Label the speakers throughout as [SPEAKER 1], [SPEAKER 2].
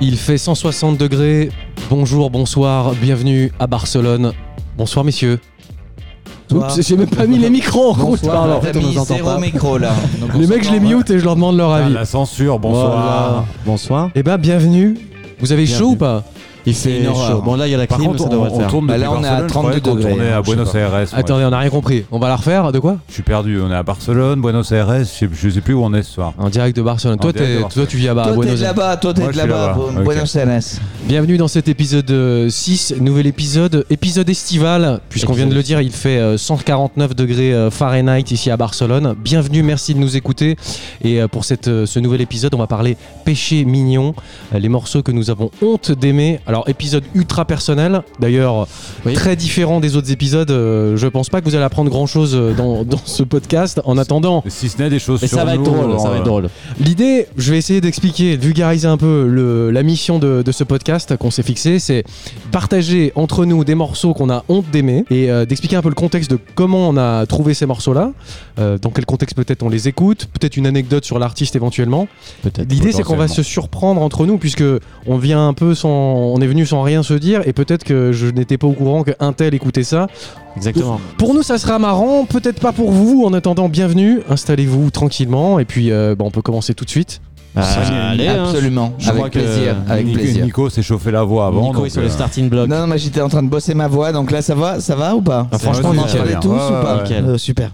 [SPEAKER 1] Il fait 160 degrés. Bonjour, bonsoir, bienvenue à Barcelone. Bonsoir messieurs. Oups, j'ai même pas mis les micros en route, pardon.
[SPEAKER 2] Bonsoir, t'as mis zéro micro là. Donc, on
[SPEAKER 1] Les mecs, je
[SPEAKER 2] s'entend,
[SPEAKER 1] les
[SPEAKER 2] voilà.
[SPEAKER 1] mute et je leur demande leur
[SPEAKER 3] Ah,
[SPEAKER 1] avis.
[SPEAKER 3] la censure,
[SPEAKER 1] Voilà.
[SPEAKER 3] bonsoir.
[SPEAKER 4] Bonsoir.
[SPEAKER 1] Eh ben, bienvenue. Vous avez chaud
[SPEAKER 4] Bienvenue.
[SPEAKER 1] ou pas Il
[SPEAKER 4] C'est une horreur. Bon, là, il y a la
[SPEAKER 3] Par
[SPEAKER 4] clim,
[SPEAKER 3] contre,
[SPEAKER 4] ça
[SPEAKER 3] on,
[SPEAKER 4] devrait le
[SPEAKER 3] on
[SPEAKER 4] faire.
[SPEAKER 3] tourne
[SPEAKER 2] Bah
[SPEAKER 3] depuis
[SPEAKER 2] là, on est à
[SPEAKER 3] Barcelone, je croyais
[SPEAKER 2] 32
[SPEAKER 3] qu'on tournait
[SPEAKER 2] degrés,
[SPEAKER 3] à
[SPEAKER 2] hein, je sais
[SPEAKER 3] Buenos
[SPEAKER 2] pas.
[SPEAKER 3] Aires. moi.
[SPEAKER 1] Attendez, on n'a rien compris. On va la refaire de quoi
[SPEAKER 3] Je suis perdu, on est à Barcelone, Buenos Aires, je sais, je sais plus où on est ce soir.
[SPEAKER 1] En direct de Barcelone.
[SPEAKER 3] En
[SPEAKER 1] Toi,
[SPEAKER 3] direct de
[SPEAKER 1] t'es- toi,
[SPEAKER 3] Barcelone.
[SPEAKER 1] tu vis à
[SPEAKER 2] Toi t'es
[SPEAKER 1] Buenos
[SPEAKER 2] de
[SPEAKER 1] Aires.
[SPEAKER 2] là-bas, toi t'es
[SPEAKER 3] Moi,
[SPEAKER 2] de
[SPEAKER 3] je suis
[SPEAKER 2] là-bas,
[SPEAKER 3] là-bas.
[SPEAKER 2] Bu-
[SPEAKER 3] Ok.
[SPEAKER 2] Buenos Aires.
[SPEAKER 1] Bienvenue dans cet épisode euh, 6, nouvel épisode, épisode estival, puisqu'on vient de le dire, il fait euh, 149 degrés euh, Fahrenheit ici à Barcelone. Bienvenue, merci de nous écouter. Et euh, pour cette, euh, ce nouvel épisode, on va parler péché mignon, euh, les morceaux que nous avons honte d'aimer. Alors, épisode ultra personnel, d'ailleurs
[SPEAKER 4] Oui.
[SPEAKER 1] très différent des autres épisodes. euh, je pense pas que vous allez apprendre grand chose dans, dans ce podcast. En attendant,
[SPEAKER 3] Si ce n'est des choses
[SPEAKER 4] Mais
[SPEAKER 3] sur
[SPEAKER 4] ça va être
[SPEAKER 3] nous,
[SPEAKER 4] drôle,
[SPEAKER 3] euh,
[SPEAKER 4] ça va être drôle.
[SPEAKER 1] L'idée, je vais essayer d'expliquer, de vulgariser un peu le- la mission de, de ce podcast qu'on s'est fixé, c'est partager entre nous des morceaux qu'on a honte d'aimer et euh, d'expliquer un peu le contexte de comment on a trouvé ces morceaux-là, euh, dans quel contexte peut-être on les écoute, peut-être une anecdote sur l'artiste éventuellement.
[SPEAKER 4] Peut-être.
[SPEAKER 1] L'idée, c'est qu'on va
[SPEAKER 3] potentiellement.
[SPEAKER 1] se surprendre entre nous puisque on vient un peu sans, on est venu sans rien se dire et peut-être que je n'étais pas au courant qu'un tel écoutait ça.
[SPEAKER 4] Exactement.
[SPEAKER 1] Pour nous, ça sera marrant, peut-être pas pour vous. En attendant, bienvenue, installez-vous tranquillement et puis euh, bah, on peut commencer tout de suite.
[SPEAKER 4] Ah, Allez, hein.
[SPEAKER 2] Absolument,
[SPEAKER 4] je crois
[SPEAKER 2] avec
[SPEAKER 4] que
[SPEAKER 2] plaisir, avec
[SPEAKER 3] Nico,
[SPEAKER 2] plaisir.
[SPEAKER 3] Nico s'est chauffé la voix avant.
[SPEAKER 4] Nico est
[SPEAKER 3] donc,
[SPEAKER 4] sur le
[SPEAKER 3] euh,
[SPEAKER 4] starting block.
[SPEAKER 2] Non, non, mais j'étais en train de bosser ma voix, donc là ça va, ça va ou pas
[SPEAKER 4] Ah, franchement,
[SPEAKER 2] on en
[SPEAKER 4] nickel.
[SPEAKER 2] parlait tous
[SPEAKER 3] Ouais,
[SPEAKER 2] ou pas
[SPEAKER 3] ouais,
[SPEAKER 4] ouais.
[SPEAKER 2] Euh, Super.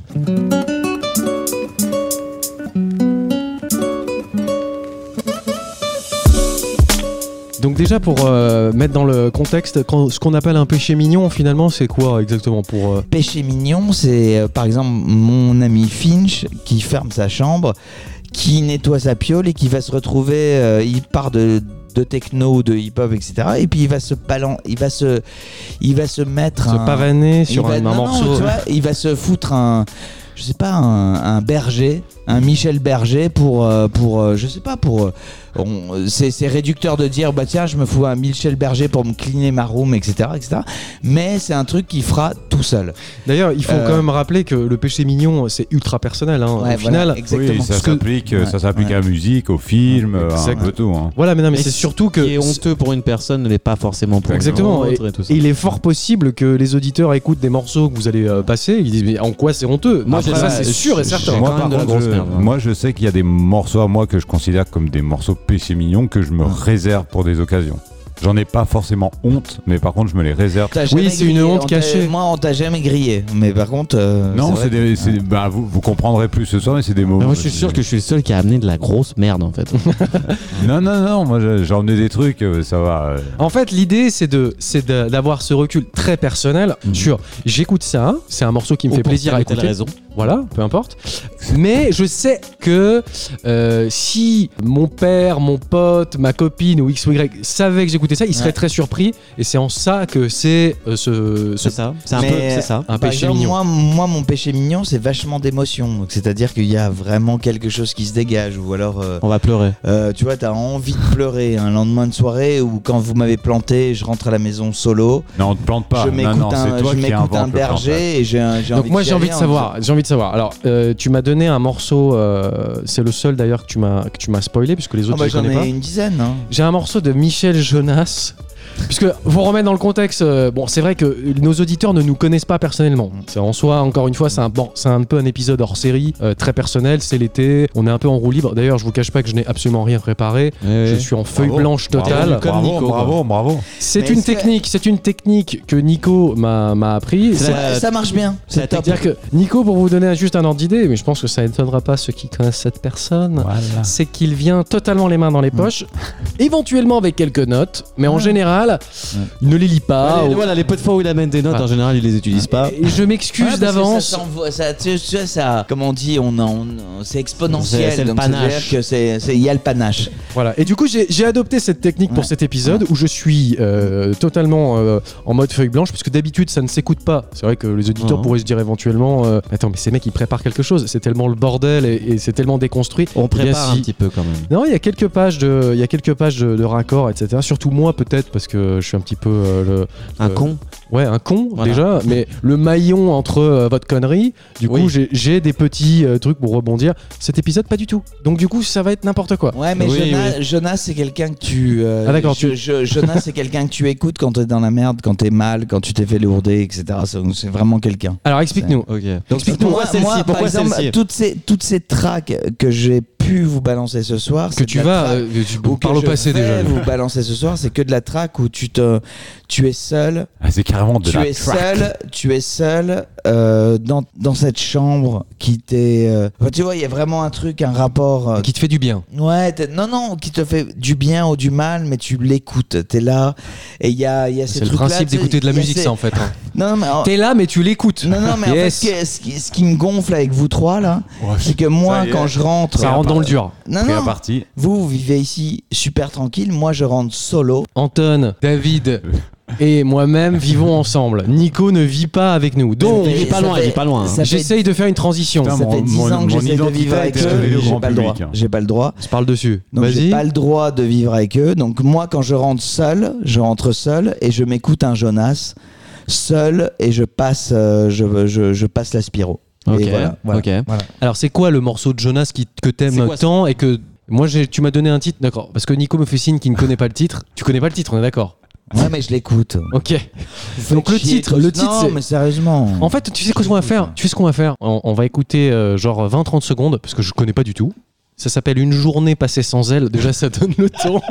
[SPEAKER 1] Donc déjà pour euh, mettre dans le contexte, quand- ce qu'on appelle un péché mignon finalement, c'est quoi exactement pour euh,
[SPEAKER 2] Péché mignon, c'est euh, par exemple mon ami Finch qui ferme sa chambre, qui nettoie sa piole et qui va se retrouver. euh, il part de, de techno, de hip-hop, etc. Et puis il va se palan, il va se, il va se mettre
[SPEAKER 1] se
[SPEAKER 2] un,
[SPEAKER 1] pavaner sur
[SPEAKER 2] il va-
[SPEAKER 1] un, un
[SPEAKER 2] non, non,
[SPEAKER 1] morceau
[SPEAKER 2] tu vois, il va se foutre un, je sais pas, un, un berger, un Michel Berger pour, euh, pour, euh, je sais pas, pour. euh, on- C'est c'est réducteur de dire bah tiens, je me fous un Michel Berger pour me cleaner ma room, etc., etc. Mais c'est un truc qu'il fera tout seul.
[SPEAKER 1] D'ailleurs, il faut
[SPEAKER 2] Euh,
[SPEAKER 1] quand même rappeler que le péché mignon, c'est ultra personnel. hein.
[SPEAKER 2] Ouais,
[SPEAKER 1] Au final,
[SPEAKER 2] voilà, exactement.
[SPEAKER 3] Oui, ça
[SPEAKER 1] Parce que-
[SPEAKER 3] s'applique, euh,
[SPEAKER 2] Ouais,
[SPEAKER 3] ça s'applique
[SPEAKER 2] ouais.
[SPEAKER 3] à la musique, au film, euh, un
[SPEAKER 1] Exact.
[SPEAKER 3] peu tout. hein.
[SPEAKER 1] voilà, mais non, mais
[SPEAKER 4] Mais
[SPEAKER 1] c'est
[SPEAKER 4] ce
[SPEAKER 1] surtout que
[SPEAKER 4] Ce qui est honteux pour une personne ne l'est pas forcément pour
[SPEAKER 1] Exactement,
[SPEAKER 4] une autre et tout ça.
[SPEAKER 1] Et il est fort possible que les auditeurs écoutent des morceaux que vous allez euh, passer. Ils disent mais en quoi c'est honteux
[SPEAKER 4] Moi,
[SPEAKER 1] Après,
[SPEAKER 4] j'ai-
[SPEAKER 1] ça c'est
[SPEAKER 4] je-
[SPEAKER 1] sûr et
[SPEAKER 4] je-
[SPEAKER 1] certain.
[SPEAKER 4] J'ai
[SPEAKER 3] Moi,
[SPEAKER 4] quand même
[SPEAKER 3] par
[SPEAKER 4] de la
[SPEAKER 3] contre,
[SPEAKER 4] grosse
[SPEAKER 3] je,
[SPEAKER 4] merde, hein.
[SPEAKER 3] moi, je sais qu'il y a des morceaux à moi que je considère comme des morceaux PC mignons que je me réserve pour des occasions. J'en ai pas forcément honte, mais par contre, je me les réserve.
[SPEAKER 2] T'as jamais
[SPEAKER 1] c'est une
[SPEAKER 2] grillé,
[SPEAKER 1] honte
[SPEAKER 2] on t'a-
[SPEAKER 1] cachée.
[SPEAKER 2] Moi, on t'a jamais grillé. Mais par contre, euh,
[SPEAKER 3] Non,
[SPEAKER 2] vrai
[SPEAKER 3] c'est des, c'est- bah, vous, vous comprendrez plus ce soir, mais c'est des mots.
[SPEAKER 4] Mais moi, je suis sûr que je suis le seul qui a amené de la grosse merde en fait.
[SPEAKER 3] Non, non, non, moi j'ai- j'ai emmené des trucs, euh, ça va. euh.
[SPEAKER 1] En fait, l'idée c'est de c'est de- d'avoir ce recul très personnel
[SPEAKER 2] Mhm.
[SPEAKER 1] sur j'écoute ça, c'est un morceau qui me
[SPEAKER 4] Ou
[SPEAKER 1] fait
[SPEAKER 4] pour
[SPEAKER 1] plaisir à
[SPEAKER 4] telle ou telle
[SPEAKER 1] écouter.
[SPEAKER 4] raison.
[SPEAKER 1] voilà, peu importe. Mais je sais que euh, si mon père, mon pote, ma copine ou X ou Y savait que j'écoutais ça, il serait
[SPEAKER 2] Ouais.
[SPEAKER 1] très surpris. Et c'est en ça que c'est euh, ce, ce-
[SPEAKER 4] C'est ça. C'est un
[SPEAKER 2] Mais-
[SPEAKER 4] peu. C'est ça.
[SPEAKER 1] un
[SPEAKER 2] Par
[SPEAKER 1] péché
[SPEAKER 2] exemple,
[SPEAKER 1] mignon.
[SPEAKER 2] Moi, moi, mon péché mignon, c'est vachement d'émotion. Donc, C'est-à-dire qu'il y a vraiment quelque chose qui se dégage. Ou alors, euh,
[SPEAKER 4] On va pleurer.
[SPEAKER 2] euh, tu vois, t'as envie de pleurer un lendemain de soirée ou quand vous m'avez planté, je rentre à la maison solo.
[SPEAKER 3] Non, on te plante pas.
[SPEAKER 2] je
[SPEAKER 3] non,
[SPEAKER 2] m'écoute
[SPEAKER 3] non,
[SPEAKER 2] un,
[SPEAKER 3] c'est toi
[SPEAKER 2] je
[SPEAKER 3] qui
[SPEAKER 2] m'écoute
[SPEAKER 3] invente
[SPEAKER 2] un
[SPEAKER 3] le plantage.
[SPEAKER 2] berger et j'ai un- j'ai
[SPEAKER 1] Donc
[SPEAKER 2] envie
[SPEAKER 1] moi
[SPEAKER 2] de
[SPEAKER 1] j'ai envie de
[SPEAKER 2] chialer,
[SPEAKER 1] savoir, j'ai envie de savoir. Alors euh, tu m'as donné un morceau, euh, c'est le seul d'ailleurs que tu m'as que tu m'as spoilé puisque les
[SPEAKER 2] Ah
[SPEAKER 1] autres
[SPEAKER 2] bah,
[SPEAKER 1] je les
[SPEAKER 2] J'en
[SPEAKER 1] connais pas.
[SPEAKER 2] ai une dizaine. hein.
[SPEAKER 1] J'ai un morceau de Michel Jonas. Puisque vous remettre dans le contexte, euh, bon, c'est vrai que nos auditeurs ne nous connaissent pas personnellement. C'est en soi, encore une fois, c'est un, bon, c'est un peu un épisode hors série, euh, très personnel. C'est l'été, on est un peu en roue libre. D'ailleurs, je vous cache pas que je n'ai absolument rien préparé. Je suis en feuille
[SPEAKER 3] Bravo,
[SPEAKER 1] blanche totale.
[SPEAKER 3] Bravo, bravo, bravo, bravo.
[SPEAKER 1] C'est
[SPEAKER 2] Mais
[SPEAKER 1] une
[SPEAKER 2] est-ce que-
[SPEAKER 1] technique, c'est une technique que Nico m'a m'a appris.
[SPEAKER 4] C'est
[SPEAKER 1] C'est-
[SPEAKER 4] la-
[SPEAKER 2] Ouais, ça marche bien. C'est top.
[SPEAKER 1] C'est-à-dire que Nico, pour vous donner juste un ordre d'idée, mais je pense que ça étonnera pas ceux qui connaissent cette personne
[SPEAKER 2] Ah.
[SPEAKER 3] Voilà.
[SPEAKER 1] c'est qu'il vient totalement les mains dans les
[SPEAKER 2] Mm.
[SPEAKER 1] poches, éventuellement avec quelques notes, mais en général,
[SPEAKER 2] Mm.
[SPEAKER 1] il ne les lit pas.
[SPEAKER 4] Ah,
[SPEAKER 1] ou-
[SPEAKER 4] voilà, les peu de fois où il amène des notes,
[SPEAKER 1] Ouais.
[SPEAKER 4] en général, ils les utilise pas.
[SPEAKER 1] Et je m'excuse
[SPEAKER 2] Ouais, parce que
[SPEAKER 1] d'avance.
[SPEAKER 2] Ça, s'envoie- ça, tu sais, ça- comme on dit, on, en- on- c'est exponentiel.
[SPEAKER 4] C'est- c'est le
[SPEAKER 2] donc c'est-à-dire
[SPEAKER 4] panache.
[SPEAKER 2] que c'est- c'est- Il y a le panache.
[SPEAKER 1] Voilà. Et du coup, j'ai j'ai adopté cette technique pour
[SPEAKER 2] Ouais.
[SPEAKER 1] cet épisode où je suis euh, totalement euh, en mode feuille blanche, parce que d'habitude, ça ne s'écoute pas. C'est vrai que les auditeurs
[SPEAKER 2] Mm.
[SPEAKER 4] Mhm.
[SPEAKER 1] pourraient se dire éventuellement euh, Attends, mais ces mecs, ils préparent quelque chose. C'est tellement le bordel et, et c'est tellement déconstruit.
[SPEAKER 4] On
[SPEAKER 1] Eh bien,
[SPEAKER 4] prépare
[SPEAKER 1] si-
[SPEAKER 4] un petit peu quand même.
[SPEAKER 1] Non, il y a quelques pages de, il y a quelques pages de, de raccords, etc. Surtout moi, peut-être, parce parce que je suis un petit peu euh, le,
[SPEAKER 4] Un
[SPEAKER 1] Euh,
[SPEAKER 4] con.
[SPEAKER 1] Ouais, un con
[SPEAKER 4] Voilà.
[SPEAKER 1] déjà, mais le maillon entre euh, votre connerie, du coup
[SPEAKER 4] Oui.
[SPEAKER 1] j'ai- j'ai des petits euh, trucs pour rebondir. Cet épisode, pas du tout. Donc du coup, ça va être n'importe quoi.
[SPEAKER 2] Ouais, mais
[SPEAKER 4] Oui,
[SPEAKER 2] Jonas, Jonas, c'est quelqu'un que tu. euh,
[SPEAKER 1] Ah, d'accord,
[SPEAKER 2] je-
[SPEAKER 1] tu-
[SPEAKER 2] je- Jonas, c'est quelqu'un que tu écoutes quand t'es dans la merde, quand t'es mal, quand tu t'es fait lourder, etc. C'est- C'est vraiment quelqu'un.
[SPEAKER 1] Alors explique-nous.
[SPEAKER 4] Ok.
[SPEAKER 2] Donc
[SPEAKER 4] Explique-nous pourquoi celle-ci,
[SPEAKER 2] moi, par
[SPEAKER 4] pourquoi
[SPEAKER 2] exemple,
[SPEAKER 4] celle-ci
[SPEAKER 2] toutes ces toutes ces tracks que j'ai pu vous balancer ce soir,
[SPEAKER 1] Que
[SPEAKER 2] c'est
[SPEAKER 1] tu
[SPEAKER 2] de la
[SPEAKER 1] vas.
[SPEAKER 2] track-
[SPEAKER 1] euh, que tu
[SPEAKER 2] ou que
[SPEAKER 1] parles au
[SPEAKER 2] je
[SPEAKER 1] passé
[SPEAKER 2] vais
[SPEAKER 1] déjà.
[SPEAKER 2] Vous balancer ce soir, c'est que de la track où tu te tu es seul,
[SPEAKER 3] Ah, c'est carrément de
[SPEAKER 2] tu
[SPEAKER 3] la
[SPEAKER 2] es
[SPEAKER 3] track.
[SPEAKER 2] seul, tu es seul euh, dans, dans cette chambre qui t'est. euh, enfin, tu vois, il y a vraiment un truc, un rapport. euh,
[SPEAKER 1] Qui te fait du bien.
[SPEAKER 2] Ouais, t'es- non, non, qui te fait du bien ou du mal, mais tu l'écoutes, t'es là. Et il y a, il y a ces
[SPEAKER 1] C'est le
[SPEAKER 2] trucs-là,
[SPEAKER 1] principe
[SPEAKER 2] tu sais,
[SPEAKER 1] d'écouter de la
[SPEAKER 2] il y a
[SPEAKER 1] musique,
[SPEAKER 2] ces-
[SPEAKER 1] ça en fait. hein.
[SPEAKER 2] Non, non, mais en,
[SPEAKER 1] T'es là, mais tu l'écoutes.
[SPEAKER 2] non, non, mais en fait,
[SPEAKER 1] Yes.
[SPEAKER 2] ce que- ce qui, ce qui me gonfle avec vous trois, là, c'est que moi,
[SPEAKER 3] y est.
[SPEAKER 2] quand je rentre.
[SPEAKER 1] Ça rentre dans le dur.
[SPEAKER 2] Non,
[SPEAKER 3] Prêt à
[SPEAKER 2] non,
[SPEAKER 3] partie.
[SPEAKER 2] vous, vous vivez ici super tranquille, moi, je rentre solo.
[SPEAKER 1] Anton, David et moi-même vivons ensemble. Nico ne vit pas avec nous. Donc
[SPEAKER 4] Il est pas
[SPEAKER 2] Ça
[SPEAKER 4] loin,
[SPEAKER 2] fait-
[SPEAKER 4] il est pas loin. hein.
[SPEAKER 2] ça fait-
[SPEAKER 1] j'essaye de faire une transition.
[SPEAKER 3] Putain,
[SPEAKER 2] Ça fait
[SPEAKER 3] Mon-
[SPEAKER 2] 10 ans
[SPEAKER 3] mon
[SPEAKER 2] que j'essaie de
[SPEAKER 3] identité
[SPEAKER 2] vivre
[SPEAKER 3] a
[SPEAKER 2] avec
[SPEAKER 3] été
[SPEAKER 2] eux,
[SPEAKER 3] révélée au
[SPEAKER 2] j'ai
[SPEAKER 3] grand
[SPEAKER 2] pas le droit.
[SPEAKER 3] public, hein.
[SPEAKER 2] J'ai pas le droit.
[SPEAKER 1] Je parle dessus.
[SPEAKER 2] Donc j'ai
[SPEAKER 1] Vas-y.
[SPEAKER 2] pas le droit de vivre avec eux. Donc moi, quand je rentre seul, je rentre seul et je m'écoute un Jonas seul et je passe, euh, je, je, je passe la Spiro.
[SPEAKER 4] Ok.
[SPEAKER 2] Et voilà, voilà.
[SPEAKER 4] Ok.
[SPEAKER 1] Alors c'est quoi le morceau de Jonas qui, que
[SPEAKER 4] C'est
[SPEAKER 1] t'aimes
[SPEAKER 4] quoi,
[SPEAKER 1] tant et que moi j'ai- tu m'as donné un titre d'accord parce que Nico me fait signe qu'il ne connaît pas le titre. Tu connais pas le titre, on est d'accord.
[SPEAKER 2] Ouais, mais je l'écoute.
[SPEAKER 1] Ok.
[SPEAKER 2] Vous
[SPEAKER 1] Donc,
[SPEAKER 2] faites
[SPEAKER 1] le
[SPEAKER 2] chier
[SPEAKER 1] titre,
[SPEAKER 2] tous.
[SPEAKER 1] le titre,
[SPEAKER 2] Non,
[SPEAKER 1] c'est-
[SPEAKER 2] mais sérieusement.
[SPEAKER 1] En fait, tu sais ce qu'on va faire Tu sais ce qu'on va faire on, on va écouter euh, genre 20-30 secondes parce que je connais pas du tout. Ça s'appelle une journée passée sans elle. Déjà, ça donne le temps.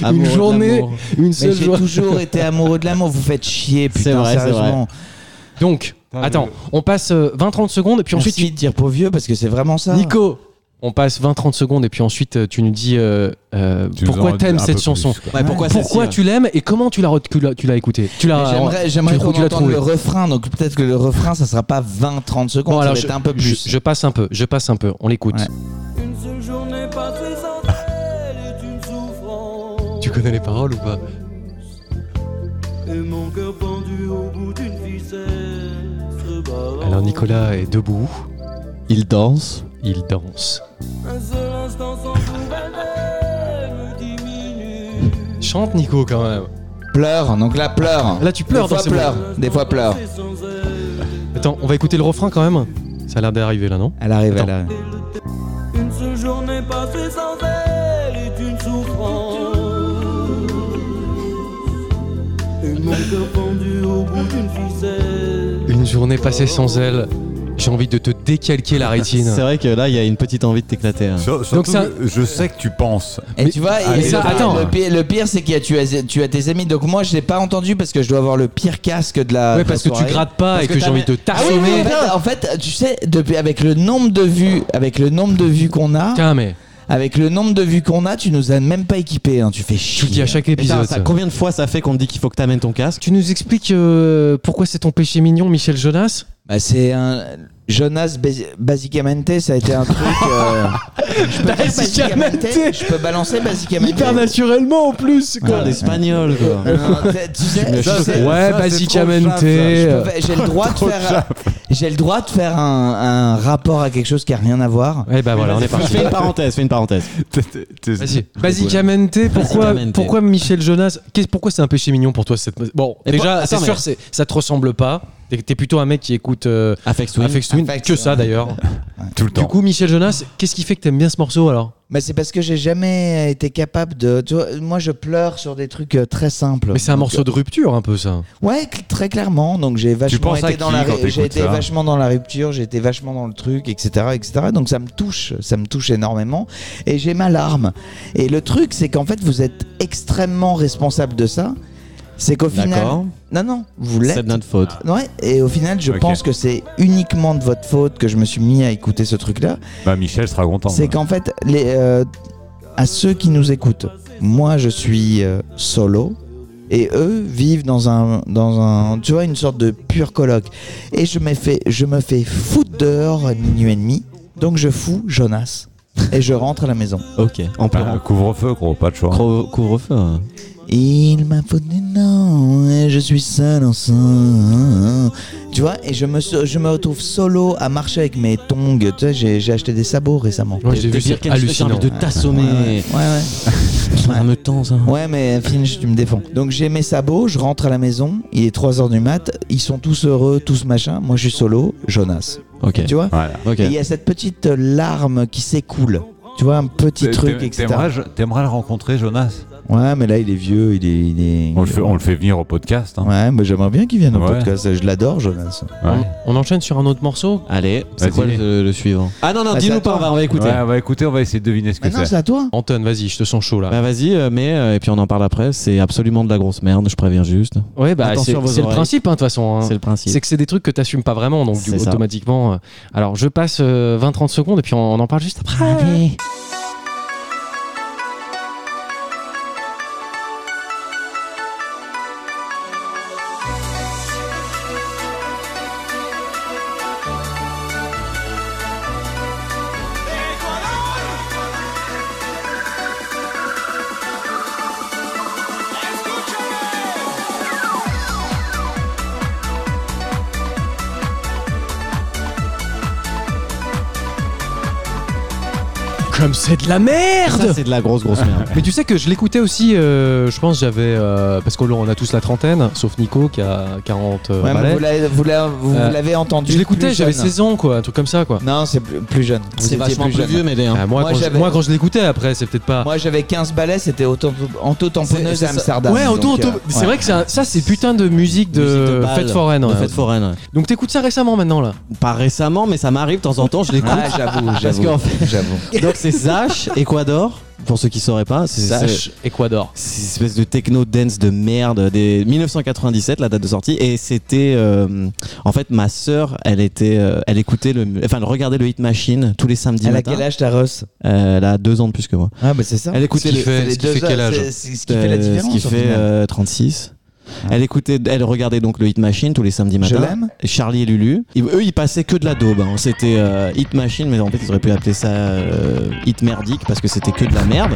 [SPEAKER 1] une
[SPEAKER 4] Amoureux de
[SPEAKER 1] journée,
[SPEAKER 4] l'amour.
[SPEAKER 1] une
[SPEAKER 2] mais
[SPEAKER 1] seule
[SPEAKER 2] j'ai
[SPEAKER 1] journée.
[SPEAKER 2] toujours été amoureux de l'amour. Vous faites chier,
[SPEAKER 4] C'est
[SPEAKER 2] putain,
[SPEAKER 4] vrai, c'est
[SPEAKER 2] sérieusement.
[SPEAKER 1] Donc, attends, on passe euh, 20-30 secondes et puis ensuite
[SPEAKER 2] Merci de dire pour vieux parce que c'est vraiment ça.
[SPEAKER 1] Nico, on passe 20-30 secondes et puis ensuite euh, tu nous dis euh, euh,
[SPEAKER 3] Tu nous en
[SPEAKER 1] pourquoi
[SPEAKER 3] dis
[SPEAKER 1] t'aimes
[SPEAKER 3] un
[SPEAKER 1] cette
[SPEAKER 3] peu
[SPEAKER 1] chanson.
[SPEAKER 3] plus, quoi.
[SPEAKER 4] Ouais, pourquoi celle-ci,
[SPEAKER 1] Pourquoi
[SPEAKER 4] ouais.
[SPEAKER 1] tu l'aimes et comment tu l'as re- tu l'as- tu l'as écouté Tu
[SPEAKER 2] Mais
[SPEAKER 1] l'as
[SPEAKER 2] J'aimerais, j'aimerais
[SPEAKER 1] tu
[SPEAKER 2] qu'on
[SPEAKER 1] trouves- tu l'as
[SPEAKER 2] entende
[SPEAKER 1] trouvé.
[SPEAKER 2] le refrain, donc peut-être que le refrain, ça sera pas 20-30 secondes,
[SPEAKER 1] Bon,
[SPEAKER 2] ça
[SPEAKER 1] alors,
[SPEAKER 2] va être un peu plus.
[SPEAKER 1] Je, je passe un peu, je passe un peu, on l'écoute.
[SPEAKER 2] Ouais.
[SPEAKER 5] Une seule journée passée sans elle est une souffrance.
[SPEAKER 1] Tu connais les paroles ou pas
[SPEAKER 5] Et mon cœur pendu au bout d'une ficelle se balance.
[SPEAKER 1] Alors Nicolas est debout,
[SPEAKER 4] Il danse.
[SPEAKER 1] il danse.
[SPEAKER 5] Un seul instant sans nouvelle me diminue.
[SPEAKER 1] Chante Nico quand même.
[SPEAKER 2] Pleure, donc là, pleure.
[SPEAKER 1] Là, tu pleures
[SPEAKER 2] Des
[SPEAKER 1] dans
[SPEAKER 2] fois,
[SPEAKER 1] ce
[SPEAKER 2] pleure. Des fois, pleure.
[SPEAKER 5] C'est sans elle.
[SPEAKER 1] Attends, on va écouter le refrain quand même. Ça a l'air d'arriver là, non
[SPEAKER 2] Elle arrive,
[SPEAKER 1] Attends.
[SPEAKER 2] elle arrive.
[SPEAKER 5] Une seule journée passée sans elle est une souffrance. Et mon cœur pendu au bout d'une ficelle.
[SPEAKER 1] Une journée passée
[SPEAKER 2] Oh.
[SPEAKER 1] sans elle, j'ai envie de te décalquer la
[SPEAKER 4] C'est
[SPEAKER 1] rétine.
[SPEAKER 4] vrai que là, il y a une petite envie de t'éclater. hein.
[SPEAKER 3] Sur-
[SPEAKER 1] Donc
[SPEAKER 3] surtout
[SPEAKER 1] ça-
[SPEAKER 3] que je sais que tu penses.
[SPEAKER 2] Et
[SPEAKER 1] Mais-
[SPEAKER 2] tu vois,
[SPEAKER 1] Ah,
[SPEAKER 2] et
[SPEAKER 1] mais ça,
[SPEAKER 2] le,
[SPEAKER 1] attends.
[SPEAKER 2] le pire, le pire, c'est que tu as, tu as tes amis. Donc moi, je l'ai pas entendu parce que je dois avoir le pire casque de la.
[SPEAKER 1] Ouais,
[SPEAKER 2] de la
[SPEAKER 1] parce que tu
[SPEAKER 2] soirée.
[SPEAKER 1] grattes pas
[SPEAKER 2] Parce
[SPEAKER 1] et que,
[SPEAKER 2] que
[SPEAKER 1] j'ai
[SPEAKER 2] t'as-
[SPEAKER 1] envie de
[SPEAKER 2] Ah oui, oui,
[SPEAKER 1] t'assommer.
[SPEAKER 2] en, fait, en fait, tu sais, depuis avec le nombre de vues, avec le nombre de vues qu'on a,
[SPEAKER 1] Putain, mais
[SPEAKER 2] avec le nombre de vues qu'on a, tu nous as même pas équipés. hein, tu fais chier.
[SPEAKER 1] je le dis à chaque
[SPEAKER 4] Putain,
[SPEAKER 1] épisode.
[SPEAKER 4] ça,
[SPEAKER 1] ça.
[SPEAKER 4] combien de fois ça fait qu'on te dit qu'il faut que t'amènes ton casque
[SPEAKER 1] Tu nous expliques euh, pourquoi c'est ton péché mignon, Michel Jonas
[SPEAKER 2] Bah, c'est un Jonas Bas- Basicamente, ça a été un truc. euh, je peux dire Basicamente, je peux balancer Basicamente.
[SPEAKER 1] naturellement en plus,
[SPEAKER 4] En espagnol, quoi.
[SPEAKER 2] Non, non, tu sais, tu
[SPEAKER 3] Ça,
[SPEAKER 2] sais-
[SPEAKER 3] c'est-
[SPEAKER 1] Ouais,
[SPEAKER 3] ça, c'est trop
[SPEAKER 1] basicamente.
[SPEAKER 3] simple,
[SPEAKER 2] Je peux faire- J'ai le droit de faire, j'ai le droit de faire un, un rapport à quelque chose qui a rien à voir.
[SPEAKER 1] Eh ben voilà, on est
[SPEAKER 4] Fais-
[SPEAKER 1] parti.
[SPEAKER 4] Fais une parenthèse, fais une parenthèse.
[SPEAKER 3] T'es- t'es- t'es-
[SPEAKER 1] Vas-y. Basicamente, pourquoi,
[SPEAKER 4] Basicamente.
[SPEAKER 1] pourquoi Michel Jonas qu'est- Pourquoi c'est un péché mignon pour toi cette... Bon,
[SPEAKER 4] Et pour-
[SPEAKER 1] déjà,
[SPEAKER 4] attends,
[SPEAKER 1] c'est
[SPEAKER 4] mais-
[SPEAKER 1] sûr, c'est- ça te ressemble pas. T'es t'es plutôt un mec qui écoute euh,
[SPEAKER 4] Affect Twin.
[SPEAKER 1] Aphex Twin,
[SPEAKER 2] Aphex,
[SPEAKER 1] que ça
[SPEAKER 2] ouais.
[SPEAKER 1] d'ailleurs.
[SPEAKER 3] tout le temps.
[SPEAKER 1] Du coup, Michel Jonas, qu'est-ce qui fait que t'aimes bien ce morceau alors
[SPEAKER 2] Mais c'est parce que j'ai jamais été capable de. tu vois, moi, je pleure sur des trucs euh, très simples.
[SPEAKER 1] Mais c'est un
[SPEAKER 2] Donc,
[SPEAKER 1] morceau de rupture un peu ça.
[SPEAKER 2] euh, Ouais, cl- très clairement. Donc j'ai vachement
[SPEAKER 3] penses à
[SPEAKER 2] été dans
[SPEAKER 3] qui
[SPEAKER 2] la.
[SPEAKER 3] quand
[SPEAKER 2] ré-
[SPEAKER 3] t'écoutes
[SPEAKER 2] J'ai été
[SPEAKER 3] ça
[SPEAKER 2] vachement dans la rupture. J'ai été vachement dans le truc, etc., etc. Donc ça me touche, ça me touche énormément. Et j'ai ma larme. Et le truc, c'est qu'en fait, vous êtes extrêmement responsable de ça. C'est qu'au final.
[SPEAKER 4] D'accord.
[SPEAKER 2] Non, non, vous l'êtes.
[SPEAKER 4] C'est de notre faute.
[SPEAKER 2] Ouais, et au final, je
[SPEAKER 3] Ok.
[SPEAKER 2] pense que c'est uniquement de votre faute que je me suis mis à écouter ce truc-là.
[SPEAKER 3] Bah, Michel sera content.
[SPEAKER 2] c'est qu'en fait, les, euh, à ceux qui nous écoutent, moi je suis euh, solo. Et eux vivent dans un, dans un, tu vois, une sorte de pur colloque. Et je, m'ai fait, je me fais foutre dehors à minuit et demi. Donc je fous Jonas. Et je rentre à la maison.
[SPEAKER 4] Ah. Ok. En pleurant.
[SPEAKER 3] Bah, Couvre-feu, gros, pas de choix.
[SPEAKER 4] Cro- Couvre-feu. hein.
[SPEAKER 2] Il m'a faut des noms et je suis seul ensemble. Tu vois, et je me, so- je me retrouve solo à marcher avec mes tongs. Tu sais, j'ai j'ai acheté des sabots récemment.
[SPEAKER 1] Moi, j'ai
[SPEAKER 4] Te
[SPEAKER 1] vu,
[SPEAKER 4] dire
[SPEAKER 1] c'est
[SPEAKER 4] quelque chose, j'ai
[SPEAKER 1] hallucinant.
[SPEAKER 4] envie de
[SPEAKER 2] Ouais,
[SPEAKER 4] t'assommer.
[SPEAKER 2] ouais. ouais, ouais.
[SPEAKER 4] En même temps, ça.
[SPEAKER 2] Ouais, mais Finch, tu me défends. Donc j'ai mes sabots, je rentre à la maison, il est 3h du mat, ils sont tous heureux, tous machin. Moi, je suis solo, Jonas.
[SPEAKER 4] Ok.
[SPEAKER 2] Tu vois
[SPEAKER 3] Voilà.
[SPEAKER 4] Ok.
[SPEAKER 2] Et il y a cette petite euh, larme qui s'écoule. Tu vois, un petit truc,
[SPEAKER 3] T'aimerais-
[SPEAKER 2] etc.
[SPEAKER 3] t'aimerais- T'aimerais le rencontrer, Jonas
[SPEAKER 2] Ouais, mais là, il est vieux, il est. il est-
[SPEAKER 3] on le, fait, on le fait venir au podcast. hein.
[SPEAKER 2] Ouais, mais j'aimerais bien qu'il vienne au
[SPEAKER 3] Ouais.
[SPEAKER 2] podcast. Je l'adore, Jonas.
[SPEAKER 3] Ouais.
[SPEAKER 1] On enchaîne sur un autre morceau
[SPEAKER 4] Allez, c'est
[SPEAKER 3] Vas-y.
[SPEAKER 4] quoi le, le suivant Ah non, non,
[SPEAKER 2] Bah,
[SPEAKER 4] dis-nous
[SPEAKER 2] c'est à
[SPEAKER 4] pas, on
[SPEAKER 2] toi.
[SPEAKER 4] va, on va écouter.
[SPEAKER 3] Ouais, on va écouter, on va essayer de deviner ce que
[SPEAKER 2] Mais Bah non,
[SPEAKER 3] c'est.
[SPEAKER 2] c'est à toi.
[SPEAKER 1] Anton, vas-y, je te sens chaud là.
[SPEAKER 4] Bah vas-y, euh, mais euh, et puis on en parle après. C'est absolument de la grosse merde, je préviens juste.
[SPEAKER 1] ouais, bah c'est
[SPEAKER 4] attention à vos
[SPEAKER 1] c'est le
[SPEAKER 4] oreilles.
[SPEAKER 1] principe, hein, de toute façon. hein.
[SPEAKER 4] C'est le principe.
[SPEAKER 1] C'est que c'est des trucs que t'assumes pas vraiment, donc du-
[SPEAKER 4] C'est ça.
[SPEAKER 1] automatiquement. euh, Alors, je passe euh, 20-30 secondes et puis on, on en parle juste après. Comme c'est de la merde
[SPEAKER 4] Ça, c'est de la grosse, grosse merde.
[SPEAKER 1] Mais tu sais que je l'écoutais aussi, euh, je pense j'avais... euh, parce qu'on a tous la trentaine, sauf Nico qui a 40 euh,
[SPEAKER 2] Ouais, mais
[SPEAKER 1] balais.
[SPEAKER 2] vous l'avez- vous l'avez vous
[SPEAKER 1] Euh,
[SPEAKER 2] l'avez entendu.
[SPEAKER 1] Je l'écoutais,
[SPEAKER 2] plus
[SPEAKER 1] j'avais
[SPEAKER 2] jeune.
[SPEAKER 1] 16 ans quoi, un truc comme ça quoi.
[SPEAKER 2] Non, c'est plus, plus jeune. Vous
[SPEAKER 4] C'est
[SPEAKER 2] étiez
[SPEAKER 4] vachement plus
[SPEAKER 2] jeune.
[SPEAKER 4] vieux, mais des- hein.
[SPEAKER 1] Ah, moi,
[SPEAKER 2] Moi,
[SPEAKER 1] quand je,
[SPEAKER 2] j'avais-
[SPEAKER 1] moi, quand je l'écoutais après, c'est peut-être pas...
[SPEAKER 2] Moi, j'avais 15 balais, c'était auto-
[SPEAKER 4] C'est-
[SPEAKER 2] auto-tamponneuse
[SPEAKER 4] c'est
[SPEAKER 2] à
[SPEAKER 4] ça.
[SPEAKER 2] Amsterdam.
[SPEAKER 1] ouais, auto,
[SPEAKER 2] donc,
[SPEAKER 1] auto-
[SPEAKER 2] euh,
[SPEAKER 1] c'est
[SPEAKER 2] ouais.
[SPEAKER 1] vrai que c'est un- ça c'est putain de musique de,
[SPEAKER 4] Musique de balle,
[SPEAKER 1] fête foraine.
[SPEAKER 4] de
[SPEAKER 1] ouais.
[SPEAKER 4] fête foraine, ouais.
[SPEAKER 1] Donc t'écoutes ça récemment maintenant là
[SPEAKER 4] Pas récemment, mais ça m'arrive de temps en temps, je l'écoute.
[SPEAKER 2] Ah, j'avoue,
[SPEAKER 4] Parce
[SPEAKER 2] j'avoue.
[SPEAKER 4] qu'en fait-
[SPEAKER 2] j'avoue.
[SPEAKER 4] Donc c'est Zach, Ecuador, pour ceux qui sauraient pas. C'est
[SPEAKER 1] Sache, Ecuador.
[SPEAKER 4] C'est une espèce de techno dance de merde des 1997 la date de sortie et c'était euh, en fait ma sœur elle était euh, elle écoutait le enfin elle regardait le Hit Machine tous les samedis
[SPEAKER 2] Elle a
[SPEAKER 4] matin.
[SPEAKER 2] quel âge ta Russ
[SPEAKER 4] Euh, elle a deux ans de plus que moi.
[SPEAKER 2] Ah, bah c'est ça.
[SPEAKER 4] Elle écoutait
[SPEAKER 1] qui
[SPEAKER 4] le-
[SPEAKER 1] fait-
[SPEAKER 2] C'est les
[SPEAKER 1] ce qui
[SPEAKER 2] deux
[SPEAKER 1] fait
[SPEAKER 2] heures,
[SPEAKER 1] quel âge
[SPEAKER 2] c'est- c'est Ce qui fait la
[SPEAKER 4] euh,
[SPEAKER 2] différence.
[SPEAKER 4] ce qui
[SPEAKER 2] au
[SPEAKER 4] fait
[SPEAKER 2] final.
[SPEAKER 4] euh, 36. Elle écoutait elle regardait donc le Hit Machine tous les samedis
[SPEAKER 2] Je
[SPEAKER 4] matin.
[SPEAKER 2] l'aime.
[SPEAKER 4] Charlie et Lulu. Ils- eux, ils passaient que de la daube. hein. C'était euh, Hit Machine, mais en fait, ils auraient pu appeler ça euh, Hit Merdique parce que c'était que de la merde.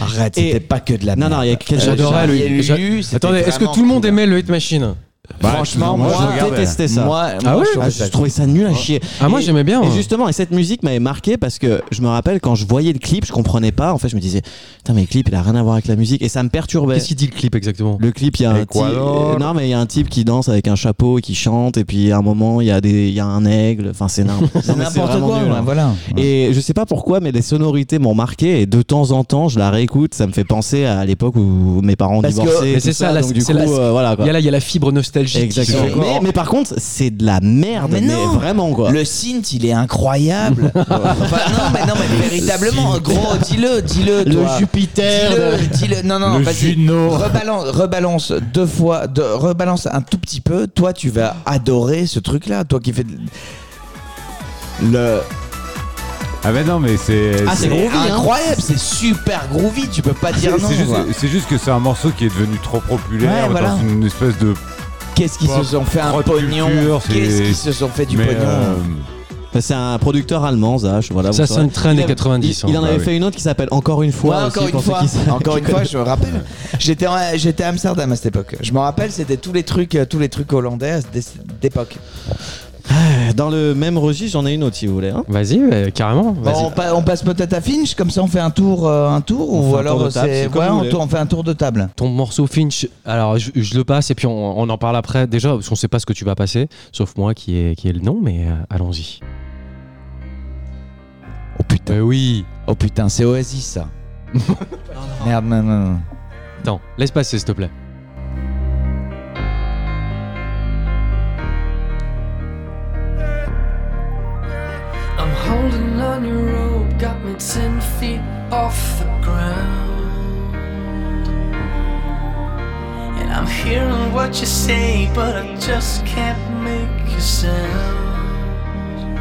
[SPEAKER 2] Arrête,
[SPEAKER 4] Et-
[SPEAKER 2] c'était pas que de la
[SPEAKER 4] Non,
[SPEAKER 2] merde.
[SPEAKER 4] non, il y a quelque chose.
[SPEAKER 1] J'adorais
[SPEAKER 2] Charlie
[SPEAKER 1] le-
[SPEAKER 2] et
[SPEAKER 1] j'a-
[SPEAKER 2] Lulu, Euh, c'était
[SPEAKER 1] Attendez, est-ce que
[SPEAKER 2] vraiment
[SPEAKER 1] tout le monde
[SPEAKER 2] cool.
[SPEAKER 1] aimait le Hit Machine
[SPEAKER 3] Bah,
[SPEAKER 2] Franchement,
[SPEAKER 3] moi,
[SPEAKER 2] moi,
[SPEAKER 3] je
[SPEAKER 4] Moi,
[SPEAKER 3] regardais.
[SPEAKER 4] je détestais ça.
[SPEAKER 2] Moi,
[SPEAKER 1] Ah
[SPEAKER 2] moi,
[SPEAKER 1] ouais
[SPEAKER 2] je
[SPEAKER 4] Ah, je trouvais ça nul à chier.
[SPEAKER 1] Ah moi
[SPEAKER 4] Et-
[SPEAKER 1] j'aimais bien.
[SPEAKER 4] Et
[SPEAKER 1] hein.
[SPEAKER 4] justement, et cette musique m'avait marqué parce que je me rappelle quand je voyais le clip, je comprenais pas. En fait, je me disais, putain, mais le clip, il a rien à voir avec la musique et ça me perturbait.
[SPEAKER 1] Qu'est-ce qu'il dit le clip exactement
[SPEAKER 4] Le clip, il y a un type,
[SPEAKER 3] Ecuador.
[SPEAKER 4] non mais il y a un type qui danse avec un chapeau et qui chante et puis à un moment il y a des, il y a un aigle. Enfin, c'est n'importe non,
[SPEAKER 2] C'est
[SPEAKER 4] mais
[SPEAKER 2] n'importe
[SPEAKER 4] vraiment
[SPEAKER 2] quoi,
[SPEAKER 4] nul,
[SPEAKER 2] ouais,
[SPEAKER 4] hein.
[SPEAKER 2] voilà.
[SPEAKER 4] Et je sais pas pourquoi, mais les sonorités m'ont marqué et de temps en temps, je la réécoute. Ça me fait penser à l'époque où mes parents
[SPEAKER 2] Parce que-
[SPEAKER 4] divorçaient.
[SPEAKER 1] mais
[SPEAKER 4] tout
[SPEAKER 1] c'est ça, la-
[SPEAKER 4] donc du
[SPEAKER 1] c'est
[SPEAKER 4] coup,
[SPEAKER 1] la-
[SPEAKER 4] euh, voilà
[SPEAKER 1] Il y,
[SPEAKER 4] quoi.
[SPEAKER 1] a là, il y a la fibre nostalgique.
[SPEAKER 4] Exactement.
[SPEAKER 1] qui fait-
[SPEAKER 4] Mais, mais par contre, c'est de la merde,
[SPEAKER 2] Mais
[SPEAKER 4] mais,
[SPEAKER 2] non.
[SPEAKER 4] vraiment quoi.
[SPEAKER 2] Oh. Le synth, il est incroyable. Enfin, non, mais non, mais véritablement, gros, dis-le, dis-le.
[SPEAKER 4] Le
[SPEAKER 2] toi.
[SPEAKER 4] Jupiter.
[SPEAKER 2] Dis-le, dis-le. Non, non,
[SPEAKER 3] Le
[SPEAKER 2] vas-y.
[SPEAKER 3] Juno.
[SPEAKER 2] Rebalance, rebalance deux fois, deux- rebalance un tout petit peu. Toi, tu vas adorer ce truc-là. Toi qui fais de- le.
[SPEAKER 3] Ah, mais non, mais c'est.
[SPEAKER 4] Ah, c'est groovy, hein.
[SPEAKER 2] incroyable, c'est super groovy. Tu peux pas
[SPEAKER 3] c'est-
[SPEAKER 2] dire non.
[SPEAKER 3] c'est juste,
[SPEAKER 2] quoi.
[SPEAKER 3] c'est juste que c'est un morceau qui est devenu trop populaire
[SPEAKER 2] Ouais, voilà.
[SPEAKER 3] dans une espèce de.
[SPEAKER 2] Qu'est-ce qu'ils se sont fait un
[SPEAKER 3] Crotte
[SPEAKER 2] pognon
[SPEAKER 3] culture, c'est-
[SPEAKER 2] Qu'est-ce qu'ils se sont fait du
[SPEAKER 3] mais,
[SPEAKER 2] pognon
[SPEAKER 3] euh,
[SPEAKER 4] Enfin, C'est un producteur allemand, Zach.
[SPEAKER 2] Ah
[SPEAKER 4] Voilà,
[SPEAKER 1] Ça,
[SPEAKER 4] vous
[SPEAKER 1] c'est
[SPEAKER 4] saurez.
[SPEAKER 1] une traîne
[SPEAKER 4] Il
[SPEAKER 1] des
[SPEAKER 4] avait-
[SPEAKER 1] 90.
[SPEAKER 4] Il, il en
[SPEAKER 1] hein.
[SPEAKER 4] avait
[SPEAKER 3] oui.
[SPEAKER 4] fait une autre qui s'appelle Encore une fois.
[SPEAKER 2] Ouais,
[SPEAKER 4] aussi,
[SPEAKER 2] encore une
[SPEAKER 4] pour ceux
[SPEAKER 2] fois,
[SPEAKER 4] qui savent-
[SPEAKER 2] encore une
[SPEAKER 4] qui
[SPEAKER 2] fois, je me rappelle. J'étais en- j'étais à Amsterdam à cette époque. Je me rappelle, c'était tous les trucs, euh, tous les trucs hollandais à cette dé- d'époque.
[SPEAKER 4] connaissent. Dans le même registre, j'en ai une autre si vous voulez. hein.
[SPEAKER 1] Vas-y, ouais, carrément.
[SPEAKER 2] Bon,
[SPEAKER 1] Vas-y.
[SPEAKER 2] on, pa- on passe peut-être à Finch, comme ça on fait un tour, euh, un tour,
[SPEAKER 4] On
[SPEAKER 2] ou
[SPEAKER 4] fait un
[SPEAKER 2] alors
[SPEAKER 4] tour de table,
[SPEAKER 2] c'est
[SPEAKER 4] c'est comme
[SPEAKER 2] ouais,
[SPEAKER 4] vous
[SPEAKER 2] on,
[SPEAKER 4] voulez.
[SPEAKER 2] tour- on fait un tour de table.
[SPEAKER 1] Ton morceau Finch, alors je, je le passe et puis on, on en parle après. Déjà, parce qu'on sait pas ce que tu vas passer, sauf moi qui est, qui est le nom, mais euh, allons-y.
[SPEAKER 2] Oh putain,
[SPEAKER 1] Eh oui.
[SPEAKER 2] oh putain, c'est Oasis ça. Merde, non, non, non.
[SPEAKER 1] Attends, laisse passer s'il te plaît.
[SPEAKER 6] I'm holding on your rope, got me ten feet off the ground. And I'm hearing what you say, but I just can't make a sound.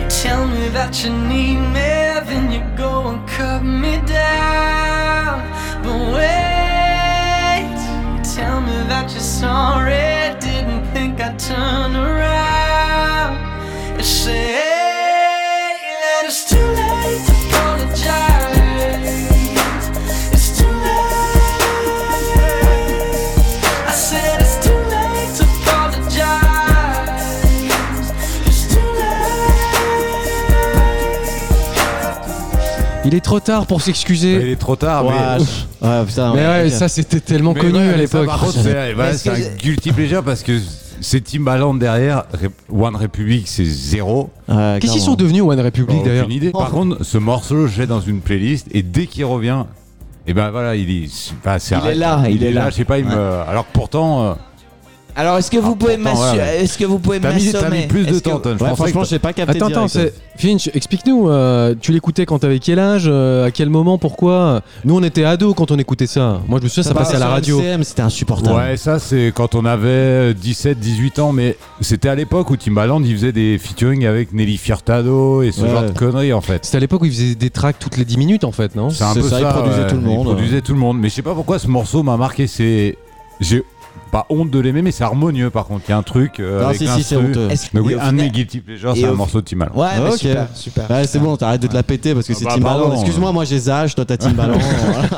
[SPEAKER 6] You tell me that you need me, then you go and cut me down. But wait, you tell me that you're sorry, didn't think I'd turn around. It's say that it's too late to apologize. It's too late. I said it's too late to apologize. It's too late.
[SPEAKER 1] Il est trop tard pour
[SPEAKER 3] Il
[SPEAKER 1] s'excuser.
[SPEAKER 3] est trop tard,
[SPEAKER 4] Ouah,
[SPEAKER 3] mais.
[SPEAKER 4] ouais, Ah, putain,
[SPEAKER 1] Mais
[SPEAKER 4] ouais,
[SPEAKER 1] ouais,
[SPEAKER 4] ok.
[SPEAKER 1] ça c'était tellement
[SPEAKER 3] Mais
[SPEAKER 1] connu
[SPEAKER 3] ouais,
[SPEAKER 1] à
[SPEAKER 3] mais ça,
[SPEAKER 1] l'époque.
[SPEAKER 3] Par contre, c'est bah,
[SPEAKER 2] Mais
[SPEAKER 3] c'est
[SPEAKER 2] est-ce
[SPEAKER 3] un guilty pleasure parce que c'est Timbaland derrière, Rep- One Republic c'est zéro.
[SPEAKER 4] Ouais,
[SPEAKER 1] Qu'est-ce qu'ils
[SPEAKER 4] clairement.
[SPEAKER 1] sont devenus One Republic
[SPEAKER 3] J'en ai
[SPEAKER 1] d'ailleurs
[SPEAKER 3] aucune idée. Par contre, ce morceau, je l'ai dans une playlist et dès qu'il revient, et ben voilà, il est, bah, c'est
[SPEAKER 2] Il
[SPEAKER 3] un-
[SPEAKER 2] est là, il est là.
[SPEAKER 3] Je sais pas, il me- alors que pourtant, euh,
[SPEAKER 2] Alors, est-ce que vous
[SPEAKER 3] Ah,
[SPEAKER 2] pouvez
[SPEAKER 3] pourtant, ouais,
[SPEAKER 2] m'assurer
[SPEAKER 3] ouais.
[SPEAKER 2] Est-ce que vous pouvez
[SPEAKER 3] t'as mis,
[SPEAKER 2] m'assommer
[SPEAKER 3] t'as mis plus de
[SPEAKER 2] Est-ce
[SPEAKER 3] temps,
[SPEAKER 2] que-
[SPEAKER 3] Ton. Je
[SPEAKER 4] Ouais,
[SPEAKER 3] pensais
[SPEAKER 4] franchement,
[SPEAKER 3] que-
[SPEAKER 4] j'ai pas capté.
[SPEAKER 1] Attends, attends,
[SPEAKER 4] direct.
[SPEAKER 1] c'est- Finch, explique-nous. euh, tu l'écoutais quand t'avais quel âge euh, À quel moment Pourquoi Nous, on était ados quand on écoutait ça. Moi, je me souviens, ça, passait à la
[SPEAKER 4] sur
[SPEAKER 1] radio.
[SPEAKER 4] MCM, c'était insupportable.
[SPEAKER 3] Ouais, ça c'est quand on avait 17-18 ans, mais c'était à l'époque où Timbaland il faisait des featuring avec Nelly Furtado et ce
[SPEAKER 4] Ouais.
[SPEAKER 3] genre de conneries en fait.
[SPEAKER 1] C'était à l'époque où ils faisaient des tracks toutes les 10 minutes, en fait, non
[SPEAKER 3] C'est un
[SPEAKER 4] C'est
[SPEAKER 3] peu
[SPEAKER 4] ça,
[SPEAKER 3] ça.
[SPEAKER 4] il produisait tout le monde.
[SPEAKER 3] Il produisait tout le monde. Mais je sais pas pourquoi ce morceau m'a marqué. C'est, j'ai pas honte de l'aimer, mais c'est harmonieux par contre. Il y a un truc. euh,
[SPEAKER 4] Non,
[SPEAKER 3] avec
[SPEAKER 4] Ah, si,
[SPEAKER 3] un
[SPEAKER 4] si, c'est
[SPEAKER 3] truc.
[SPEAKER 4] honteux.
[SPEAKER 2] Est-ce que-
[SPEAKER 3] Mais oui,
[SPEAKER 2] et au
[SPEAKER 3] un de mes
[SPEAKER 2] final-
[SPEAKER 3] guilty pleasures,
[SPEAKER 2] et
[SPEAKER 3] c'est
[SPEAKER 2] au-
[SPEAKER 3] un morceau de Timbaland.
[SPEAKER 2] Ouais, mais
[SPEAKER 4] Ah, ok.
[SPEAKER 2] super, super.
[SPEAKER 4] Ouais, c'est bon, t'arrêtes de te la péter parce que
[SPEAKER 3] Ah
[SPEAKER 4] c'est
[SPEAKER 3] bah,
[SPEAKER 4] Timbaland. hein.
[SPEAKER 3] pardon.
[SPEAKER 4] Excuse-moi, moi j'ai Zage, toi t'as Timbaland. Voilà.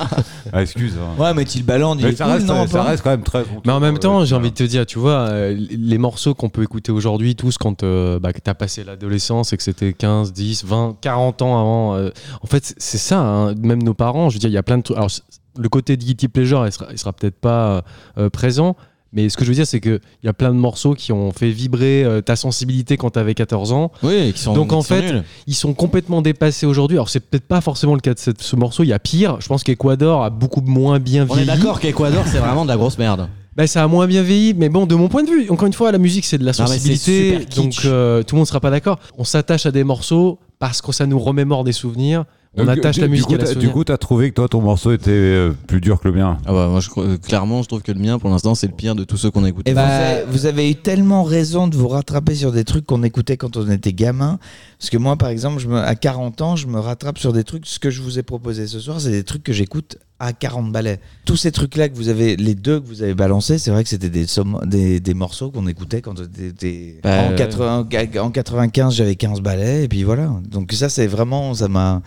[SPEAKER 3] Ah, excuse. hein.
[SPEAKER 2] Ouais, mais Tilbaland, il
[SPEAKER 3] Mais
[SPEAKER 2] est
[SPEAKER 3] ça
[SPEAKER 2] cool,
[SPEAKER 3] reste,
[SPEAKER 2] non
[SPEAKER 3] ça
[SPEAKER 2] pas
[SPEAKER 3] reste quand même très. honteux.
[SPEAKER 1] Mais en même temps,
[SPEAKER 3] Ouais,
[SPEAKER 1] j'ai envie de te dire, tu vois, euh, les morceaux qu'on peut écouter aujourd'hui, tous quand euh, bah, que t'as passé l'adolescence et que c'était 15, 10, 20, 40 ans avant, euh, en fait, c'est- c'est ça, hein, même nos parents, je veux dire, il y a plein de trucs. Alors, c- le côté de Guilty Pleasure, il sera, il sera peut-être pas euh, présent, mais ce que je veux dire, c'est qu'il y a plein de morceaux qui ont fait vibrer euh, ta sensibilité quand t'avais 14 ans.
[SPEAKER 4] oui, qui sont
[SPEAKER 1] Donc, en
[SPEAKER 4] qui sont
[SPEAKER 1] fait,
[SPEAKER 4] nuls.
[SPEAKER 1] Ils sont complètement dépassés aujourd'hui. Alors, c'est peut-être pas forcément le cas de cette- ce morceau, il y a pire. Je pense qu'Equador a beaucoup moins bien
[SPEAKER 4] on est
[SPEAKER 1] vieilli.
[SPEAKER 4] d'accord qu'Equador c'est vraiment de la grosse merde.
[SPEAKER 1] Bah, ça a moins bien vieilli, mais bon, de mon point de vue, encore une fois, la musique c'est de la
[SPEAKER 4] Non, mais c'est
[SPEAKER 1] sensibilité,
[SPEAKER 4] super
[SPEAKER 1] donc
[SPEAKER 4] kitsch.
[SPEAKER 1] euh, tout le monde sera pas d'accord. On s'attache à des morceaux parce que ça nous remémore des souvenirs. On
[SPEAKER 3] Donc,
[SPEAKER 1] attache
[SPEAKER 3] Euh, du-
[SPEAKER 1] la
[SPEAKER 3] du
[SPEAKER 1] musique
[SPEAKER 3] coup,
[SPEAKER 1] à la
[SPEAKER 3] t'as-
[SPEAKER 1] souvenir.
[SPEAKER 3] Du coup, t'as trouvé que toi, ton morceau était euh, plus dur que le mien.
[SPEAKER 4] Ah bah, moi je, crois- euh, clairement je trouve que le mien pour l'instant c'est le pire de tous ceux qu'on a écouté.
[SPEAKER 2] Et vous, avez, vous avez eu tellement raison de vous rattraper sur des trucs qu'on écoutait quand on était gamin. Parce que moi, par exemple, je me, à 40 ans, je me rattrape sur des trucs. Ce que je vous ai proposé ce soir, c'est des trucs que j'écoute à 40 balais. Tous ces trucs-là que vous avez, les deux que vous avez balancés, c'est vrai que c'était des, sommes- des, des morceaux qu'on écoutait quand on était.
[SPEAKER 1] Bah,
[SPEAKER 4] euh,
[SPEAKER 2] en,
[SPEAKER 1] ouais.
[SPEAKER 2] 80 en 95, j'avais 15 balais, et puis voilà. Donc ça, c'est vraiment. Ça m'a.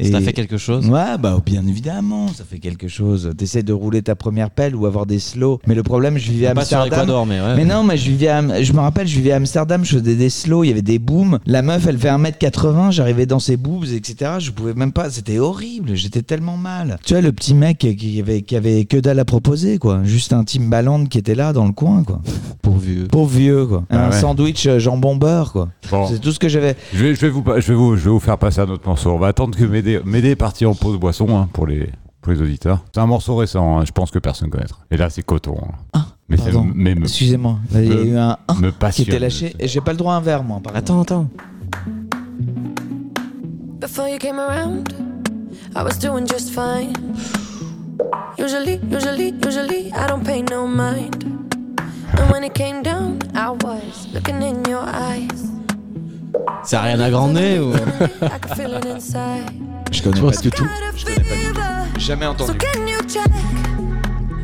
[SPEAKER 4] Ça t'a
[SPEAKER 2] et-
[SPEAKER 4] fait quelque chose
[SPEAKER 2] Ouais, bah bien évidemment, ça fait quelque chose. T'essaies de rouler ta première pelle ou avoir des slows. Mais le problème, je vivais à
[SPEAKER 4] Pas sur
[SPEAKER 2] Amsterdam.
[SPEAKER 4] Equador mais ouais.
[SPEAKER 2] Mais non, mais je vivais à- je me rappelle, je vivais à Amsterdam, je faisais des slows, il y avait des booms. La meuf, elle fait 1m80, j'arrivais dans ses boobs, etc. Je pouvais même pas, c'était horrible, j'étais tellement mal. Tu vois, le petit mec qui avait, qui avait que dalle à proposer, quoi. Juste un Timbaland qui était là dans le coin, quoi.
[SPEAKER 4] pourvu.
[SPEAKER 2] Pauvre vieux, quoi.
[SPEAKER 3] Ah
[SPEAKER 2] un
[SPEAKER 3] ouais.
[SPEAKER 2] sandwich euh, jambon-beurre, quoi.
[SPEAKER 3] Bon.
[SPEAKER 2] C'est tout ce que j'avais.
[SPEAKER 3] Je vais, je, vais vous, pa- je, vais vous, je vais vous faire passer un autre morceau. On va attendre que Médé, Médé est parti en pause boisson hein, pour, les, pour les auditeurs. C'est un morceau récent, hein, je pense que personne ne connaîtra. Et là, c'est coton. hein. mais ça
[SPEAKER 2] Ah, pardon.
[SPEAKER 3] me- mais me,
[SPEAKER 2] Excusez-moi, il y a
[SPEAKER 3] Euh,
[SPEAKER 2] eu un 1
[SPEAKER 3] me
[SPEAKER 2] qui
[SPEAKER 3] passionne.
[SPEAKER 2] était lâché. Et j'ai pas le droit à un verre, moi, par contre.
[SPEAKER 4] Attends, attends.
[SPEAKER 7] Before you came around, I was doing just fine. Usually, usually, usually, I don't pay no mind. And when it came down, I was looking in your eyes.
[SPEAKER 4] C'est Ariana Grande ou
[SPEAKER 7] I could feel it inside.
[SPEAKER 2] Je connais
[SPEAKER 1] Je pense que tout.
[SPEAKER 7] Got a fever,
[SPEAKER 2] Jamais
[SPEAKER 7] so
[SPEAKER 2] entendu.
[SPEAKER 7] can you check?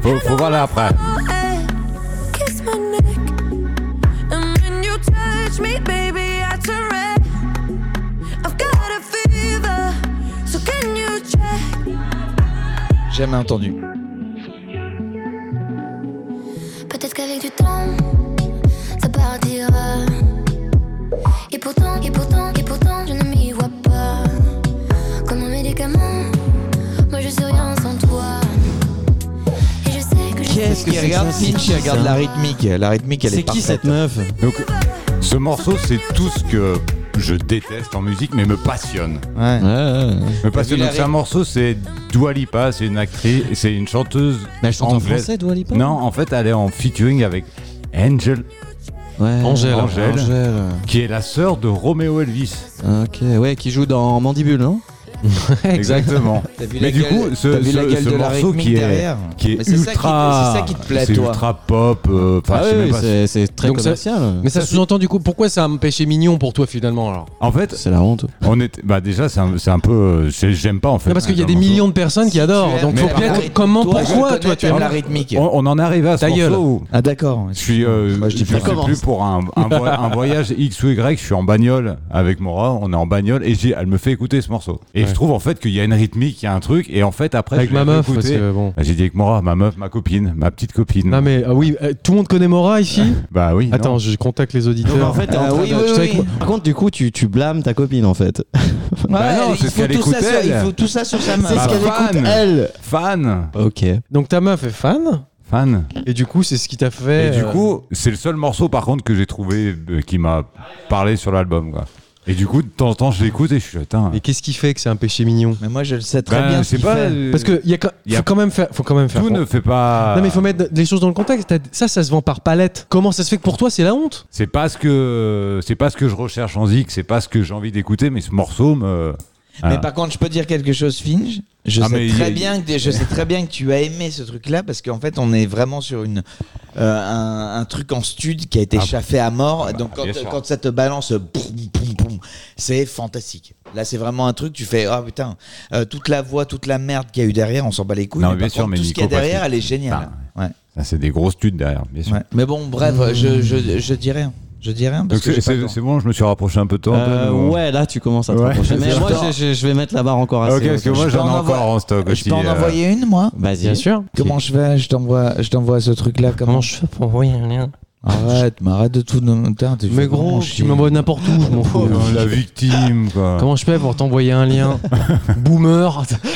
[SPEAKER 3] Faut, faut voir là après.
[SPEAKER 7] Forehead, Kiss my neck. And when you touch me, baby, I turn red. I've got a fever, so can you check?
[SPEAKER 2] Jamais entendu.
[SPEAKER 8] Peut-être qu'avec du temps, ça partira. Et pourtant, et pourtant, et pourtant, je ne m'y vois pas. Comme un médicament, moi je suis rien sans toi. Et je sais que je
[SPEAKER 2] Qu'est-ce
[SPEAKER 8] sais
[SPEAKER 2] qu'il regarde Finch Il regarde la rythmique. La rythmique, elle est,
[SPEAKER 4] C'est qui cette meuf
[SPEAKER 3] Donc, ce morceau, c'est tout ce que je déteste en musique, mais me passionne.
[SPEAKER 2] Ouais.
[SPEAKER 4] Ouais, ouais, ouais.
[SPEAKER 3] Me passionne.
[SPEAKER 2] vu
[SPEAKER 3] Donc,
[SPEAKER 2] la
[SPEAKER 3] c'est un
[SPEAKER 2] ré-
[SPEAKER 3] morceau, c'est Dua Lipa, c'est une actrice, c'est une chanteuse.
[SPEAKER 4] Mais elle chante en
[SPEAKER 3] anglaise.
[SPEAKER 4] français, Dua Lipa
[SPEAKER 3] Non, en fait, elle est en featuring avec Angel,
[SPEAKER 4] Ouais.
[SPEAKER 1] Angèle.
[SPEAKER 3] Angèle.
[SPEAKER 4] Angèle.
[SPEAKER 3] qui est la sœur de Romeo Elvis.
[SPEAKER 4] Ok, ouais, qui joue dans Mandibule, non
[SPEAKER 3] Exactement.
[SPEAKER 2] T'as vu
[SPEAKER 3] Mais
[SPEAKER 2] la
[SPEAKER 3] du
[SPEAKER 2] gueule,
[SPEAKER 3] coup, ce-
[SPEAKER 2] t'as vu la
[SPEAKER 3] ce-
[SPEAKER 2] gueule
[SPEAKER 3] ce
[SPEAKER 2] de la
[SPEAKER 3] morceau
[SPEAKER 2] rythmique
[SPEAKER 3] qui est-
[SPEAKER 2] derrière
[SPEAKER 3] Qui est
[SPEAKER 2] Mais c'est ça qui te-
[SPEAKER 3] ultra.
[SPEAKER 2] c'est ça qui te plaît,
[SPEAKER 3] c'est
[SPEAKER 2] toi.
[SPEAKER 3] ultra pop. euh, Enfin,
[SPEAKER 4] Ah
[SPEAKER 3] je sais
[SPEAKER 4] oui,
[SPEAKER 3] même pas si-
[SPEAKER 4] c'est c'est très
[SPEAKER 1] Donc ça-
[SPEAKER 4] commercial.
[SPEAKER 1] Mais ça sous-entend du coup, pourquoi ça a un péché mignon pour toi finalement alors
[SPEAKER 3] En fait,
[SPEAKER 4] C'est la honte.
[SPEAKER 3] on est. Bah déjà, c'est un, c'est un peu. euh, j'ai- J'aime pas en fait.
[SPEAKER 1] Non, Parce qu'il y a
[SPEAKER 3] ce
[SPEAKER 1] des
[SPEAKER 3] morceau.
[SPEAKER 1] millions de personnes qui adorent, donc
[SPEAKER 3] mais
[SPEAKER 1] faut
[SPEAKER 3] par
[SPEAKER 1] bien
[SPEAKER 3] contre,
[SPEAKER 1] comment,
[SPEAKER 2] Toi, je
[SPEAKER 1] pourquoi
[SPEAKER 2] reconnais,
[SPEAKER 1] toi tu
[SPEAKER 2] t'aimes
[SPEAKER 1] aimes
[SPEAKER 2] la rythmique.
[SPEAKER 3] On, on en arrive à ce
[SPEAKER 1] Ta
[SPEAKER 3] morceau
[SPEAKER 1] gueule.
[SPEAKER 3] où
[SPEAKER 2] Ah d'accord.
[SPEAKER 3] Je suis, euh,
[SPEAKER 2] Moi, je
[SPEAKER 3] je
[SPEAKER 2] dis
[SPEAKER 3] sais
[SPEAKER 2] pas
[SPEAKER 4] comment.
[SPEAKER 3] plus pour un, un vo- un voyage X ou Y, je suis en bagnole avec Mora, on est en bagnole et j'ai- elle me fait écouter ce morceau. Et je trouve en fait qu'il y a une rythmique, il y a un truc, et en fait après
[SPEAKER 1] Avec
[SPEAKER 3] je
[SPEAKER 1] ma
[SPEAKER 3] l'ai
[SPEAKER 1] meuf,
[SPEAKER 3] réécouté.
[SPEAKER 1] parce que bon.
[SPEAKER 3] Bah, J'ai dit avec Mora, ma meuf, ma copine, ma petite copine.
[SPEAKER 1] Non mais ah oui, euh, tout le monde connaît Mora ici
[SPEAKER 3] Bah oui. non.
[SPEAKER 1] Attends, je contacte les auditeurs.
[SPEAKER 4] Donc en fait, t'es en
[SPEAKER 2] Ah
[SPEAKER 4] train
[SPEAKER 2] oui,
[SPEAKER 4] de-
[SPEAKER 2] oui,
[SPEAKER 4] tu sais,
[SPEAKER 2] oui.
[SPEAKER 4] avec- Par contre, du coup, tu, tu blâmes ta copine en fait.
[SPEAKER 3] Bah non,
[SPEAKER 2] il
[SPEAKER 3] c'est ce
[SPEAKER 2] faut
[SPEAKER 3] qu'elle
[SPEAKER 2] tout ça
[SPEAKER 3] écoutait,
[SPEAKER 2] sur- Il
[SPEAKER 3] elle.
[SPEAKER 2] faut tout ça sur sa main.
[SPEAKER 3] C'est ce
[SPEAKER 2] Bah,
[SPEAKER 3] qu'elle écoute,
[SPEAKER 2] fan.
[SPEAKER 4] Elle
[SPEAKER 3] Fan,
[SPEAKER 4] Ok.
[SPEAKER 1] Donc ta meuf est fan
[SPEAKER 3] fan.
[SPEAKER 1] et du coup c'est ce qui t'a fait.
[SPEAKER 3] Et du
[SPEAKER 1] euh,
[SPEAKER 3] coup, c'est le seul morceau par contre que j'ai trouvé euh, qui m'a parlé sur l'album. quoi. Et du coup, de temps en temps, je l'écoute et je suis putain.
[SPEAKER 1] Et qu'est-ce qui fait que c'est un péché mignon
[SPEAKER 2] Mais moi je le sais très
[SPEAKER 3] bah,
[SPEAKER 2] bien.
[SPEAKER 3] je
[SPEAKER 2] ce
[SPEAKER 3] sais
[SPEAKER 2] qu'il
[SPEAKER 3] pas.
[SPEAKER 2] fait.
[SPEAKER 3] euh,
[SPEAKER 1] Parce que y a, quand-
[SPEAKER 3] y a-
[SPEAKER 1] faut quand même faire, faut quand même faire.
[SPEAKER 3] tout ne fait pas.
[SPEAKER 1] Non mais il faut mettre les choses dans le contexte. T'as- Ça, ça se vend par palette. Comment ça se fait que pour toi c'est la honte
[SPEAKER 3] C'est pas ce que c'est pas ce que je recherche en zik, c'est pas ce que j'ai envie d'écouter, mais ce morceau me.
[SPEAKER 2] Mais
[SPEAKER 3] Ah.
[SPEAKER 2] par contre, je peux dire quelque chose, Finge. Je
[SPEAKER 3] Ah, mais
[SPEAKER 2] sais
[SPEAKER 3] il y a-
[SPEAKER 2] très bien que je sais très bien que tu as aimé ce truc-là parce qu'en fait, on est vraiment sur une euh, un, un truc en stud qui a été
[SPEAKER 3] Ah.
[SPEAKER 2] chaffé à mort.
[SPEAKER 3] Ah bah,
[SPEAKER 2] Donc quand,
[SPEAKER 3] bien sûr.
[SPEAKER 2] quand ça te balance, euh, poum, poum, poum, c'est fantastique. Là, c'est vraiment un truc. Tu fais ah putain, euh, toute la voix, toute la merde qu'il y a eu derrière, on s'en bat les couilles.
[SPEAKER 3] Non,
[SPEAKER 2] mais
[SPEAKER 3] bien
[SPEAKER 2] par
[SPEAKER 3] sûr,
[SPEAKER 2] contre,
[SPEAKER 3] mais
[SPEAKER 2] tout ce qu'il y a
[SPEAKER 3] Nico, parce
[SPEAKER 2] derrière,
[SPEAKER 3] que-
[SPEAKER 2] elle est géniale. Ouais.
[SPEAKER 3] Ça, c'est des grosses tudes derrière, bien sûr.
[SPEAKER 2] Ouais. Mais bon, bref, je, je, je dis rien. Je dis rien
[SPEAKER 3] Donc
[SPEAKER 2] parce que j'ai
[SPEAKER 3] c'est-
[SPEAKER 2] pas le
[SPEAKER 3] c'est
[SPEAKER 2] temps.
[SPEAKER 3] c'est bon, je me suis rapproché un peu de toi.
[SPEAKER 4] Euh,
[SPEAKER 3] Antoine, ou-
[SPEAKER 4] ouais, là tu commences à te
[SPEAKER 3] Ouais.
[SPEAKER 4] rapprocher. Mais
[SPEAKER 3] Je
[SPEAKER 4] moi,
[SPEAKER 2] t'en-
[SPEAKER 4] je, je- je vais mettre la barre encore
[SPEAKER 3] Ah,
[SPEAKER 4] assez.
[SPEAKER 3] ok, parce que
[SPEAKER 4] haute.
[SPEAKER 3] moi
[SPEAKER 2] Je
[SPEAKER 3] j'en
[SPEAKER 2] peux
[SPEAKER 3] ai
[SPEAKER 2] en
[SPEAKER 3] encore
[SPEAKER 2] envoyer-
[SPEAKER 3] en stock aussi.
[SPEAKER 2] Je peux en
[SPEAKER 3] euh,
[SPEAKER 2] envoyer une, moi
[SPEAKER 4] Vas-y.
[SPEAKER 1] sûr.
[SPEAKER 2] Comment je vais Je t'envoie, je t'envoie ce truc-là. Comment
[SPEAKER 1] je fais pour envoyer un lien
[SPEAKER 2] Arrête, mais arrête de tout. nous- Putain, t'es
[SPEAKER 1] Mais
[SPEAKER 2] fait
[SPEAKER 1] gros,
[SPEAKER 2] vraiment
[SPEAKER 1] tu
[SPEAKER 2] chier.
[SPEAKER 1] m'envoies n'importe où, je m'en fous.
[SPEAKER 3] euh, la victime, quoi.
[SPEAKER 1] Comment je fais pour t'envoyer un lien Boomer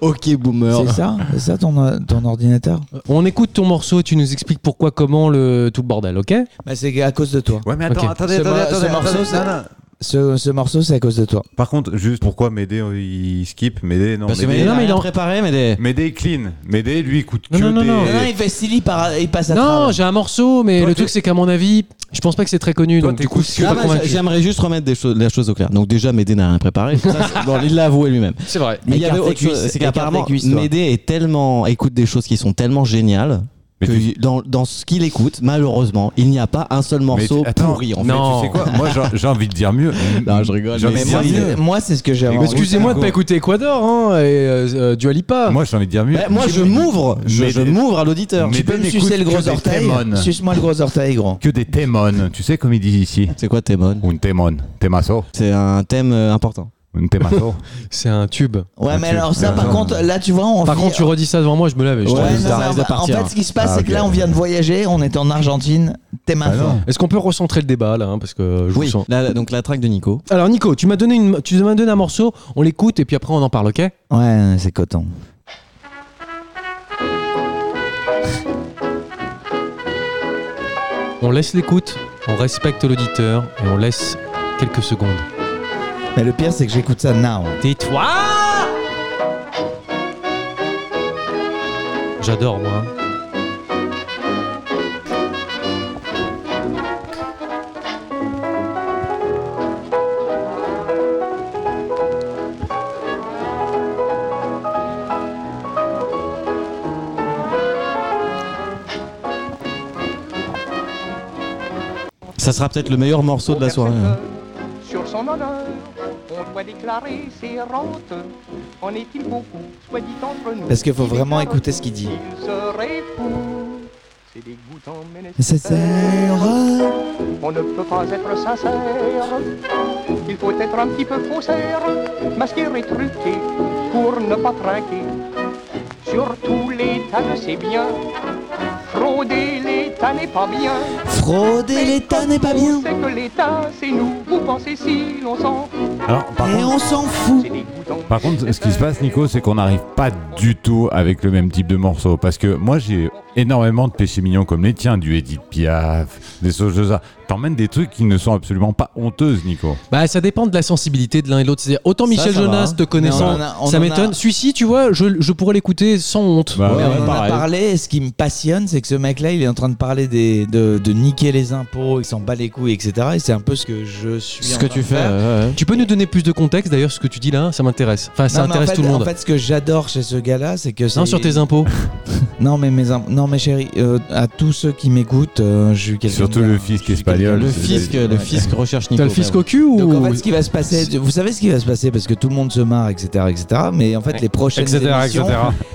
[SPEAKER 4] Ok, boomer.
[SPEAKER 2] C'est ça C'est ça ton, euh, ton ordinateur
[SPEAKER 1] On écoute ton morceau, tu nous expliques pourquoi, comment, le tout le bordel, ok
[SPEAKER 2] bah, C'est à cause de toi.
[SPEAKER 3] Ouais, mais attends,
[SPEAKER 1] Ok.
[SPEAKER 3] attendez,
[SPEAKER 2] Ce
[SPEAKER 3] attendez,
[SPEAKER 2] mo-
[SPEAKER 3] attendez,
[SPEAKER 2] ce
[SPEAKER 3] attendez,
[SPEAKER 2] morceau, ça-
[SPEAKER 3] non, non.
[SPEAKER 2] Ce, ce morceau, c'est à cause de toi.
[SPEAKER 3] Par contre, juste pourquoi Médé euh, il skip Médé non.
[SPEAKER 4] Parce que
[SPEAKER 3] Médé,
[SPEAKER 4] Médé,
[SPEAKER 1] non,
[SPEAKER 4] non,
[SPEAKER 1] mais
[SPEAKER 4] mais
[SPEAKER 1] il
[SPEAKER 4] il
[SPEAKER 1] en-
[SPEAKER 4] a préparé, mais des.
[SPEAKER 3] Médé est clean. Médé lui écoute que
[SPEAKER 1] Non, non, non,
[SPEAKER 3] des-
[SPEAKER 1] non.
[SPEAKER 2] Non, il fait silly, par, il passe à
[SPEAKER 1] Non,
[SPEAKER 2] travers.
[SPEAKER 1] j'ai un morceau, mais
[SPEAKER 3] Toi,
[SPEAKER 1] le
[SPEAKER 3] t'es-
[SPEAKER 1] truc c'est qu'à mon avis, je pense pas que c'est très connu.
[SPEAKER 3] Toi,
[SPEAKER 1] donc du coup,
[SPEAKER 3] t'écoutes
[SPEAKER 1] je
[SPEAKER 3] que
[SPEAKER 1] suis
[SPEAKER 4] Ah
[SPEAKER 1] pas
[SPEAKER 4] bah, j'a-
[SPEAKER 1] convaincu.
[SPEAKER 4] J'aimerais juste remettre des choses, les choses au clair. Donc déjà, Médé n'a rien préparé. Ça, c'est- bon, il l'a avoué lui-même.
[SPEAKER 1] C'est vrai.
[SPEAKER 4] Mais il y
[SPEAKER 2] Écarte
[SPEAKER 4] avait
[SPEAKER 2] les
[SPEAKER 4] autre chose,
[SPEAKER 2] cuisses,
[SPEAKER 4] c'est
[SPEAKER 2] écarte
[SPEAKER 4] qu'apparemment,
[SPEAKER 2] les cuisses, toi.
[SPEAKER 4] Médé est tellement écoute des choses qui sont tellement géniales
[SPEAKER 3] Mais
[SPEAKER 4] que
[SPEAKER 3] tu-
[SPEAKER 4] il- dans, dans ce qu'il écoute, malheureusement, il n'y a pas un seul
[SPEAKER 3] Mais tu-
[SPEAKER 4] morceau
[SPEAKER 3] attends,
[SPEAKER 4] pourri. En
[SPEAKER 3] mais
[SPEAKER 4] fait.
[SPEAKER 1] Non.
[SPEAKER 3] tu sais quoi Moi, j'ai- j'ai envie de dire mieux.
[SPEAKER 4] Non, je rigole,
[SPEAKER 3] J'ai envie
[SPEAKER 4] mais
[SPEAKER 3] de
[SPEAKER 2] Moi,
[SPEAKER 3] dire
[SPEAKER 4] c'est-
[SPEAKER 3] mieux.
[SPEAKER 2] c'est- Moi, c'est ce que j'ai
[SPEAKER 3] Mais
[SPEAKER 2] envie.
[SPEAKER 1] Excusez-moi de pas écouter Ecuador hein, et euh, euh, Dua Lipa.
[SPEAKER 3] Moi, j'ai envie de dire mieux.
[SPEAKER 4] Bah, moi, je m'ouvre. Je,
[SPEAKER 3] Médé-
[SPEAKER 4] je m'ouvre à l'auditeur.
[SPEAKER 3] Mais-
[SPEAKER 2] Tu peux me
[SPEAKER 3] Médé
[SPEAKER 2] sucer le
[SPEAKER 3] n'écoute
[SPEAKER 2] gros
[SPEAKER 3] que des
[SPEAKER 2] orteil
[SPEAKER 3] Témones.
[SPEAKER 2] Suce-moi le gros orteil, gros.
[SPEAKER 3] Que des témones, tu sais comme il dit ici.
[SPEAKER 4] C'est quoi Témon
[SPEAKER 3] Un témon, témasso,
[SPEAKER 4] C'est un thème euh, important.
[SPEAKER 3] un témasso.
[SPEAKER 1] C'est un tube.
[SPEAKER 2] Ouais, mais
[SPEAKER 3] tu-
[SPEAKER 2] alors ça,
[SPEAKER 3] euh,
[SPEAKER 2] par
[SPEAKER 3] non.
[SPEAKER 2] contre, là, tu vois, on
[SPEAKER 1] Par
[SPEAKER 2] vit-
[SPEAKER 1] contre, tu redis ça devant moi, je me lève et je
[SPEAKER 2] Ouais,
[SPEAKER 1] t'envoie
[SPEAKER 2] non,
[SPEAKER 1] une
[SPEAKER 2] non,
[SPEAKER 1] star.
[SPEAKER 4] Stars
[SPEAKER 2] mais
[SPEAKER 4] à
[SPEAKER 2] en
[SPEAKER 4] partir.
[SPEAKER 2] fait, ce qui se passe,
[SPEAKER 3] Ah,
[SPEAKER 2] c'est que
[SPEAKER 3] ok.
[SPEAKER 2] là, on vient de voyager, on est en Argentine, t'es
[SPEAKER 3] Ah
[SPEAKER 2] maintenant.
[SPEAKER 3] non.
[SPEAKER 1] Est-ce qu'on peut recentrer le débat là hein, Parce que je vous
[SPEAKER 4] Oui,
[SPEAKER 1] sens.
[SPEAKER 4] la- donc la track de Nico.
[SPEAKER 1] Alors Nico, tu m'as donné une, tu m'as donné un morceau, on l'écoute et puis après on en parle, ok
[SPEAKER 2] Ouais, c'est coton.
[SPEAKER 1] On laisse l'écoute, on respecte l'auditeur et on laisse quelques secondes.
[SPEAKER 2] Mais le pire, c'est que j'écoute ça now.
[SPEAKER 1] Tais-toi J'adore moi.
[SPEAKER 4] Ça sera peut-être le meilleur morceau de la soirée.
[SPEAKER 2] hein.
[SPEAKER 4] hein.
[SPEAKER 9] Sur son honneur, on doit déclarer ses rentes. En est-il beaucoup, soit dit entre nous.
[SPEAKER 2] Parce qu'il faut
[SPEAKER 9] Il
[SPEAKER 2] vraiment
[SPEAKER 9] déclare
[SPEAKER 2] écouter ce qu'il dit.
[SPEAKER 9] qu'il serait fou. C'est dégoûtant, mais
[SPEAKER 2] C'est
[SPEAKER 9] nécessaire. On ne peut pas être sincère. Il faut être un petit peu faussaire, masquer et truquer pour ne pas trinquer. Surtout l'État ne sait bien. Frauder l'État n'est pas bien.
[SPEAKER 2] Frauder l'État n'est pas bien.
[SPEAKER 9] On sait que l'État, c'est nous. Vous pensez si l'on s'en fout,
[SPEAKER 3] Alors, par
[SPEAKER 2] Et
[SPEAKER 3] contre,
[SPEAKER 2] on s'en fout.
[SPEAKER 9] c'est dégoûtant.
[SPEAKER 3] par contre, ce qui se passe, Nico, c'est qu'on n'arrive pas du tout avec le même type de morceau. Parce que moi, j'ai énormément de péchés mignons comme les tiens, du Edith Piaf, des choses comme ça. T'emmènes des trucs qui ne sont absolument pas honteuses, Nico.
[SPEAKER 1] Bah ça dépend de la sensibilité de l'un et de l'autre. C'est-à-dire, Autant Michel
[SPEAKER 4] ça va,
[SPEAKER 1] Jonas
[SPEAKER 4] hein.
[SPEAKER 1] te connaissant,
[SPEAKER 2] Mais on en a- on
[SPEAKER 1] ça
[SPEAKER 2] en
[SPEAKER 1] m'étonne.
[SPEAKER 2] a-
[SPEAKER 1] Celui-ci, tu vois, je, je pourrais l'écouter sans honte.
[SPEAKER 3] Bah,
[SPEAKER 2] Mais
[SPEAKER 3] ouais,
[SPEAKER 2] on en a
[SPEAKER 4] pareil.
[SPEAKER 2] parlé, et ce qui me passionne, c'est que ce mec-là, il est en train de parler des, de, de niquer les impôts, il s'en bat les couilles, etc. Et c'est un peu ce que je suis.
[SPEAKER 4] Ce
[SPEAKER 2] en
[SPEAKER 4] que
[SPEAKER 2] train
[SPEAKER 4] tu
[SPEAKER 2] de
[SPEAKER 4] fais. euh,
[SPEAKER 2] faire.
[SPEAKER 4] ouais, ouais.
[SPEAKER 1] Tu peux nous donner plus de contexte d'ailleurs ce que tu dis là Ça intéresse. Enfin, ça
[SPEAKER 2] Non, mais en
[SPEAKER 1] intéresse
[SPEAKER 2] fait-
[SPEAKER 1] tout le monde.
[SPEAKER 2] En fait, ce que j'adore chez ce gars-là, c'est que
[SPEAKER 1] non,
[SPEAKER 2] c'est-
[SPEAKER 1] sur tes impôts.
[SPEAKER 2] Non, mais mes imp- non, mais chérie, euh, à tous ceux qui m'écoutent, euh, je suis quelqu'un.
[SPEAKER 3] Surtout
[SPEAKER 2] de bien.
[SPEAKER 3] le fisc
[SPEAKER 2] Je suis quelqu'un
[SPEAKER 3] espagnol.
[SPEAKER 2] de-
[SPEAKER 4] Le
[SPEAKER 3] c'est-
[SPEAKER 4] fisc, le fisc recherche Nico.
[SPEAKER 1] T'as le
[SPEAKER 4] bah
[SPEAKER 1] fisc
[SPEAKER 4] oui.
[SPEAKER 1] au cul ou.
[SPEAKER 2] Donc en fait, ce qui va se passer, vous savez ce qui va se passer parce que tout le monde se marre, etc., etc. Mais en fait, les prochaines
[SPEAKER 1] Etc.,
[SPEAKER 2] émissions,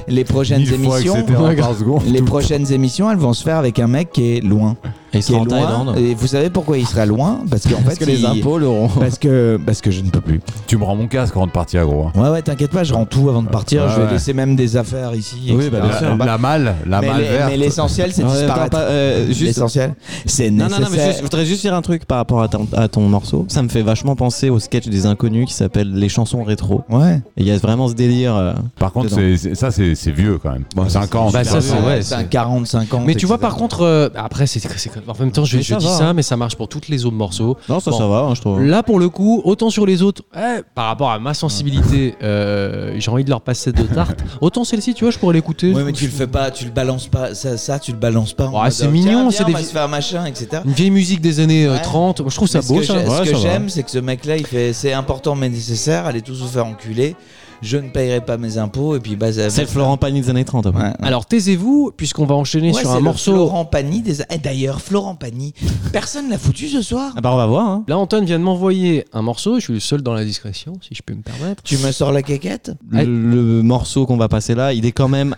[SPEAKER 2] les prochaines
[SPEAKER 3] Mille fois,
[SPEAKER 2] émissions,
[SPEAKER 3] etc.
[SPEAKER 1] Ouais,
[SPEAKER 3] par seconde.
[SPEAKER 2] les prochaines émissions, elles vont se faire avec un mec qui est loin,
[SPEAKER 4] Et il
[SPEAKER 2] qui
[SPEAKER 4] sera
[SPEAKER 2] est
[SPEAKER 4] en
[SPEAKER 2] loin.
[SPEAKER 4] Thaïlande.
[SPEAKER 2] Et vous savez pourquoi il sera loin Parce qu'en
[SPEAKER 4] Parce
[SPEAKER 2] fait,
[SPEAKER 4] que les
[SPEAKER 2] il-
[SPEAKER 4] impôts l'auront.
[SPEAKER 2] Parce que parce que je ne peux plus.
[SPEAKER 3] Tu me rends mon casque avant de partir, gros. hein.
[SPEAKER 2] Ouais, ouais, t'inquiète pas, je rends tout avant de partir.
[SPEAKER 3] Ouais,
[SPEAKER 2] je vais
[SPEAKER 3] ouais.
[SPEAKER 2] laisser même des affaires ici.
[SPEAKER 4] Oui,
[SPEAKER 2] etc.
[SPEAKER 4] bah, bien
[SPEAKER 3] La,
[SPEAKER 4] sûr.
[SPEAKER 3] la malle, la
[SPEAKER 2] mais
[SPEAKER 3] malle
[SPEAKER 2] les-
[SPEAKER 3] verte.
[SPEAKER 2] mais l'essentiel, c'est
[SPEAKER 4] Ouais, attends,
[SPEAKER 2] disparaître.
[SPEAKER 4] pas- euh, juste-
[SPEAKER 2] L'essentiel, c'est
[SPEAKER 4] Non,
[SPEAKER 2] nécessaire.
[SPEAKER 4] non, non, mais je, je voudrais juste dire un truc par rapport à ton, à ton morceau. Ça me fait vachement penser au sketch des inconnus qui s'appelle Les chansons rétro.
[SPEAKER 2] Ouais.
[SPEAKER 4] Et Il y a vraiment ce délire. euh,
[SPEAKER 3] Par contre,
[SPEAKER 4] dedans.
[SPEAKER 3] c'est- c'est- ça, c'est c'est vieux quand même.
[SPEAKER 2] Bah,
[SPEAKER 3] 5 ans.
[SPEAKER 1] Bah,
[SPEAKER 3] c'est
[SPEAKER 1] ça,
[SPEAKER 3] pas
[SPEAKER 1] c'est
[SPEAKER 3] vieux.
[SPEAKER 1] vrai,
[SPEAKER 2] C'est
[SPEAKER 1] c'est-
[SPEAKER 2] un 40, 50.
[SPEAKER 1] Mais tu vois,
[SPEAKER 2] etc.
[SPEAKER 1] par contre, euh, après, c'est c'est- c'est- en même temps, je,
[SPEAKER 4] Mais
[SPEAKER 1] je
[SPEAKER 4] ça
[SPEAKER 1] dis
[SPEAKER 4] va.
[SPEAKER 1] ça, mais ça marche pour toutes les autres morceaux.
[SPEAKER 4] Non, ça,
[SPEAKER 1] Bon.
[SPEAKER 4] ça va, hein, je trouve.
[SPEAKER 1] Là, pour le coup, autant sur les autres, eh, par rapport à ma sensibilité, euh, j'ai envie de leur passer de tarte. Autant celle-ci, tu vois, je pourrais l'écouter.
[SPEAKER 2] Ouais, mais tu le fais pas, tu le balances pas, ça, ça tu le balances pas. en
[SPEAKER 1] Ouais,
[SPEAKER 2] mode,
[SPEAKER 1] c'est
[SPEAKER 2] euh,
[SPEAKER 1] mignon,
[SPEAKER 2] tiens,
[SPEAKER 1] c'est
[SPEAKER 2] viens,
[SPEAKER 1] des
[SPEAKER 2] on va
[SPEAKER 1] vi-
[SPEAKER 2] se faire machin, etc.
[SPEAKER 1] Une vieille musique des années euh,
[SPEAKER 2] Ouais.
[SPEAKER 1] 30, moi, je trouve ça
[SPEAKER 2] Mais ce
[SPEAKER 1] beau
[SPEAKER 2] que
[SPEAKER 1] ça.
[SPEAKER 2] j'ai-
[SPEAKER 4] Ouais,
[SPEAKER 2] ce
[SPEAKER 4] ça
[SPEAKER 2] que
[SPEAKER 4] va.
[SPEAKER 2] j'aime, c'est que ce mec-là, il fait, c'est important mais nécessaire, allez tous vous faire enculer, je ne payerai pas mes impôts, et puis bah, ça-
[SPEAKER 4] C'est le Florent Pagny des années 30. après.
[SPEAKER 2] Ouais, ouais.
[SPEAKER 1] Alors taisez-vous, puisqu'on va enchaîner
[SPEAKER 2] Ouais,
[SPEAKER 1] sur
[SPEAKER 2] c'est
[SPEAKER 1] un
[SPEAKER 2] le
[SPEAKER 1] morceau.
[SPEAKER 2] Florent Pagny, des... Eh, d'ailleurs, Florent Pagny, personne l'a foutu ce soir.
[SPEAKER 4] Ah bah, on va voir. hein.
[SPEAKER 1] Là, Antoine vient de m'envoyer un morceau, je suis le seul dans la discrétion, si je peux me permettre.
[SPEAKER 2] Tu me sors la quéquette
[SPEAKER 4] Le, le morceau qu'on va passer là, il est quand même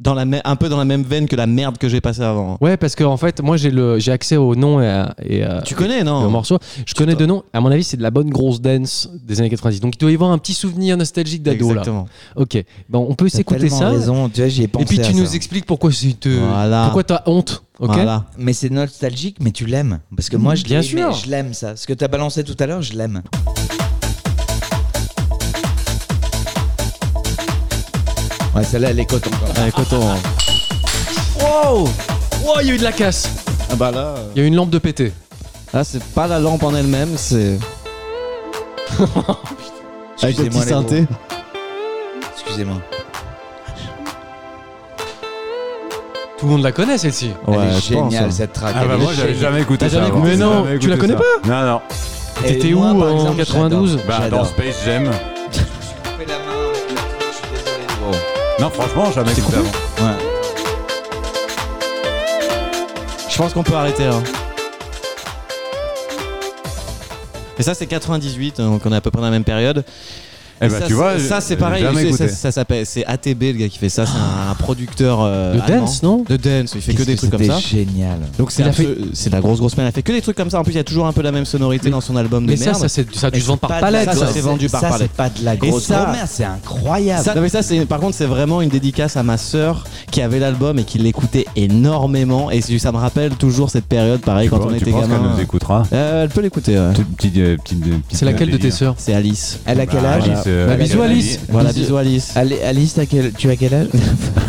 [SPEAKER 4] dans la me- un peu dans la même veine que la merde que j'ai passée avant.
[SPEAKER 1] Ouais, parce que en fait, moi j'ai le j'ai accès au nom et, à- et à-
[SPEAKER 4] Tu connais,
[SPEAKER 1] le
[SPEAKER 4] non
[SPEAKER 1] morceau. Je connais deux noms. À mon avis, c'est de la bonne grosse dance des années 90. Donc il doit y avoir un petit souvenir nostalgique d'ado là.
[SPEAKER 4] Exactement.
[SPEAKER 1] Ok. Bon, on peut
[SPEAKER 2] T'as
[SPEAKER 1] s'écouter
[SPEAKER 2] tellement
[SPEAKER 1] ça.
[SPEAKER 2] raison, tu vois, j'y ai pensé
[SPEAKER 1] Et puis
[SPEAKER 2] à
[SPEAKER 1] tu
[SPEAKER 2] ça.
[SPEAKER 1] nous expliques pourquoi c'est te-
[SPEAKER 4] Voilà.
[SPEAKER 1] pourquoi t'as honte. Ok.
[SPEAKER 4] Voilà.
[SPEAKER 2] Mais c'est nostalgique, mais tu l'aimes. Parce que moi, je
[SPEAKER 1] Mm, Bien
[SPEAKER 2] l'ai aimé,
[SPEAKER 1] sûr.
[SPEAKER 2] je l'aime ça. Ce que t'as balancé tout à l'heure, je l'aime. Ouais, celle-là, elle est coton. quoi.
[SPEAKER 4] Ouais, coton. hein.
[SPEAKER 1] Wow. Wow, Oh, il y a eu de la casse.
[SPEAKER 4] Ah bah là. euh,
[SPEAKER 1] Il y a eu une lampe de pété.
[SPEAKER 4] Là, c'est pas la lampe en elle-même, c'est. Avec le petit
[SPEAKER 2] Excusez-moi, les
[SPEAKER 4] synthé.
[SPEAKER 2] Excusez-moi.
[SPEAKER 1] Tout le monde la connaît celle-ci.
[SPEAKER 2] Elle
[SPEAKER 4] Ouais,
[SPEAKER 2] est
[SPEAKER 4] je pense,
[SPEAKER 2] géniale,
[SPEAKER 4] hein.
[SPEAKER 2] cette track.
[SPEAKER 3] Ah bah
[SPEAKER 2] elle est
[SPEAKER 3] moi j'avais
[SPEAKER 2] géniale.
[SPEAKER 3] jamais écouté
[SPEAKER 1] T'as
[SPEAKER 3] ça.
[SPEAKER 1] jamais
[SPEAKER 3] avant.
[SPEAKER 1] écouté Mais non,
[SPEAKER 3] J'avais
[SPEAKER 1] tu
[SPEAKER 3] écouté
[SPEAKER 1] la connais
[SPEAKER 3] ça. Non non.
[SPEAKER 2] Et
[SPEAKER 1] T'étais où
[SPEAKER 2] moi, par
[SPEAKER 1] en
[SPEAKER 2] exemple,
[SPEAKER 1] 92
[SPEAKER 3] Bah dans
[SPEAKER 2] J'adore.
[SPEAKER 3] Space Jam.
[SPEAKER 2] j'adore. Je fais la main avec le- je suis désolé, les gros.
[SPEAKER 3] Non franchement jamais écouté avant.
[SPEAKER 4] Je pense qu'on peut arrêter hein. là. Et ça, c'est 98, donc on est à peu près dans la même période.
[SPEAKER 3] Eh
[SPEAKER 4] Et
[SPEAKER 3] bah
[SPEAKER 4] ça,
[SPEAKER 3] tu vois.
[SPEAKER 4] c'est- ça, c'est
[SPEAKER 3] j'ai
[SPEAKER 4] pareil.
[SPEAKER 3] Jamais
[SPEAKER 4] c'est-
[SPEAKER 3] écouté.
[SPEAKER 4] ça, ça s'appelle, c'est ATB le gars qui fait ça. C'est un, un producteur euh,
[SPEAKER 1] De
[SPEAKER 4] allemand.
[SPEAKER 1] dance, non
[SPEAKER 4] De dance. Il fait que
[SPEAKER 2] Qu'est-ce
[SPEAKER 4] des trucs comme ça.
[SPEAKER 2] C'était génial.
[SPEAKER 4] Donc c'est
[SPEAKER 1] Il a
[SPEAKER 4] absolu- c'est la grosse grosse merde. Elle fait que des trucs comme ça. En plus, il y a toujours un peu la même sonorité dans son album de
[SPEAKER 1] Mais ça,
[SPEAKER 4] merde.
[SPEAKER 1] ça, c'est- ça a dû se vendre par
[SPEAKER 2] Pas de
[SPEAKER 1] palette.
[SPEAKER 2] la
[SPEAKER 4] ça,
[SPEAKER 2] grosse-
[SPEAKER 4] c'est vendu par
[SPEAKER 2] ça,
[SPEAKER 4] palette.
[SPEAKER 2] C'est pas de la grosse
[SPEAKER 4] ça-
[SPEAKER 2] grand-mère, c'est incroyable.
[SPEAKER 4] Ça- non, mais ça, c'est par contre, c'est vraiment une dédicace à ma sœur qui avait l'album et qui l'écoutait énormément. Et ça me rappelle toujours cette période, pareil,
[SPEAKER 3] Tu
[SPEAKER 4] quand
[SPEAKER 3] vois,
[SPEAKER 4] on
[SPEAKER 3] tu
[SPEAKER 4] était
[SPEAKER 3] penses qu'elle
[SPEAKER 4] gamin.
[SPEAKER 3] nous écoutera.
[SPEAKER 4] Euh, elle peut l'écouter. ouais.
[SPEAKER 3] Petite- petite- euh, petite- euh, petite
[SPEAKER 1] C'est laquelle de tes
[SPEAKER 3] délire.
[SPEAKER 1] sœurs
[SPEAKER 4] C'est Alice.
[SPEAKER 2] Elle a quel
[SPEAKER 3] Bah,
[SPEAKER 2] âge
[SPEAKER 3] Alice, euh,
[SPEAKER 1] Bah,
[SPEAKER 3] elle a
[SPEAKER 1] bisous,
[SPEAKER 3] quel
[SPEAKER 1] Alice.
[SPEAKER 3] âge
[SPEAKER 4] Voilà,
[SPEAKER 1] Bisous.
[SPEAKER 4] bisous Alice.
[SPEAKER 2] Ali- Alice, t'as quel- tu as quel âge
[SPEAKER 4] Fout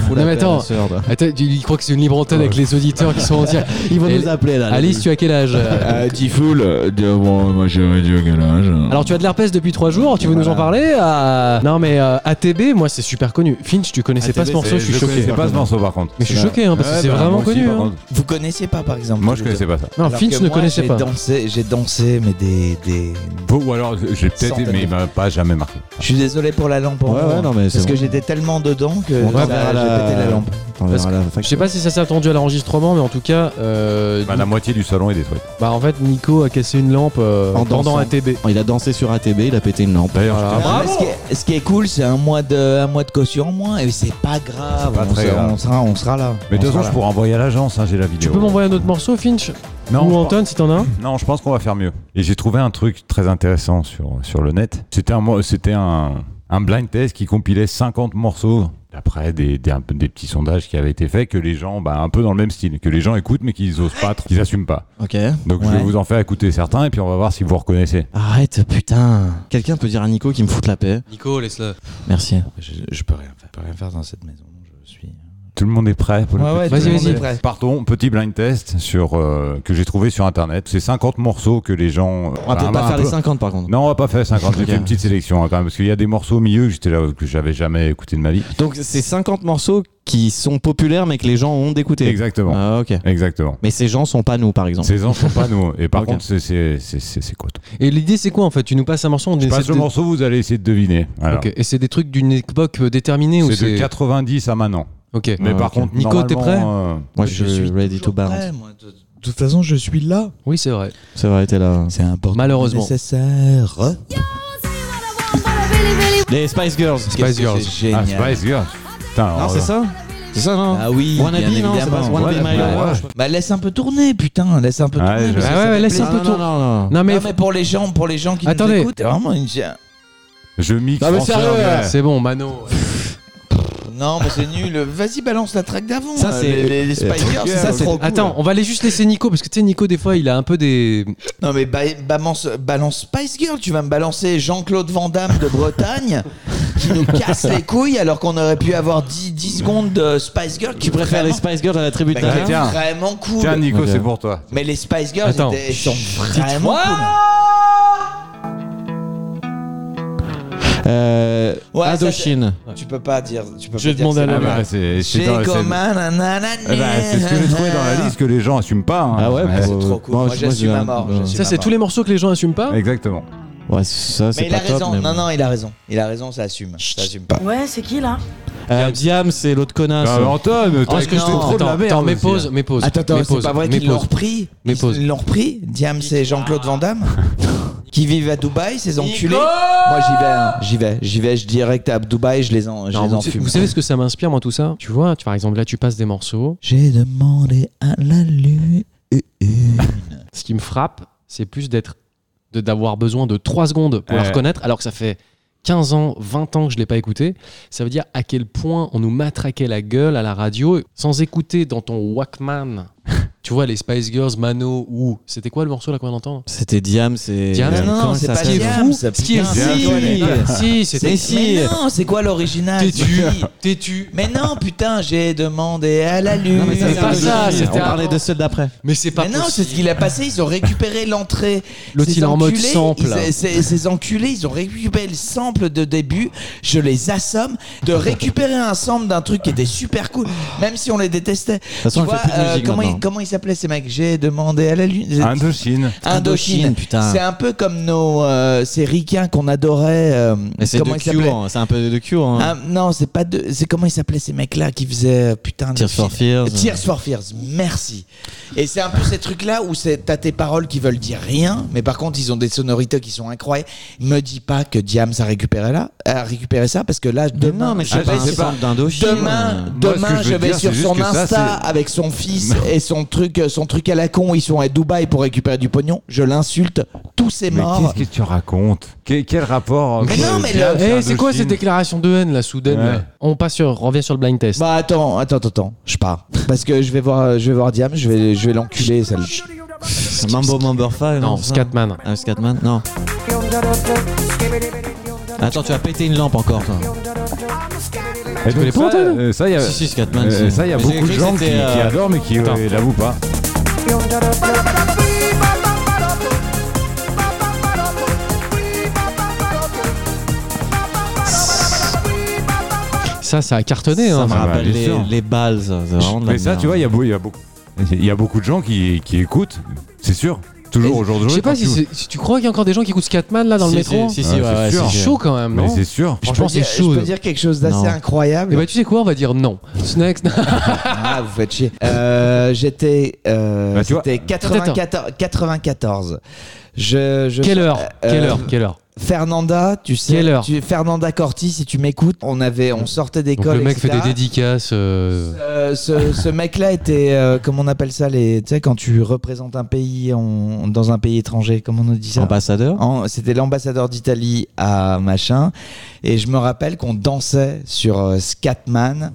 [SPEAKER 1] Non,
[SPEAKER 4] la
[SPEAKER 1] mais
[SPEAKER 4] paix à
[SPEAKER 1] attends.
[SPEAKER 4] la sœur, toi.
[SPEAKER 1] Attends, il croit que c'est une libre antenne avec les auditeurs qui sont en direct.
[SPEAKER 4] Ils vont
[SPEAKER 1] Et-
[SPEAKER 4] nous appeler là.
[SPEAKER 1] Alice, tu as quel âge euh
[SPEAKER 2] Tifoul.
[SPEAKER 3] moi j'avais dit quel âge
[SPEAKER 1] Alors tu as de l'herpès depuis 3 jours, tu veux nous en parler Ah, Non mais euh, ATB, moi c'est super connu. Finch, tu connaissais pas ce morceau, je suis choqué.
[SPEAKER 3] hein. connaissais pas ce morceau par contre.
[SPEAKER 1] Mais je suis choqué hein, parce que
[SPEAKER 3] Ouais,
[SPEAKER 1] c'est
[SPEAKER 3] bah,
[SPEAKER 1] vraiment
[SPEAKER 3] moi aussi,
[SPEAKER 1] connu.
[SPEAKER 3] par
[SPEAKER 1] hein.
[SPEAKER 3] contre.
[SPEAKER 2] Vous connaissiez pas, par exemple
[SPEAKER 3] Moi
[SPEAKER 2] tous
[SPEAKER 3] je
[SPEAKER 2] les deux
[SPEAKER 3] connaissais pas ça.
[SPEAKER 1] Non,
[SPEAKER 2] Alors
[SPEAKER 1] Finch
[SPEAKER 2] que
[SPEAKER 1] ne
[SPEAKER 2] moi,
[SPEAKER 1] connaissait
[SPEAKER 2] j'ai
[SPEAKER 1] pas.
[SPEAKER 2] dansé- J'ai dansé, mais des. des...
[SPEAKER 3] Ou alors euh, j'ai peut-être
[SPEAKER 2] Centaines.
[SPEAKER 3] mais il m'a pas jamais marqué.
[SPEAKER 2] Je suis désolé pour la lampe. en
[SPEAKER 4] Ouais,
[SPEAKER 2] or,
[SPEAKER 4] ouais, non, mais c'est
[SPEAKER 2] Parce que
[SPEAKER 4] bon.
[SPEAKER 2] j'étais tellement dedans que
[SPEAKER 4] On
[SPEAKER 2] ça-
[SPEAKER 4] verra
[SPEAKER 2] j'ai
[SPEAKER 4] la-
[SPEAKER 2] pété la lampe.
[SPEAKER 4] On
[SPEAKER 1] Parce
[SPEAKER 4] verra la fac-
[SPEAKER 1] Je sais pas si ça s'est attendu à l'enregistrement, mais en tout cas, euh,
[SPEAKER 3] Bah, la moitié du salon est détruite.
[SPEAKER 1] bah, en fait Nico a cassé une lampe euh,
[SPEAKER 4] En dansant.
[SPEAKER 1] pendant ATB.
[SPEAKER 4] Il a dansé sur ATB, il a pété une lampe.
[SPEAKER 3] D'ailleurs,
[SPEAKER 1] Voilà.
[SPEAKER 3] je te-
[SPEAKER 1] Ah, bravo
[SPEAKER 2] mais ce, qui est, ce qui est cool, c'est un mois de un mois de caution en moins et c'est pas grave.
[SPEAKER 3] C'est pas
[SPEAKER 2] on,
[SPEAKER 3] très
[SPEAKER 2] sera,
[SPEAKER 3] grave.
[SPEAKER 2] on sera on sera là.
[SPEAKER 3] mais
[SPEAKER 2] On
[SPEAKER 3] de
[SPEAKER 2] sera
[SPEAKER 3] toute façon, je
[SPEAKER 2] là.
[SPEAKER 3] pourrais envoyer à l'agence, hein, j'ai la
[SPEAKER 1] Tu
[SPEAKER 3] vidéo.
[SPEAKER 1] peux m'envoyer un autre morceau, Finch
[SPEAKER 3] Non,
[SPEAKER 1] Ou
[SPEAKER 3] je
[SPEAKER 1] Anton si t'en as un
[SPEAKER 3] Non, je pense qu'on va faire mieux. Et j'ai trouvé un truc très intéressant sur, sur le net. C'était un, mo- c'était un, un blind test qui compilait 50 morceaux d'après des, des, un peu- des petits sondages qui avaient été faits que les gens, bah, un peu dans le même style, que les gens écoutent mais qu'ils osent pas, trop- qu'ils assument pas.
[SPEAKER 4] Ok.
[SPEAKER 3] Donc je vais
[SPEAKER 2] Ouais.
[SPEAKER 3] vous en faire écouter certains et puis on va voir si vous reconnaissez.
[SPEAKER 4] Arrête, putain. Quelqu'un peut dire à Nico qu'il me fout la paix. Bah,
[SPEAKER 1] Nico, laisse-le.
[SPEAKER 4] Merci.
[SPEAKER 2] Je, je peux rien faire. Je peux rien faire dans cette maison. Je suis
[SPEAKER 3] Tout le monde est prêt pour le
[SPEAKER 2] Ouais, ouais,
[SPEAKER 3] petit
[SPEAKER 1] tout le
[SPEAKER 3] blind
[SPEAKER 1] monde est
[SPEAKER 3] test
[SPEAKER 2] prêt.
[SPEAKER 3] Partons, petit blind test sur, euh, que j'ai trouvé sur internet. C'est 50 morceaux que les gens.
[SPEAKER 4] On va
[SPEAKER 3] enfin,
[SPEAKER 4] peut-être
[SPEAKER 3] un
[SPEAKER 4] pas faire les
[SPEAKER 3] peu-
[SPEAKER 4] 50 par contre.
[SPEAKER 3] Non, on va pas faire 50. J'ai
[SPEAKER 4] Ok.
[SPEAKER 3] fait une petite sélection hein, quand même, parce qu'il y a des morceaux au milieu que j'étais là que j'avais jamais écouté de ma vie.
[SPEAKER 4] Donc c'est 50 morceaux qui sont populaires mais que les gens ont d'écouter.
[SPEAKER 3] Exactement.
[SPEAKER 4] Ah, ok.
[SPEAKER 3] Exactement.
[SPEAKER 4] Mais ces gens sont pas nous par exemple.
[SPEAKER 3] Ces gens sont pas nous. Et par
[SPEAKER 4] Ok.
[SPEAKER 3] contre, c'est- c'est c'est- c'est- c'est quoi
[SPEAKER 1] Et l'idée, c'est quoi en fait Tu nous passes un morceau, on
[SPEAKER 3] Je
[SPEAKER 1] essaie
[SPEAKER 3] passe le
[SPEAKER 1] de-
[SPEAKER 3] morceau, vous allez essayer de deviner. Voilà.
[SPEAKER 1] Ok. Et c'est des trucs d'une époque euh, déterminée ou
[SPEAKER 3] C'est de 90 à maintenant.
[SPEAKER 1] Ok.
[SPEAKER 3] Mais
[SPEAKER 4] Ah,
[SPEAKER 3] par
[SPEAKER 4] ok.
[SPEAKER 3] contre,
[SPEAKER 1] Nico, t'es prêt
[SPEAKER 3] normalement, euh,
[SPEAKER 4] Moi je, suis ready to
[SPEAKER 2] toujours
[SPEAKER 4] bounce.
[SPEAKER 2] prêt, moi. De de toute façon, je suis là.
[SPEAKER 1] Oui, c'est vrai.
[SPEAKER 4] C'est vrai, t'es là.
[SPEAKER 2] C'est important.
[SPEAKER 1] Malheureusement.
[SPEAKER 2] Nécessaire.
[SPEAKER 4] Les Spice Girls.
[SPEAKER 1] Spice Girls.
[SPEAKER 2] C'est
[SPEAKER 3] Ah,
[SPEAKER 2] génial.
[SPEAKER 3] Spice Girls. Putain, oh,
[SPEAKER 4] Non,
[SPEAKER 3] alors
[SPEAKER 4] c'est
[SPEAKER 3] là.
[SPEAKER 4] ça C'est ça, non
[SPEAKER 2] Ah oui,
[SPEAKER 4] Wannabe,
[SPEAKER 2] bien
[SPEAKER 4] non, c'est pas
[SPEAKER 2] évidemment.
[SPEAKER 4] Wannabe
[SPEAKER 2] Ouais,
[SPEAKER 4] My
[SPEAKER 2] bah,
[SPEAKER 4] Lord.
[SPEAKER 2] ouais. Bah laisse un peu tourner, putain, laisse un peu
[SPEAKER 3] Ouais,
[SPEAKER 2] tourner.
[SPEAKER 3] je-
[SPEAKER 2] parce que
[SPEAKER 1] Ah ouais,
[SPEAKER 2] ça
[SPEAKER 1] ouais,
[SPEAKER 2] fait
[SPEAKER 1] laisse
[SPEAKER 2] plaisir.
[SPEAKER 1] un peu
[SPEAKER 4] Non, non, non, non.
[SPEAKER 1] Non, mais,
[SPEAKER 2] Non, mais pour les gens, pour les gens qui
[SPEAKER 1] Attendez.
[SPEAKER 2] nous écoutent, c'est vraiment une.
[SPEAKER 3] Je mixe
[SPEAKER 4] Non, mais
[SPEAKER 3] français,
[SPEAKER 4] sérieux,
[SPEAKER 3] anglais.
[SPEAKER 1] c'est bon, Mano.
[SPEAKER 2] Non, mais c'est nul. Vas-y, balance la track d'avant.
[SPEAKER 4] Ça,
[SPEAKER 2] euh,
[SPEAKER 4] c'est-
[SPEAKER 2] les, les, les Spice Girls,
[SPEAKER 1] Ça,
[SPEAKER 2] c'est
[SPEAKER 1] c'est-
[SPEAKER 2] trop cool.
[SPEAKER 1] Attends, on va aller juste laisser Nico parce que tu sais, Nico, des fois, il a un peu des.
[SPEAKER 2] Non, mais ba- balance, balance Spice Girl. Tu vas me balancer Jean-Claude Van Damme de Bretagne qui nous casse les couilles alors qu'on aurait pu avoir 10, 10 secondes de Spice Girl.
[SPEAKER 4] Tu préfères les
[SPEAKER 2] vraiment-
[SPEAKER 4] Spice Girls à la tribu de
[SPEAKER 2] bah, qui
[SPEAKER 4] Tana
[SPEAKER 2] étaient
[SPEAKER 3] tiens.
[SPEAKER 2] Vraiment cool.
[SPEAKER 3] Tiens, Nico,
[SPEAKER 4] Ok.
[SPEAKER 3] c'est pour toi.
[SPEAKER 2] Mais les Spice Girls
[SPEAKER 1] Attends.
[SPEAKER 2] étaient- ils sont vraiment cool.
[SPEAKER 4] Euh,
[SPEAKER 2] Ouais, ça,
[SPEAKER 4] Indochine.
[SPEAKER 2] Tu peux pas dire. Tu peux
[SPEAKER 1] Je
[SPEAKER 2] pas dire
[SPEAKER 1] demande
[SPEAKER 2] ça.
[SPEAKER 1] à la-
[SPEAKER 3] Ah bah, c'est c'est
[SPEAKER 2] J'ai
[SPEAKER 3] dans- c'est-
[SPEAKER 2] comme un
[SPEAKER 3] Eh ben, c'est ce que j'ai trouvé dans la liste que les gens assument pas. hein.
[SPEAKER 4] Ah ouais,
[SPEAKER 3] Mais-
[SPEAKER 4] bah,
[SPEAKER 2] c'est trop cool. Moi,
[SPEAKER 4] je-
[SPEAKER 2] j'assume
[SPEAKER 4] je-
[SPEAKER 2] à mort,
[SPEAKER 4] euh,
[SPEAKER 2] j'assume.
[SPEAKER 1] Ça, c'est
[SPEAKER 2] marrant.
[SPEAKER 1] tous les morceaux que les gens assument pas
[SPEAKER 3] Exactement.
[SPEAKER 4] Ouais, ça c'est
[SPEAKER 2] Mais il a
[SPEAKER 4] pas top.
[SPEAKER 2] raison.
[SPEAKER 4] mais
[SPEAKER 2] non,
[SPEAKER 4] bon.
[SPEAKER 2] non, il a raison. Il a raison, ça assume. Ça assume pas.
[SPEAKER 6] Ouais, c'est qui là
[SPEAKER 4] Euh, Diam, c'est l'autre connasse.
[SPEAKER 3] Ah, Anton, t'as
[SPEAKER 1] Est-ce que je
[SPEAKER 2] non,
[SPEAKER 1] t'ai-
[SPEAKER 3] trop de la
[SPEAKER 1] Attends,
[SPEAKER 3] merde.
[SPEAKER 1] attends, mais
[SPEAKER 3] aussi.
[SPEAKER 1] pause, mais pause.
[SPEAKER 2] Attends, attends,
[SPEAKER 1] mais
[SPEAKER 2] c'est
[SPEAKER 1] pause,
[SPEAKER 2] pas vrai
[SPEAKER 1] mais
[SPEAKER 2] qu'ils l'ont
[SPEAKER 1] pause.
[SPEAKER 2] repris.
[SPEAKER 1] Mais pause.
[SPEAKER 2] Ils l'ont repris. Diam, c'est Jean-Claude Van Damme. qui vivent à Dubaï, ces enculés. Moi, j'y vais, hein. j'y vais, j'y vais, je direct à Dubaï, je les en, je
[SPEAKER 1] Non,
[SPEAKER 2] les
[SPEAKER 1] vous,
[SPEAKER 2] enfume.
[SPEAKER 1] vous savez ce que ça m'inspire, moi, tout ça Tu vois, tu, par exemple, là, tu passes des morceaux.
[SPEAKER 2] J'ai demandé à euh, la lune.
[SPEAKER 1] Ce qui me frappe, c'est plus d'être, de- d'avoir besoin de 3 secondes pour
[SPEAKER 3] Ouais.
[SPEAKER 1] la reconnaître, alors que ça fait 15 ans, 20 ans que je ne l'ai pas écouté. Ça veut dire à quel point on nous matraquait la gueule à la radio sans écouter dans ton Walkman. tu vois, les Spice Girls, Mano, ou. C'était quoi le morceau là qu'on vient d'entendre
[SPEAKER 4] C'était Diam, c'est.
[SPEAKER 1] Diam,
[SPEAKER 4] euh,
[SPEAKER 1] non,
[SPEAKER 2] non,
[SPEAKER 4] comment
[SPEAKER 2] c'est
[SPEAKER 4] ça
[SPEAKER 2] pas
[SPEAKER 4] s'appelle
[SPEAKER 2] Diam.
[SPEAKER 1] fou,
[SPEAKER 2] ça,
[SPEAKER 1] ce qui est
[SPEAKER 2] putain,
[SPEAKER 1] fou,
[SPEAKER 2] Diam,
[SPEAKER 1] si, c'était
[SPEAKER 2] C'est Mais non, c'est quoi l'original
[SPEAKER 1] Têtu,
[SPEAKER 2] Vas-y.
[SPEAKER 1] têtu.
[SPEAKER 2] Mais non, putain, j'ai demandé à la lune.
[SPEAKER 4] Non, mais ça,
[SPEAKER 1] Mais
[SPEAKER 4] c'est
[SPEAKER 1] pas
[SPEAKER 4] un
[SPEAKER 1] ça,
[SPEAKER 4] Indochine.
[SPEAKER 1] c'était
[SPEAKER 4] On parlait
[SPEAKER 1] avant.
[SPEAKER 4] de celle d'après.
[SPEAKER 1] Mais c'est pas
[SPEAKER 2] Mais non, c'est
[SPEAKER 1] possible.
[SPEAKER 2] ce qu'il a passé. Ils ont récupéré l'entrée.
[SPEAKER 1] L'autre,
[SPEAKER 2] Ces
[SPEAKER 1] il est en mode
[SPEAKER 2] enculés,
[SPEAKER 1] sample.
[SPEAKER 2] ils- ces, ces enculés, ils ont récupéré le sample de début. Je les assomme de récupérer un sample d'un truc qui était super cool, même si on les détestait.
[SPEAKER 4] façon,
[SPEAKER 2] Tu euh,
[SPEAKER 4] on fait plus de musique
[SPEAKER 2] comment,
[SPEAKER 4] maintenant. hein.
[SPEAKER 2] ils, comment ils s'appelaient ces mecs J'ai demandé à la lune.
[SPEAKER 3] Indochine.
[SPEAKER 2] Indochine.
[SPEAKER 4] putain.
[SPEAKER 2] C'est un peu comme nos euh, ces ricains qu'on adorait. euh,
[SPEAKER 4] Mais c'est
[SPEAKER 2] comment
[SPEAKER 4] de
[SPEAKER 2] ils s'appelaient
[SPEAKER 4] cure, hein, c'est un peu de cure. hein.
[SPEAKER 2] Ah, Non, c'est pas de. C'est comment ils s'appelaient ces mecs-là qui faisaient euh, putain. de
[SPEAKER 4] Tears for
[SPEAKER 2] films.
[SPEAKER 4] Fears.
[SPEAKER 2] Tears for Fears, merci. Et c'est un peu ces trucs-là où c'est- t'as tes paroles qui veulent dire rien, mais par contre, ils ont des sonorités qui sont incroyables. Me dis pas que Diams a récupéré, là, a récupéré ça, parce que là,
[SPEAKER 4] Mais
[SPEAKER 2] demain,
[SPEAKER 4] non, mais
[SPEAKER 2] je
[SPEAKER 3] ah,
[SPEAKER 4] c'est pas
[SPEAKER 2] vais
[SPEAKER 4] un
[SPEAKER 2] sur-
[SPEAKER 4] sample d'Indochine. euh,
[SPEAKER 2] Demain,
[SPEAKER 3] Moi, ce
[SPEAKER 2] demain,
[SPEAKER 3] que je
[SPEAKER 2] je
[SPEAKER 3] veux
[SPEAKER 2] vais
[SPEAKER 3] dire,
[SPEAKER 2] sur
[SPEAKER 3] c'est juste
[SPEAKER 2] son
[SPEAKER 3] que ça,
[SPEAKER 2] Insta
[SPEAKER 3] c'est-
[SPEAKER 2] avec son fils et son truc, son truc à la con. Ils sont à Dubaï pour récupérer du pognon. Je l'insulte. Tous ces
[SPEAKER 3] Mais
[SPEAKER 2] morts.
[SPEAKER 3] qu'est-ce que tu racontes Quel quel rapport
[SPEAKER 2] Mais
[SPEAKER 3] entre
[SPEAKER 2] non, mais
[SPEAKER 3] Diam
[SPEAKER 2] le-
[SPEAKER 3] et
[SPEAKER 1] Eh, c'est quoi
[SPEAKER 3] Indochine
[SPEAKER 1] cette déclaration de haine là, soudaine
[SPEAKER 3] Ouais.
[SPEAKER 1] là On passe sur, revient sur le blind test.
[SPEAKER 2] Bah attends, attends, attends, attends. Je pars parce que je vais voir, je vais voir Diam. Je vais, je vais l'enculer. celle-
[SPEAKER 4] Mambo Number 5.
[SPEAKER 1] non, Scatman.
[SPEAKER 4] Ah, Scatman Non. Attends, tu vas péter une lampe encore, toi.
[SPEAKER 3] Et donc,
[SPEAKER 1] connais pas,
[SPEAKER 3] ça,
[SPEAKER 1] Antoine
[SPEAKER 3] euh, Ça, il y a-
[SPEAKER 4] Si, si, Scatman.
[SPEAKER 3] euh,
[SPEAKER 4] si.
[SPEAKER 3] ça, il y a
[SPEAKER 4] Mais j'ai
[SPEAKER 3] beaucoup de
[SPEAKER 4] cru que
[SPEAKER 3] gens qui,
[SPEAKER 4] c'était,
[SPEAKER 3] qui
[SPEAKER 4] euh,
[SPEAKER 3] adorent mais qui
[SPEAKER 1] putain.
[SPEAKER 3] euh, l'avouent pas.
[SPEAKER 1] Ça, ça a cartonné.
[SPEAKER 4] Ça
[SPEAKER 1] hein.
[SPEAKER 4] me
[SPEAKER 3] Ah bah,
[SPEAKER 4] rappelle
[SPEAKER 3] bien sûr.
[SPEAKER 4] les, les balles, ça, c'est vraiment de la
[SPEAKER 3] Mais ça,
[SPEAKER 4] merde.
[SPEAKER 3] tu vois, il y a beau- il y a beaucoup. Il y a beaucoup de gens qui, qui écoutent, c'est sûr. Toujours aujourd'hui.
[SPEAKER 1] Je sais pas
[SPEAKER 3] quand
[SPEAKER 1] si,
[SPEAKER 3] tu-
[SPEAKER 1] c'est- si tu crois qu'il y a encore des gens qui écoutent Scatman là dans
[SPEAKER 4] Si,
[SPEAKER 1] le métro.
[SPEAKER 4] Si, si,
[SPEAKER 3] Ouais,
[SPEAKER 4] si, ouais,
[SPEAKER 3] Ah, c'est
[SPEAKER 4] ouais,
[SPEAKER 3] sûr.
[SPEAKER 1] C'est chaud quand même,
[SPEAKER 3] Mais
[SPEAKER 1] non
[SPEAKER 3] c'est sûr.
[SPEAKER 1] Je
[SPEAKER 2] Je peux
[SPEAKER 1] pense que c'est
[SPEAKER 2] dire-
[SPEAKER 1] chaud.
[SPEAKER 2] Je peux dire quelque chose d'assez
[SPEAKER 4] Non.
[SPEAKER 1] Et
[SPEAKER 2] incroyable.
[SPEAKER 1] bah tu sais quoi, on va dire non. Snacks,
[SPEAKER 2] Ah, vous faites chier. Euh, J'étais. Euh,
[SPEAKER 3] Bah, tu vois-
[SPEAKER 2] C'était 94. 94. Je, je-
[SPEAKER 1] quelle heure
[SPEAKER 2] Euh,
[SPEAKER 1] Quelle
[SPEAKER 2] euh,
[SPEAKER 1] heure Quelle heure
[SPEAKER 2] Fernanda, tu sais.
[SPEAKER 1] Quelle heure
[SPEAKER 2] tu- Fernanda Corti, si tu m'écoutes, on avait, on sortait
[SPEAKER 1] Donc
[SPEAKER 2] d'école.
[SPEAKER 1] le mec fait
[SPEAKER 2] etc..
[SPEAKER 1] des dédicaces. euh,
[SPEAKER 2] Euh, ce ce mec-là était, euh, comment on appelle ça, les, tu sais, quand tu représentes un pays en- dans un pays étranger, comment on dit ça
[SPEAKER 3] Ah.
[SPEAKER 4] Ambassadeur
[SPEAKER 2] En- C'était l'ambassadeur d'Italie à machin. Et je me rappelle qu'on dansait sur euh, Scatman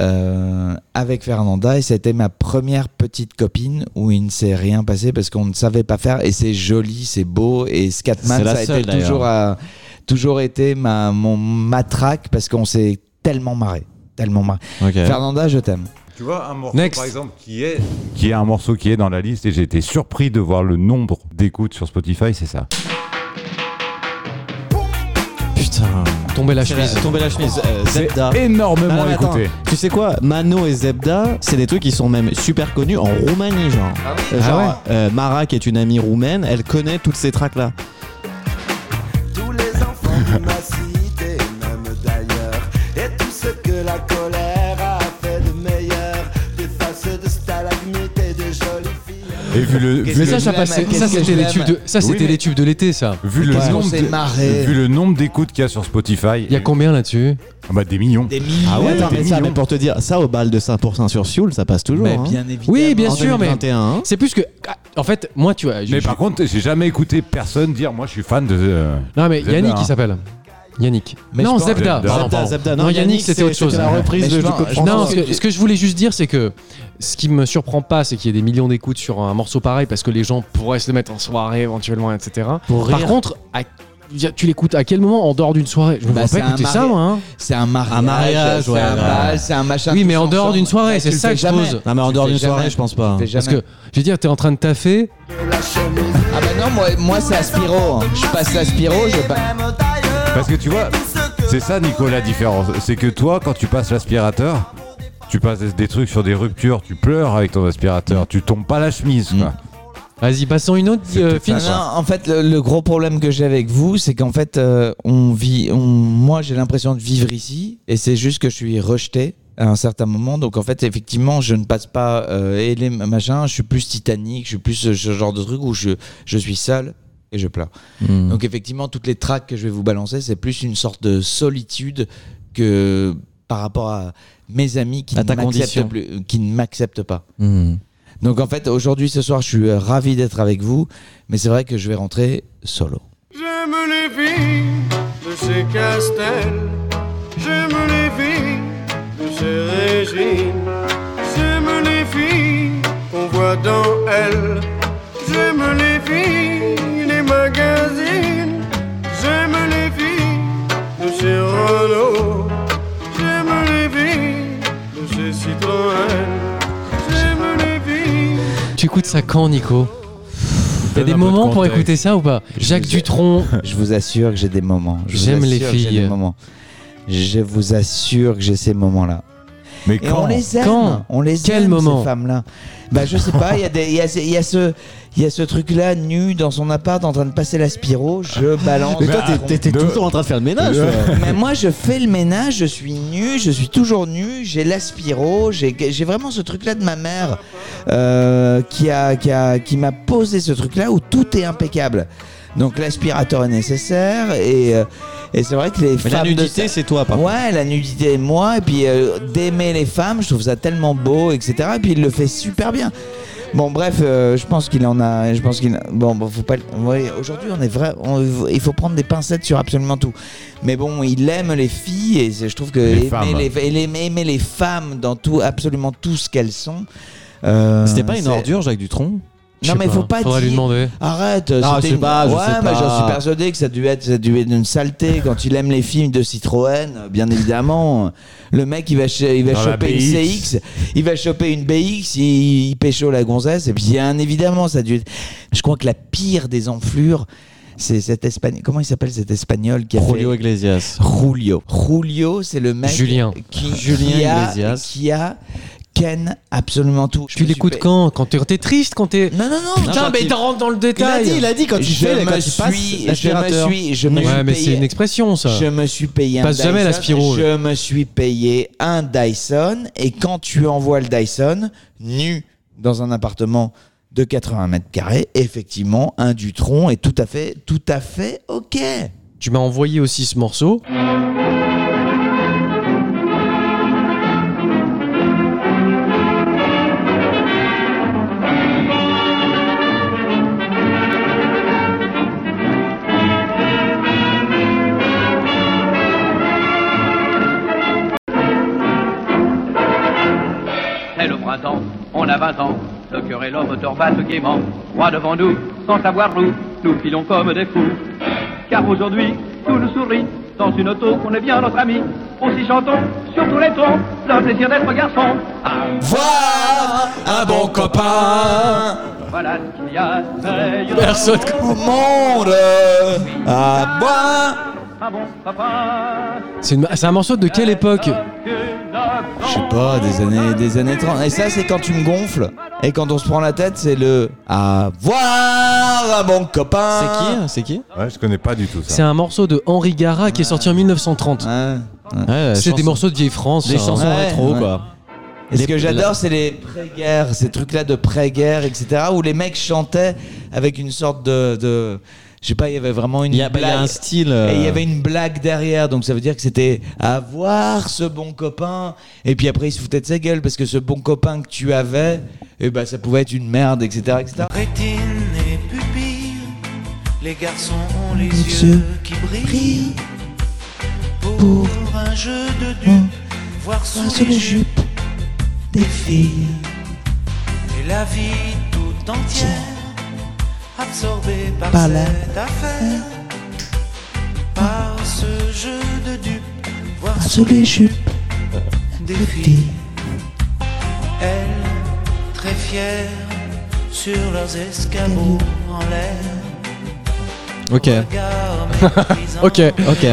[SPEAKER 2] euh, avec Fernanda. Et c'était ma première petite copine où il ne s'est rien passé parce qu'on ne savait pas faire. Et c'est joli, c'est beau. Et Scatman,
[SPEAKER 4] C'est la
[SPEAKER 2] ça a
[SPEAKER 4] seule,
[SPEAKER 2] été toujours, euh, toujours été ma, mon matraque parce qu'on s'est tellement marré. tellement marre.
[SPEAKER 4] Ok.
[SPEAKER 2] Fernanda, je t'aime.
[SPEAKER 3] Tu vois, un morceau
[SPEAKER 1] Next.
[SPEAKER 3] par exemple qui est... qui est un morceau qui est dans la liste et j'ai été surpris de voir le nombre d'écoutes sur Spotify, c'est ça.
[SPEAKER 4] Putain.
[SPEAKER 1] Tomber la chemise.
[SPEAKER 4] Tomber la chemise. euh, Zebda.
[SPEAKER 3] Ah, Énormément
[SPEAKER 4] Ah, mais attends,
[SPEAKER 3] écouté.
[SPEAKER 4] tu sais quoi, Mano et Zebda, c'est des trucs qui sont même super connus en Roumanie, genre.
[SPEAKER 3] Ah
[SPEAKER 4] Euh, genre, euh, Mara, qui est une amie roumaine, elle connaît toutes ces tracks là.
[SPEAKER 5] Tous les enfants de ma cité, même d'ailleurs, et tout ce que la colère a fait de meilleur, des faces de stalagmites et des jolies filles.
[SPEAKER 3] Et vu le, vu
[SPEAKER 1] Mais
[SPEAKER 3] le-
[SPEAKER 1] ça, ça
[SPEAKER 2] Qu'est-ce
[SPEAKER 1] passait.
[SPEAKER 2] que
[SPEAKER 1] Ça,
[SPEAKER 2] je l'aime
[SPEAKER 1] c'était les tubes de. Ça,
[SPEAKER 3] Oui,
[SPEAKER 1] c'était
[SPEAKER 3] mais-
[SPEAKER 1] les tubes de l'été, ça.
[SPEAKER 3] vu le
[SPEAKER 2] Qu'est-ce qu'on
[SPEAKER 3] nombre
[SPEAKER 2] s'est
[SPEAKER 3] de-
[SPEAKER 2] marré.
[SPEAKER 3] vu le nombre d'écoutes qu'il y a sur Spotify,
[SPEAKER 1] Il y a combien là-dessus
[SPEAKER 3] Ah bah, des millions.
[SPEAKER 2] Des millions.
[SPEAKER 4] Ah ouais,
[SPEAKER 3] ouais,
[SPEAKER 4] attends,
[SPEAKER 3] t'es
[SPEAKER 4] mais ça,
[SPEAKER 3] mignon.
[SPEAKER 4] mais pour te dire, ça au bal de 5% sur Sioul, ça passe toujours.
[SPEAKER 2] Mais
[SPEAKER 4] hein.
[SPEAKER 2] bien évidemment.
[SPEAKER 1] Oui, bien
[SPEAKER 4] En
[SPEAKER 1] sûr, mais
[SPEAKER 4] 2021, hein.
[SPEAKER 1] c'est plus que. ah, En fait, moi, tu vois. je-
[SPEAKER 3] Mais
[SPEAKER 1] je-
[SPEAKER 3] par contre, j'ai jamais écouté personne dire moi je suis fan de. euh,
[SPEAKER 1] Non, mais
[SPEAKER 3] Zebda,
[SPEAKER 1] Yannick,
[SPEAKER 3] hein.
[SPEAKER 1] il s'appelle. Yannick.
[SPEAKER 2] Mais
[SPEAKER 1] non,
[SPEAKER 2] je pense-
[SPEAKER 1] Zebda.
[SPEAKER 3] Zebda.
[SPEAKER 1] pardon,
[SPEAKER 4] Zebda,
[SPEAKER 1] pardon.
[SPEAKER 4] Zebda.
[SPEAKER 1] Non, Yannick, c'était autre chose.
[SPEAKER 4] C'était la reprise
[SPEAKER 2] Mais
[SPEAKER 4] de
[SPEAKER 2] je pense-
[SPEAKER 4] Jacob
[SPEAKER 2] je
[SPEAKER 4] Franco.
[SPEAKER 1] Non, ce que, ce que je voulais juste dire, c'est que ce qui me surprend pas, c'est qu'il y ait des millions d'écoutes sur un morceau pareil, parce que les gens pourraient se le mettre en soirée éventuellement, etc.
[SPEAKER 2] Pour
[SPEAKER 1] Par
[SPEAKER 2] rire.
[SPEAKER 1] contre, à- tu l'écoutes à quel moment en dehors d'une soirée Je ne
[SPEAKER 2] Bah,
[SPEAKER 1] vois
[SPEAKER 2] c'est
[SPEAKER 1] pas
[SPEAKER 2] un
[SPEAKER 1] écouter ça,
[SPEAKER 2] mariage.
[SPEAKER 1] moi. hein.
[SPEAKER 2] C'est un mariage.
[SPEAKER 4] Un mariage,
[SPEAKER 2] c'est
[SPEAKER 4] ouais,
[SPEAKER 2] un
[SPEAKER 4] ouais.
[SPEAKER 2] bal, c'est un machin.
[SPEAKER 1] Oui,
[SPEAKER 2] tous
[SPEAKER 1] mais en dehors
[SPEAKER 2] ensemble.
[SPEAKER 1] d'une soirée,
[SPEAKER 2] Mais
[SPEAKER 1] c'est
[SPEAKER 2] Bah, tu le
[SPEAKER 1] ça
[SPEAKER 2] fais
[SPEAKER 1] que je
[SPEAKER 2] jamais.
[SPEAKER 1] pose.
[SPEAKER 4] Non, mais en
[SPEAKER 2] Tu
[SPEAKER 4] dehors
[SPEAKER 2] le
[SPEAKER 4] d'une
[SPEAKER 2] fais jamais.
[SPEAKER 4] soirée, je pense
[SPEAKER 2] Tu
[SPEAKER 4] pas.
[SPEAKER 2] le fais
[SPEAKER 1] Parce
[SPEAKER 2] jamais.
[SPEAKER 1] que, je veux dire, t'es en train de taffer.
[SPEAKER 2] Ah bah non, moi, moi c'est à Spiro. hein. Je passe à Spiro, je passe.
[SPEAKER 3] Parce que tu vois, c'est ça Nico la différence. C'est que toi, quand tu passes l'aspirateur, tu passes des- des trucs sur des ruptures, tu pleures avec ton aspirateur, tu tombes pas la chemise. quoi.
[SPEAKER 1] Vas-y, passons une autre.
[SPEAKER 3] C'est
[SPEAKER 1] euh,
[SPEAKER 3] peut-être
[SPEAKER 1] Finch.
[SPEAKER 3] ça, quoi.
[SPEAKER 2] Non, en fait, le, le gros problème que j'ai avec vous, c'est qu'en fait, euh, on vit. on- moi, j'ai l'impression de vivre ici, et c'est juste que je suis rejeté à un certain moment. Donc, en fait, effectivement, je ne passe pas euh, et les machins. Je suis plus Titanic, je suis plus ce, ce genre de truc où je, je suis seul et je pleure.
[SPEAKER 4] Hmm.
[SPEAKER 2] Donc, effectivement, toutes les tracks que je vais vous balancer, c'est plus une sorte de solitude que par rapport à mes amis qui
[SPEAKER 4] À
[SPEAKER 2] ne
[SPEAKER 4] ta condition.
[SPEAKER 2] m'acceptent plus- euh, qui ne m'acceptent pas.
[SPEAKER 4] Hmm.
[SPEAKER 2] Donc en fait, aujourd'hui, ce soir, je suis euh, ravi d'être avec vous, mais c'est vrai que je vais rentrer solo.
[SPEAKER 5] J'aime les filles de ces Castel, j'aime les filles de ces Régine, j'aime les filles qu'on voit dans elle, j'aime les filles des magazines, j'aime les filles de ces Renault, j'aime les filles de ces Citroën, j'aime les filles.
[SPEAKER 1] Tu écoutes ça quand, Nico T'as
[SPEAKER 3] Donne
[SPEAKER 1] des
[SPEAKER 3] un peu de
[SPEAKER 1] moments pour
[SPEAKER 3] contexte.
[SPEAKER 1] écouter ça ou pas Jacques
[SPEAKER 2] Je sais.
[SPEAKER 1] Dutronc,
[SPEAKER 2] Je vous assure que j'ai des moments. Je vous
[SPEAKER 1] J'aime les
[SPEAKER 2] assure que j'ai
[SPEAKER 1] filles.
[SPEAKER 2] des moments. Je vous assure que j'ai ces moments-là.
[SPEAKER 3] Mais
[SPEAKER 2] Et on
[SPEAKER 3] quand
[SPEAKER 2] les aime.
[SPEAKER 1] Quand
[SPEAKER 2] on les
[SPEAKER 1] Quel
[SPEAKER 2] aime,
[SPEAKER 1] moment
[SPEAKER 2] ces femmes-là. Bah je sais pas. Il y a des, il y a, ce- il y a ce, il y a ce truc-là nu dans son appart en train de passer la spiro. Je balance.
[SPEAKER 4] Mais toi, t'es-
[SPEAKER 2] Ah,
[SPEAKER 4] t'étais
[SPEAKER 3] de-
[SPEAKER 4] tout le temps en train de faire le ménage.
[SPEAKER 3] de-
[SPEAKER 4] toi.
[SPEAKER 2] Mais moi, je fais le ménage, je suis nu, je suis toujours nu, j'ai l'aspiro, j'ai j'ai vraiment ce truc-là de ma mère euh, qui m'a qui a, qui m'a posé ce truc-là où tout est impeccable. Donc l'aspirateur est nécessaire et, euh, et c'est vrai que les
[SPEAKER 4] Mais
[SPEAKER 2] femmes
[SPEAKER 4] la
[SPEAKER 2] de
[SPEAKER 4] nudité, c'est toi, par contre.
[SPEAKER 2] Ouais, la nudité et moi, et puis euh, d'aimer les femmes, je trouve ça tellement beau, etc. Et puis il le fait super bien. Bon, bref, euh, je pense qu'il en a. Je pense qu'il. a- Bon, bon, faut pas. le- ouais, Aujourd'hui, on est vrai. on- il faut prendre des pincettes sur absolument tout. Mais bon, il aime les filles et c'est- je trouve que
[SPEAKER 3] Les
[SPEAKER 2] aimer,
[SPEAKER 3] femmes.
[SPEAKER 2] les, et les- aimer les femmes dans tout, absolument tout ce qu'elles sont. euh,
[SPEAKER 4] C'était pas une
[SPEAKER 2] c'est-
[SPEAKER 4] ordure, Jacques Dutronc
[SPEAKER 1] Je
[SPEAKER 2] Non,
[SPEAKER 1] sais
[SPEAKER 2] mais faut pas
[SPEAKER 1] Faudrait
[SPEAKER 2] dire.
[SPEAKER 1] lui demander.
[SPEAKER 2] Arrête,
[SPEAKER 4] Ah,
[SPEAKER 2] c'était
[SPEAKER 4] je sais
[SPEAKER 2] une-
[SPEAKER 4] pas, je
[SPEAKER 2] ouais,
[SPEAKER 4] sais
[SPEAKER 2] mais
[SPEAKER 4] pas.
[SPEAKER 2] j'en suis persuadé que ça a dû être, ça a dû être une saleté quand il aime les films de Citroën, euh, bien évidemment. Le mec, il va, ch- il va
[SPEAKER 3] Dans la
[SPEAKER 2] choper une
[SPEAKER 3] BX.
[SPEAKER 2] CX, il va choper une BX, il, il pécho la gonzesse, et puis bien évidemment, ça a dû être- Je crois que la pire des enflures, c'est cet espagnol. Comment il s'appelle cet espagnol qui a
[SPEAKER 4] Rolio
[SPEAKER 2] fait.
[SPEAKER 4] Iglesias.
[SPEAKER 2] Julio. Julio, c'est le mec
[SPEAKER 1] Julien.
[SPEAKER 2] qui,
[SPEAKER 4] Julien
[SPEAKER 2] qui a,
[SPEAKER 4] Iglesias.
[SPEAKER 2] qui a Ken absolument tout. Je
[SPEAKER 1] Tu
[SPEAKER 2] me suis
[SPEAKER 1] l'écoutes
[SPEAKER 2] fait-
[SPEAKER 1] quand Quand t'es t'es triste Quand t'es.
[SPEAKER 2] Non, non, non.
[SPEAKER 1] Putain,
[SPEAKER 4] quand
[SPEAKER 1] mais
[SPEAKER 4] il-
[SPEAKER 1] t'en rentres dans le détail
[SPEAKER 4] a dit quand
[SPEAKER 2] je me suis, je me suis, je me
[SPEAKER 1] Ouais,
[SPEAKER 2] suis
[SPEAKER 1] mais c'est
[SPEAKER 2] payé,
[SPEAKER 1] une expression, ça.
[SPEAKER 2] je me suis payé un
[SPEAKER 1] Passe jamais la
[SPEAKER 2] Dyson,
[SPEAKER 1] Spiro,
[SPEAKER 2] Je me suis payé un Dyson et quand tu envoies le Dyson nu dans un appartement de 80 mètres carrés, effectivement, un Dutron est tout à fait, tout à fait ok.
[SPEAKER 1] Tu m'as envoyé aussi ce morceau.
[SPEAKER 9] C'est le printemps, on a 20 ans. Le cœur et l'homme d'Orval gaiement, droit devant nous, sans savoir où, nous filons comme des fous. Car aujourd'hui, tout nous sourit, dans une auto, on est bien notre ami. Aussi chantons, sur tous les tons, le plaisir d'être garçon. Ah,
[SPEAKER 2] Voir un bon copain.
[SPEAKER 9] voilà qu'il y a meilleur
[SPEAKER 1] Personne.
[SPEAKER 2] Au monde. À moi.
[SPEAKER 9] Ah bon, papa,
[SPEAKER 1] C'est une- c'est un morceau de quelle époque
[SPEAKER 9] qu'une offre.
[SPEAKER 2] Je sais pas, des années, des années 30. Et ça, c'est quand tu me gonfles. Et quand on se prend la tête, c'est le. À voir un bon copain.
[SPEAKER 4] C'est qui hein C'est qui
[SPEAKER 3] Ouais, je connais pas du tout
[SPEAKER 1] C'est
[SPEAKER 3] ça.
[SPEAKER 1] un morceau de Henri Gara qui est sorti en 1930.
[SPEAKER 2] Ouais.
[SPEAKER 1] C'est des morceaux de vieille France.
[SPEAKER 4] Des
[SPEAKER 1] ça, hein.
[SPEAKER 4] chansons
[SPEAKER 2] Ouais,
[SPEAKER 4] rétro,
[SPEAKER 2] ouais.
[SPEAKER 4] quoi.
[SPEAKER 2] Et ce
[SPEAKER 4] Les-
[SPEAKER 2] que j'adore, c'est les pré-guerres, ces trucs-là de pré-guerre, etc., où les mecs chantaient avec une sorte de. de je sais pas, il y avait vraiment une
[SPEAKER 4] Il y, a- bah, il
[SPEAKER 2] blague.
[SPEAKER 4] y a un style.
[SPEAKER 2] Et il y
[SPEAKER 4] euh,
[SPEAKER 2] avait une blague derrière, donc ça veut dire que c'était avoir ce bon copain. Et puis après, il se foutait de sa gueule parce que ce bon copain que tu avais, eh ben, ça pouvait être une merde, etc. etc.
[SPEAKER 6] Rétine et pupille, les garçons ont les
[SPEAKER 2] Les
[SPEAKER 6] yeux,
[SPEAKER 2] yeux
[SPEAKER 6] qui brillent. Pour un jeu de dupes, voir sous, les jupes
[SPEAKER 2] des filles.
[SPEAKER 6] et la vie tout entière, absorbée par,
[SPEAKER 2] Par la-
[SPEAKER 6] cette affaire, par ce jeu de dupes, voir sous,
[SPEAKER 2] les jupes.
[SPEAKER 6] des filles. Elles, très fières, sur leurs escabeaux en l'air.
[SPEAKER 4] Ok.
[SPEAKER 1] Ok.
[SPEAKER 4] Ok.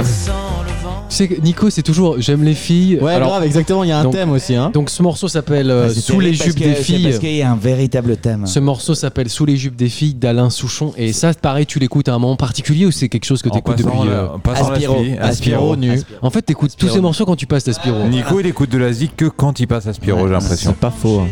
[SPEAKER 1] C'est que Nico, c'est toujours j'aime les filles.
[SPEAKER 4] Ouais,
[SPEAKER 1] Alors,
[SPEAKER 4] grave, exactement. Il y a un
[SPEAKER 1] donc-
[SPEAKER 4] thème aussi. Hein.
[SPEAKER 1] donc ce morceau s'appelle euh,
[SPEAKER 2] Bah, C'est
[SPEAKER 1] Sous les
[SPEAKER 2] terrible
[SPEAKER 1] jupes
[SPEAKER 2] parce
[SPEAKER 1] des
[SPEAKER 2] que- C'est
[SPEAKER 1] filles.
[SPEAKER 2] parce qu'il y a un véritable thème.
[SPEAKER 1] Ce morceau s'appelle Sous les jupes des filles d'Alain Souchon. Et ça, pareil, tu l'écoutes à un moment particulier ou c'est quelque chose que
[SPEAKER 3] En
[SPEAKER 1] t'écoutes
[SPEAKER 3] passant
[SPEAKER 1] depuis.
[SPEAKER 3] la-
[SPEAKER 1] euh,
[SPEAKER 3] en passant la
[SPEAKER 2] Aspiro.
[SPEAKER 3] fille,
[SPEAKER 4] Aspiro, nu.
[SPEAKER 1] En fait, t'écoutes tous ces morceaux quand tu passes ta Spiro.
[SPEAKER 3] Nico, il écoute de la zik que quand il passe Aspiro, j'ai l'impression.
[SPEAKER 4] C'est pas faux. hein.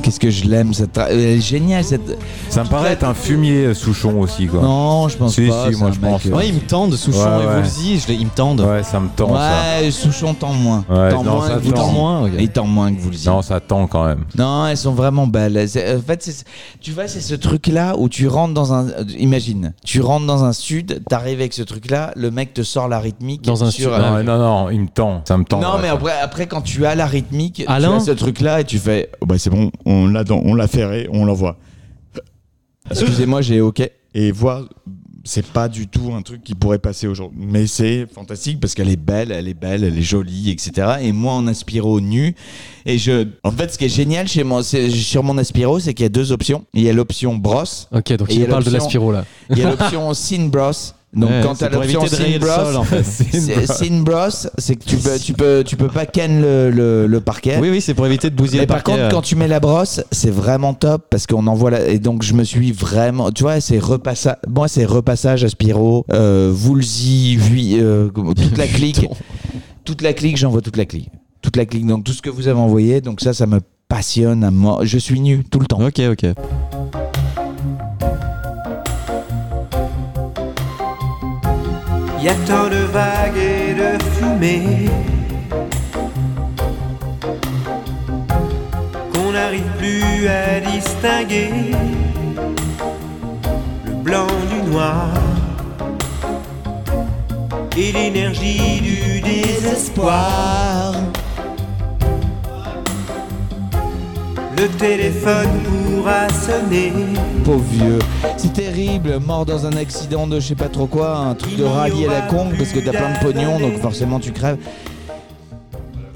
[SPEAKER 2] Qu'est-ce que je l'aime, cette. tra- Elle est géniale, cette.
[SPEAKER 3] Ça me paraît être un fumier euh, Souchon aussi, quoi.
[SPEAKER 2] Non, je pense
[SPEAKER 3] Si,
[SPEAKER 2] pas.
[SPEAKER 3] si,
[SPEAKER 2] c'est
[SPEAKER 3] moi,
[SPEAKER 2] un
[SPEAKER 3] je
[SPEAKER 2] mec,
[SPEAKER 3] pense.
[SPEAKER 2] euh,
[SPEAKER 4] Ouais, ils me tendent, Souchon
[SPEAKER 3] Ouais, ouais.
[SPEAKER 4] et Woolsey. Je les- Ils me tendent.
[SPEAKER 3] Ouais, ça me tend, ça.
[SPEAKER 2] Ouais, Souchon tend moins.
[SPEAKER 3] Ouais,
[SPEAKER 2] tend
[SPEAKER 3] non,
[SPEAKER 2] moins
[SPEAKER 3] ça
[SPEAKER 2] que vous le
[SPEAKER 3] tend.
[SPEAKER 2] dites.
[SPEAKER 4] moins, ok.
[SPEAKER 2] Il tend moins que vous le dites.
[SPEAKER 3] Non, ça tend quand même.
[SPEAKER 2] Non, elles sont vraiment belles. C'est- En fait, c'est- tu vois, c'est ce truc-là où tu rentres dans un. euh, Imagine, tu rentres dans un sud, t'arrives avec ce truc-là, le mec te sort la rythmique.
[SPEAKER 1] Dans un
[SPEAKER 2] sur-
[SPEAKER 1] sud,
[SPEAKER 2] euh,
[SPEAKER 3] Non, non, non, il me tend. Ça me tend.
[SPEAKER 2] Non,
[SPEAKER 3] ouais.
[SPEAKER 2] mais après, après, quand tu as la rythmique,
[SPEAKER 1] Alain
[SPEAKER 2] tu as ce truc-là et tu fais.
[SPEAKER 10] Oh, bah, c'est bon, on l'a dans- on l'a ferré, on l'envoie.
[SPEAKER 2] Excusez-moi, j'ai OK.
[SPEAKER 10] Et voir, c'est pas du tout un truc qui pourrait passer aujourd'hui. Mais c'est fantastique parce qu'elle est belle, elle est belle, elle est jolie, etc.
[SPEAKER 2] etc. Et moi en aspiro nu. Et je. En fait, ce qui est génial chez moi, c'est- sur mon aspiro, c'est qu'il y a deux options. Il y a l'option brosse.
[SPEAKER 1] Ok, donc
[SPEAKER 2] Et il y
[SPEAKER 1] il
[SPEAKER 2] a
[SPEAKER 1] parle de la
[SPEAKER 2] l'option-
[SPEAKER 1] Spiro là.
[SPEAKER 2] Il y a l'option sin brosse. Donc
[SPEAKER 4] Ouais,
[SPEAKER 2] quand
[SPEAKER 4] c'est
[SPEAKER 2] t'as
[SPEAKER 4] pour
[SPEAKER 2] l'option
[SPEAKER 4] éviter de
[SPEAKER 2] sin
[SPEAKER 4] rayer le sol, en
[SPEAKER 2] brosse.
[SPEAKER 4] fait.
[SPEAKER 2] c'est- Sin brosse, c'est que tu peux, tu peux, tu peux pas ken le, le, le parquet.
[SPEAKER 4] Oui, oui, c'est pour éviter de bousiller
[SPEAKER 2] Mais
[SPEAKER 4] le
[SPEAKER 2] par
[SPEAKER 4] parquet.
[SPEAKER 2] contre,
[SPEAKER 4] euh.
[SPEAKER 2] quand tu mets la brosse, c'est vraiment top parce qu'on envoie la. Et donc, je me suis vraiment. Tu vois, c'est repassage. Moi, c'est repassage à Spiro, euh, Woolsey, Vui- euh, comment- toute la clique. toute la clique, j'envoie toute la clique. Toute la clique. Donc, tout ce que vous avez envoyé. Donc, ça, ça me passionne à mort. Je suis nu tout le temps.
[SPEAKER 4] Ok, ok.
[SPEAKER 6] Y a tant de vagues et de fumée qu'on n'arrive plus à distinguer le blanc du noir et l'énergie du désespoir. Le téléphone pourra sonner.
[SPEAKER 2] Pauvre vieux. C'est terrible. Mort dans un accident de je sais pas trop quoi. Un truc de rallier la con parce que t'as plein de pognon. Donc, forcément, tu crèves.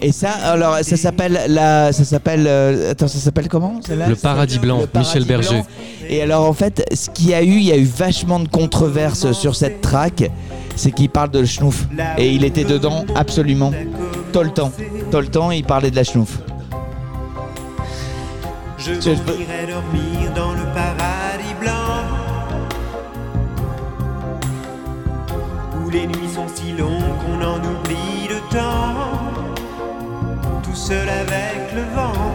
[SPEAKER 2] Et ça, alors, ça s'appelle la. Ça s'appelle. euh, attends, ça s'appelle comment celle-là
[SPEAKER 1] Le paradis blanc,
[SPEAKER 2] Le Paradis
[SPEAKER 1] Michel Berger.
[SPEAKER 2] Blanc. Et alors en fait, ce qu'il y a eu, il y a eu vachement de controverses sur cette track, c'est qu'il parle de schnouf. Et il était dedans absolument tout le temps. Tout le temps, il parlait de la schnouf.
[SPEAKER 6] Je
[SPEAKER 2] Je-
[SPEAKER 6] m'en irai dormir dans le paradis blanc Où les nuits sont si longues qu'on en oublie le temps Tout seul avec le vent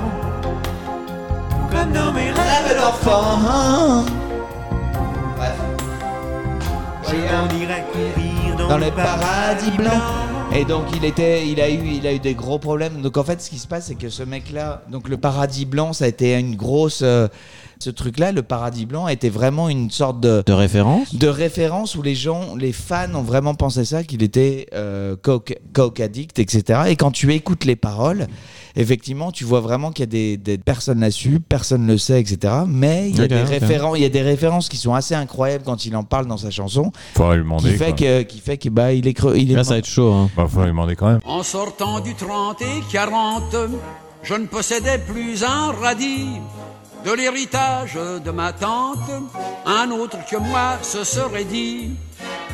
[SPEAKER 6] Comme dans mes rêves
[SPEAKER 2] d'enfant
[SPEAKER 6] Je m'en irai courir dans,
[SPEAKER 2] dans le paradis blanc.
[SPEAKER 6] blanc.
[SPEAKER 2] Et donc il était, il a eu, il a eu des gros problèmes. Donc en fait, ce qui se passe, c'est que ce mec-là, donc le paradis blanc, ça a été une grosse, euh, ce truc-là, le paradis blanc, était vraiment une sorte de,
[SPEAKER 4] de référence
[SPEAKER 2] de référence où les gens, les fans ont vraiment pensé ça, qu'il était euh, coke, coke addict, etc. Et quand tu écoutes les paroles, effectivement, tu vois vraiment qu'il y a des, des personnes là-dessus, personne ne le sait, etc. Mais il y, a
[SPEAKER 4] Ok,
[SPEAKER 2] des
[SPEAKER 4] ok.
[SPEAKER 2] référents, il y a des références qui sont assez incroyables quand il en parle dans sa chanson,
[SPEAKER 3] Faudrait lui demander.
[SPEAKER 2] qui fait,
[SPEAKER 3] quoi.
[SPEAKER 2] que, qui fait que bah, il est creux. Il est
[SPEAKER 4] Là, ça va être chaud. hein.
[SPEAKER 3] Bah, faudrait lui demander quand même.
[SPEAKER 11] En sortant du 30 et 40, je ne possédais plus un radis de l'héritage de ma tante. Un autre que moi se serait dit,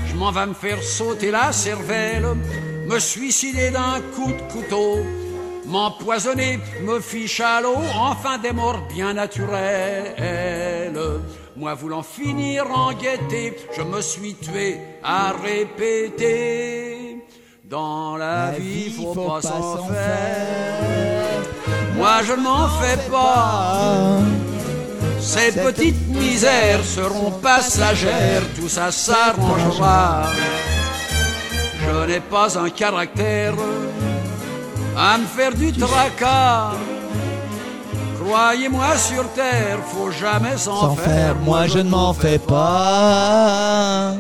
[SPEAKER 11] je m'en vais me faire sauter la cervelle, me suicider d'un coup de couteau, m'empoisonner, me ficher à l'eau, enfin des morts bien naturelles. Moi voulant finir en gaieté, je me suis tué à répéter. Dans la, vie, faut, pas s'en faire. Moi, je ne m'en fais pas. Ces petites misères seront passagères, tout ça s'arrangera. Je n'ai pas un caractère à me faire du tracas. Croyez-moi sur terre, faut jamais s'en
[SPEAKER 2] sans
[SPEAKER 11] faire.
[SPEAKER 2] faire, moi je ne m'en fais pas.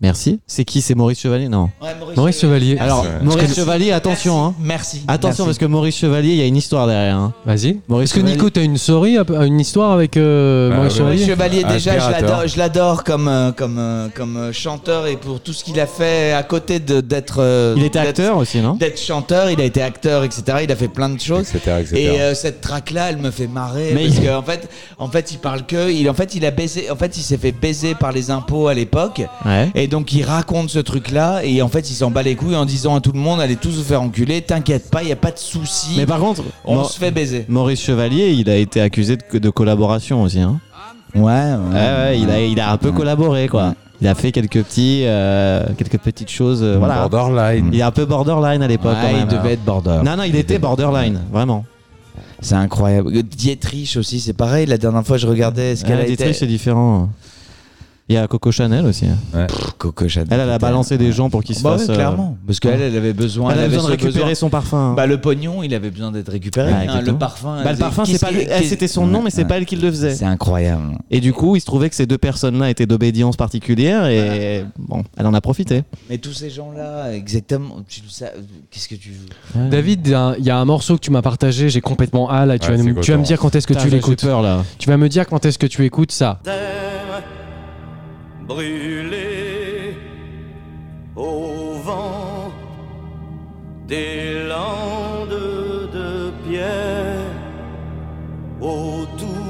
[SPEAKER 4] Merci. C'est qui C'est Maurice Chevalier Non.
[SPEAKER 1] Maurice Chevalier.
[SPEAKER 4] Alors,
[SPEAKER 1] Merci.
[SPEAKER 4] Maurice
[SPEAKER 1] Merci.
[SPEAKER 4] Chevalier, attention. hein.
[SPEAKER 2] Merci. Merci.
[SPEAKER 4] Attention, parce que Maurice Chevalier, il y a une histoire derrière. hein.
[SPEAKER 1] Vas-y.
[SPEAKER 4] Maurice
[SPEAKER 1] Est-ce que
[SPEAKER 4] Chevalier-
[SPEAKER 1] Nico, t'as une souris, à peu- une histoire avec euh,
[SPEAKER 3] Bah,
[SPEAKER 1] Maurice
[SPEAKER 3] ouais.
[SPEAKER 1] Chevalier
[SPEAKER 2] Chevalier,
[SPEAKER 4] Ah,
[SPEAKER 3] Un
[SPEAKER 2] déjà, je
[SPEAKER 3] inspirateur.
[SPEAKER 2] l'adore, je l'adore comme, euh, comme, euh, comme euh, chanteur et pour tout ce qu'il a fait à côté de- d'être. euh,
[SPEAKER 4] Il était
[SPEAKER 2] d'être-
[SPEAKER 4] acteur aussi, non
[SPEAKER 2] D'être chanteur, il a été acteur, etc. Il a fait plein de choses.
[SPEAKER 3] Etc.
[SPEAKER 2] Et
[SPEAKER 3] etc.
[SPEAKER 2] euh, cette track là, elle me fait marrer
[SPEAKER 4] Mais
[SPEAKER 2] parce
[SPEAKER 4] il-
[SPEAKER 2] qu'en fait, en fait, il parle que, il en fait, il a baisé, en fait, il s'est fait baiser par les impôts à l'époque,
[SPEAKER 4] Ouais.
[SPEAKER 2] et donc il raconte ce truc là, et en fait, il s'en bat les couilles en disant à tout le monde, allez tous vous faire enculer, t'inquiète pas, il y a pas de souci,
[SPEAKER 4] Mais par contre,
[SPEAKER 2] on
[SPEAKER 4] Mau-
[SPEAKER 2] se fait baiser.
[SPEAKER 4] Maurice Chevalier, il a été accusé de, de collaboration aussi. Hein.
[SPEAKER 2] Ouais,
[SPEAKER 4] Ouais, ouais, il a, il a un peu collaboré, quoi. Il a fait quelques petits, euh, quelques petites choses, euh, voilà.
[SPEAKER 3] Borderline.
[SPEAKER 4] Il est un peu borderline à l'époque, quand même. hein.
[SPEAKER 2] il devait être border.
[SPEAKER 4] Non, non, il était borderline, vraiment.
[SPEAKER 2] C'est incroyable. Dietrich aussi, c'est pareil. La dernière fois, je regardais ce qu'elle
[SPEAKER 4] Ah,
[SPEAKER 2] a été.
[SPEAKER 4] Dietrich, c'est différent. Il y a Coco Chanel aussi. hein.
[SPEAKER 2] Pff, Coco Chanel.
[SPEAKER 4] Elle, elle a balancé des gens pour qu'ils se
[SPEAKER 2] Bah ouais,
[SPEAKER 4] fassent. euh,
[SPEAKER 2] clairement. Parce qu'elle, elle avait besoin.
[SPEAKER 4] elle a besoin de
[SPEAKER 2] ce
[SPEAKER 4] récupérer
[SPEAKER 2] besoin.
[SPEAKER 4] son parfum. hein.
[SPEAKER 2] Bah, le pognon, il avait besoin d'être récupéré.
[SPEAKER 4] Ouais,
[SPEAKER 2] hein, le
[SPEAKER 4] exactement.
[SPEAKER 2] parfum.
[SPEAKER 4] Bah,
[SPEAKER 2] elle
[SPEAKER 4] le parfum,
[SPEAKER 2] disait,
[SPEAKER 4] c'est pas
[SPEAKER 2] qu'est-ce
[SPEAKER 4] lui-
[SPEAKER 2] qui-
[SPEAKER 4] eh, c'était son nom, mais c'est
[SPEAKER 2] Ouais.
[SPEAKER 4] pas elle qui le faisait.
[SPEAKER 2] C'est incroyable.
[SPEAKER 4] Et du coup, il se trouvait que ces deux personnes-là étaient d'obédience particulière et bon, elle en a profité.
[SPEAKER 2] Mais tous ces gens-là, exactement. tu le sais, Qu'est-ce que tu veux
[SPEAKER 1] David, il y a un- il y a un morceau que tu m'as partagé, j'ai complètement hâte. là, tu,
[SPEAKER 3] Ouais,
[SPEAKER 1] vas,
[SPEAKER 3] c'est
[SPEAKER 1] nous- tu vas me dire quand est-ce que
[SPEAKER 4] Putain,
[SPEAKER 1] tu
[SPEAKER 4] j'ai
[SPEAKER 1] l'écoutes.
[SPEAKER 4] peur là.
[SPEAKER 1] Tu vas me dire quand est-ce que tu écoutes ça.
[SPEAKER 12] terre brûlée au vent des landes de pierre autour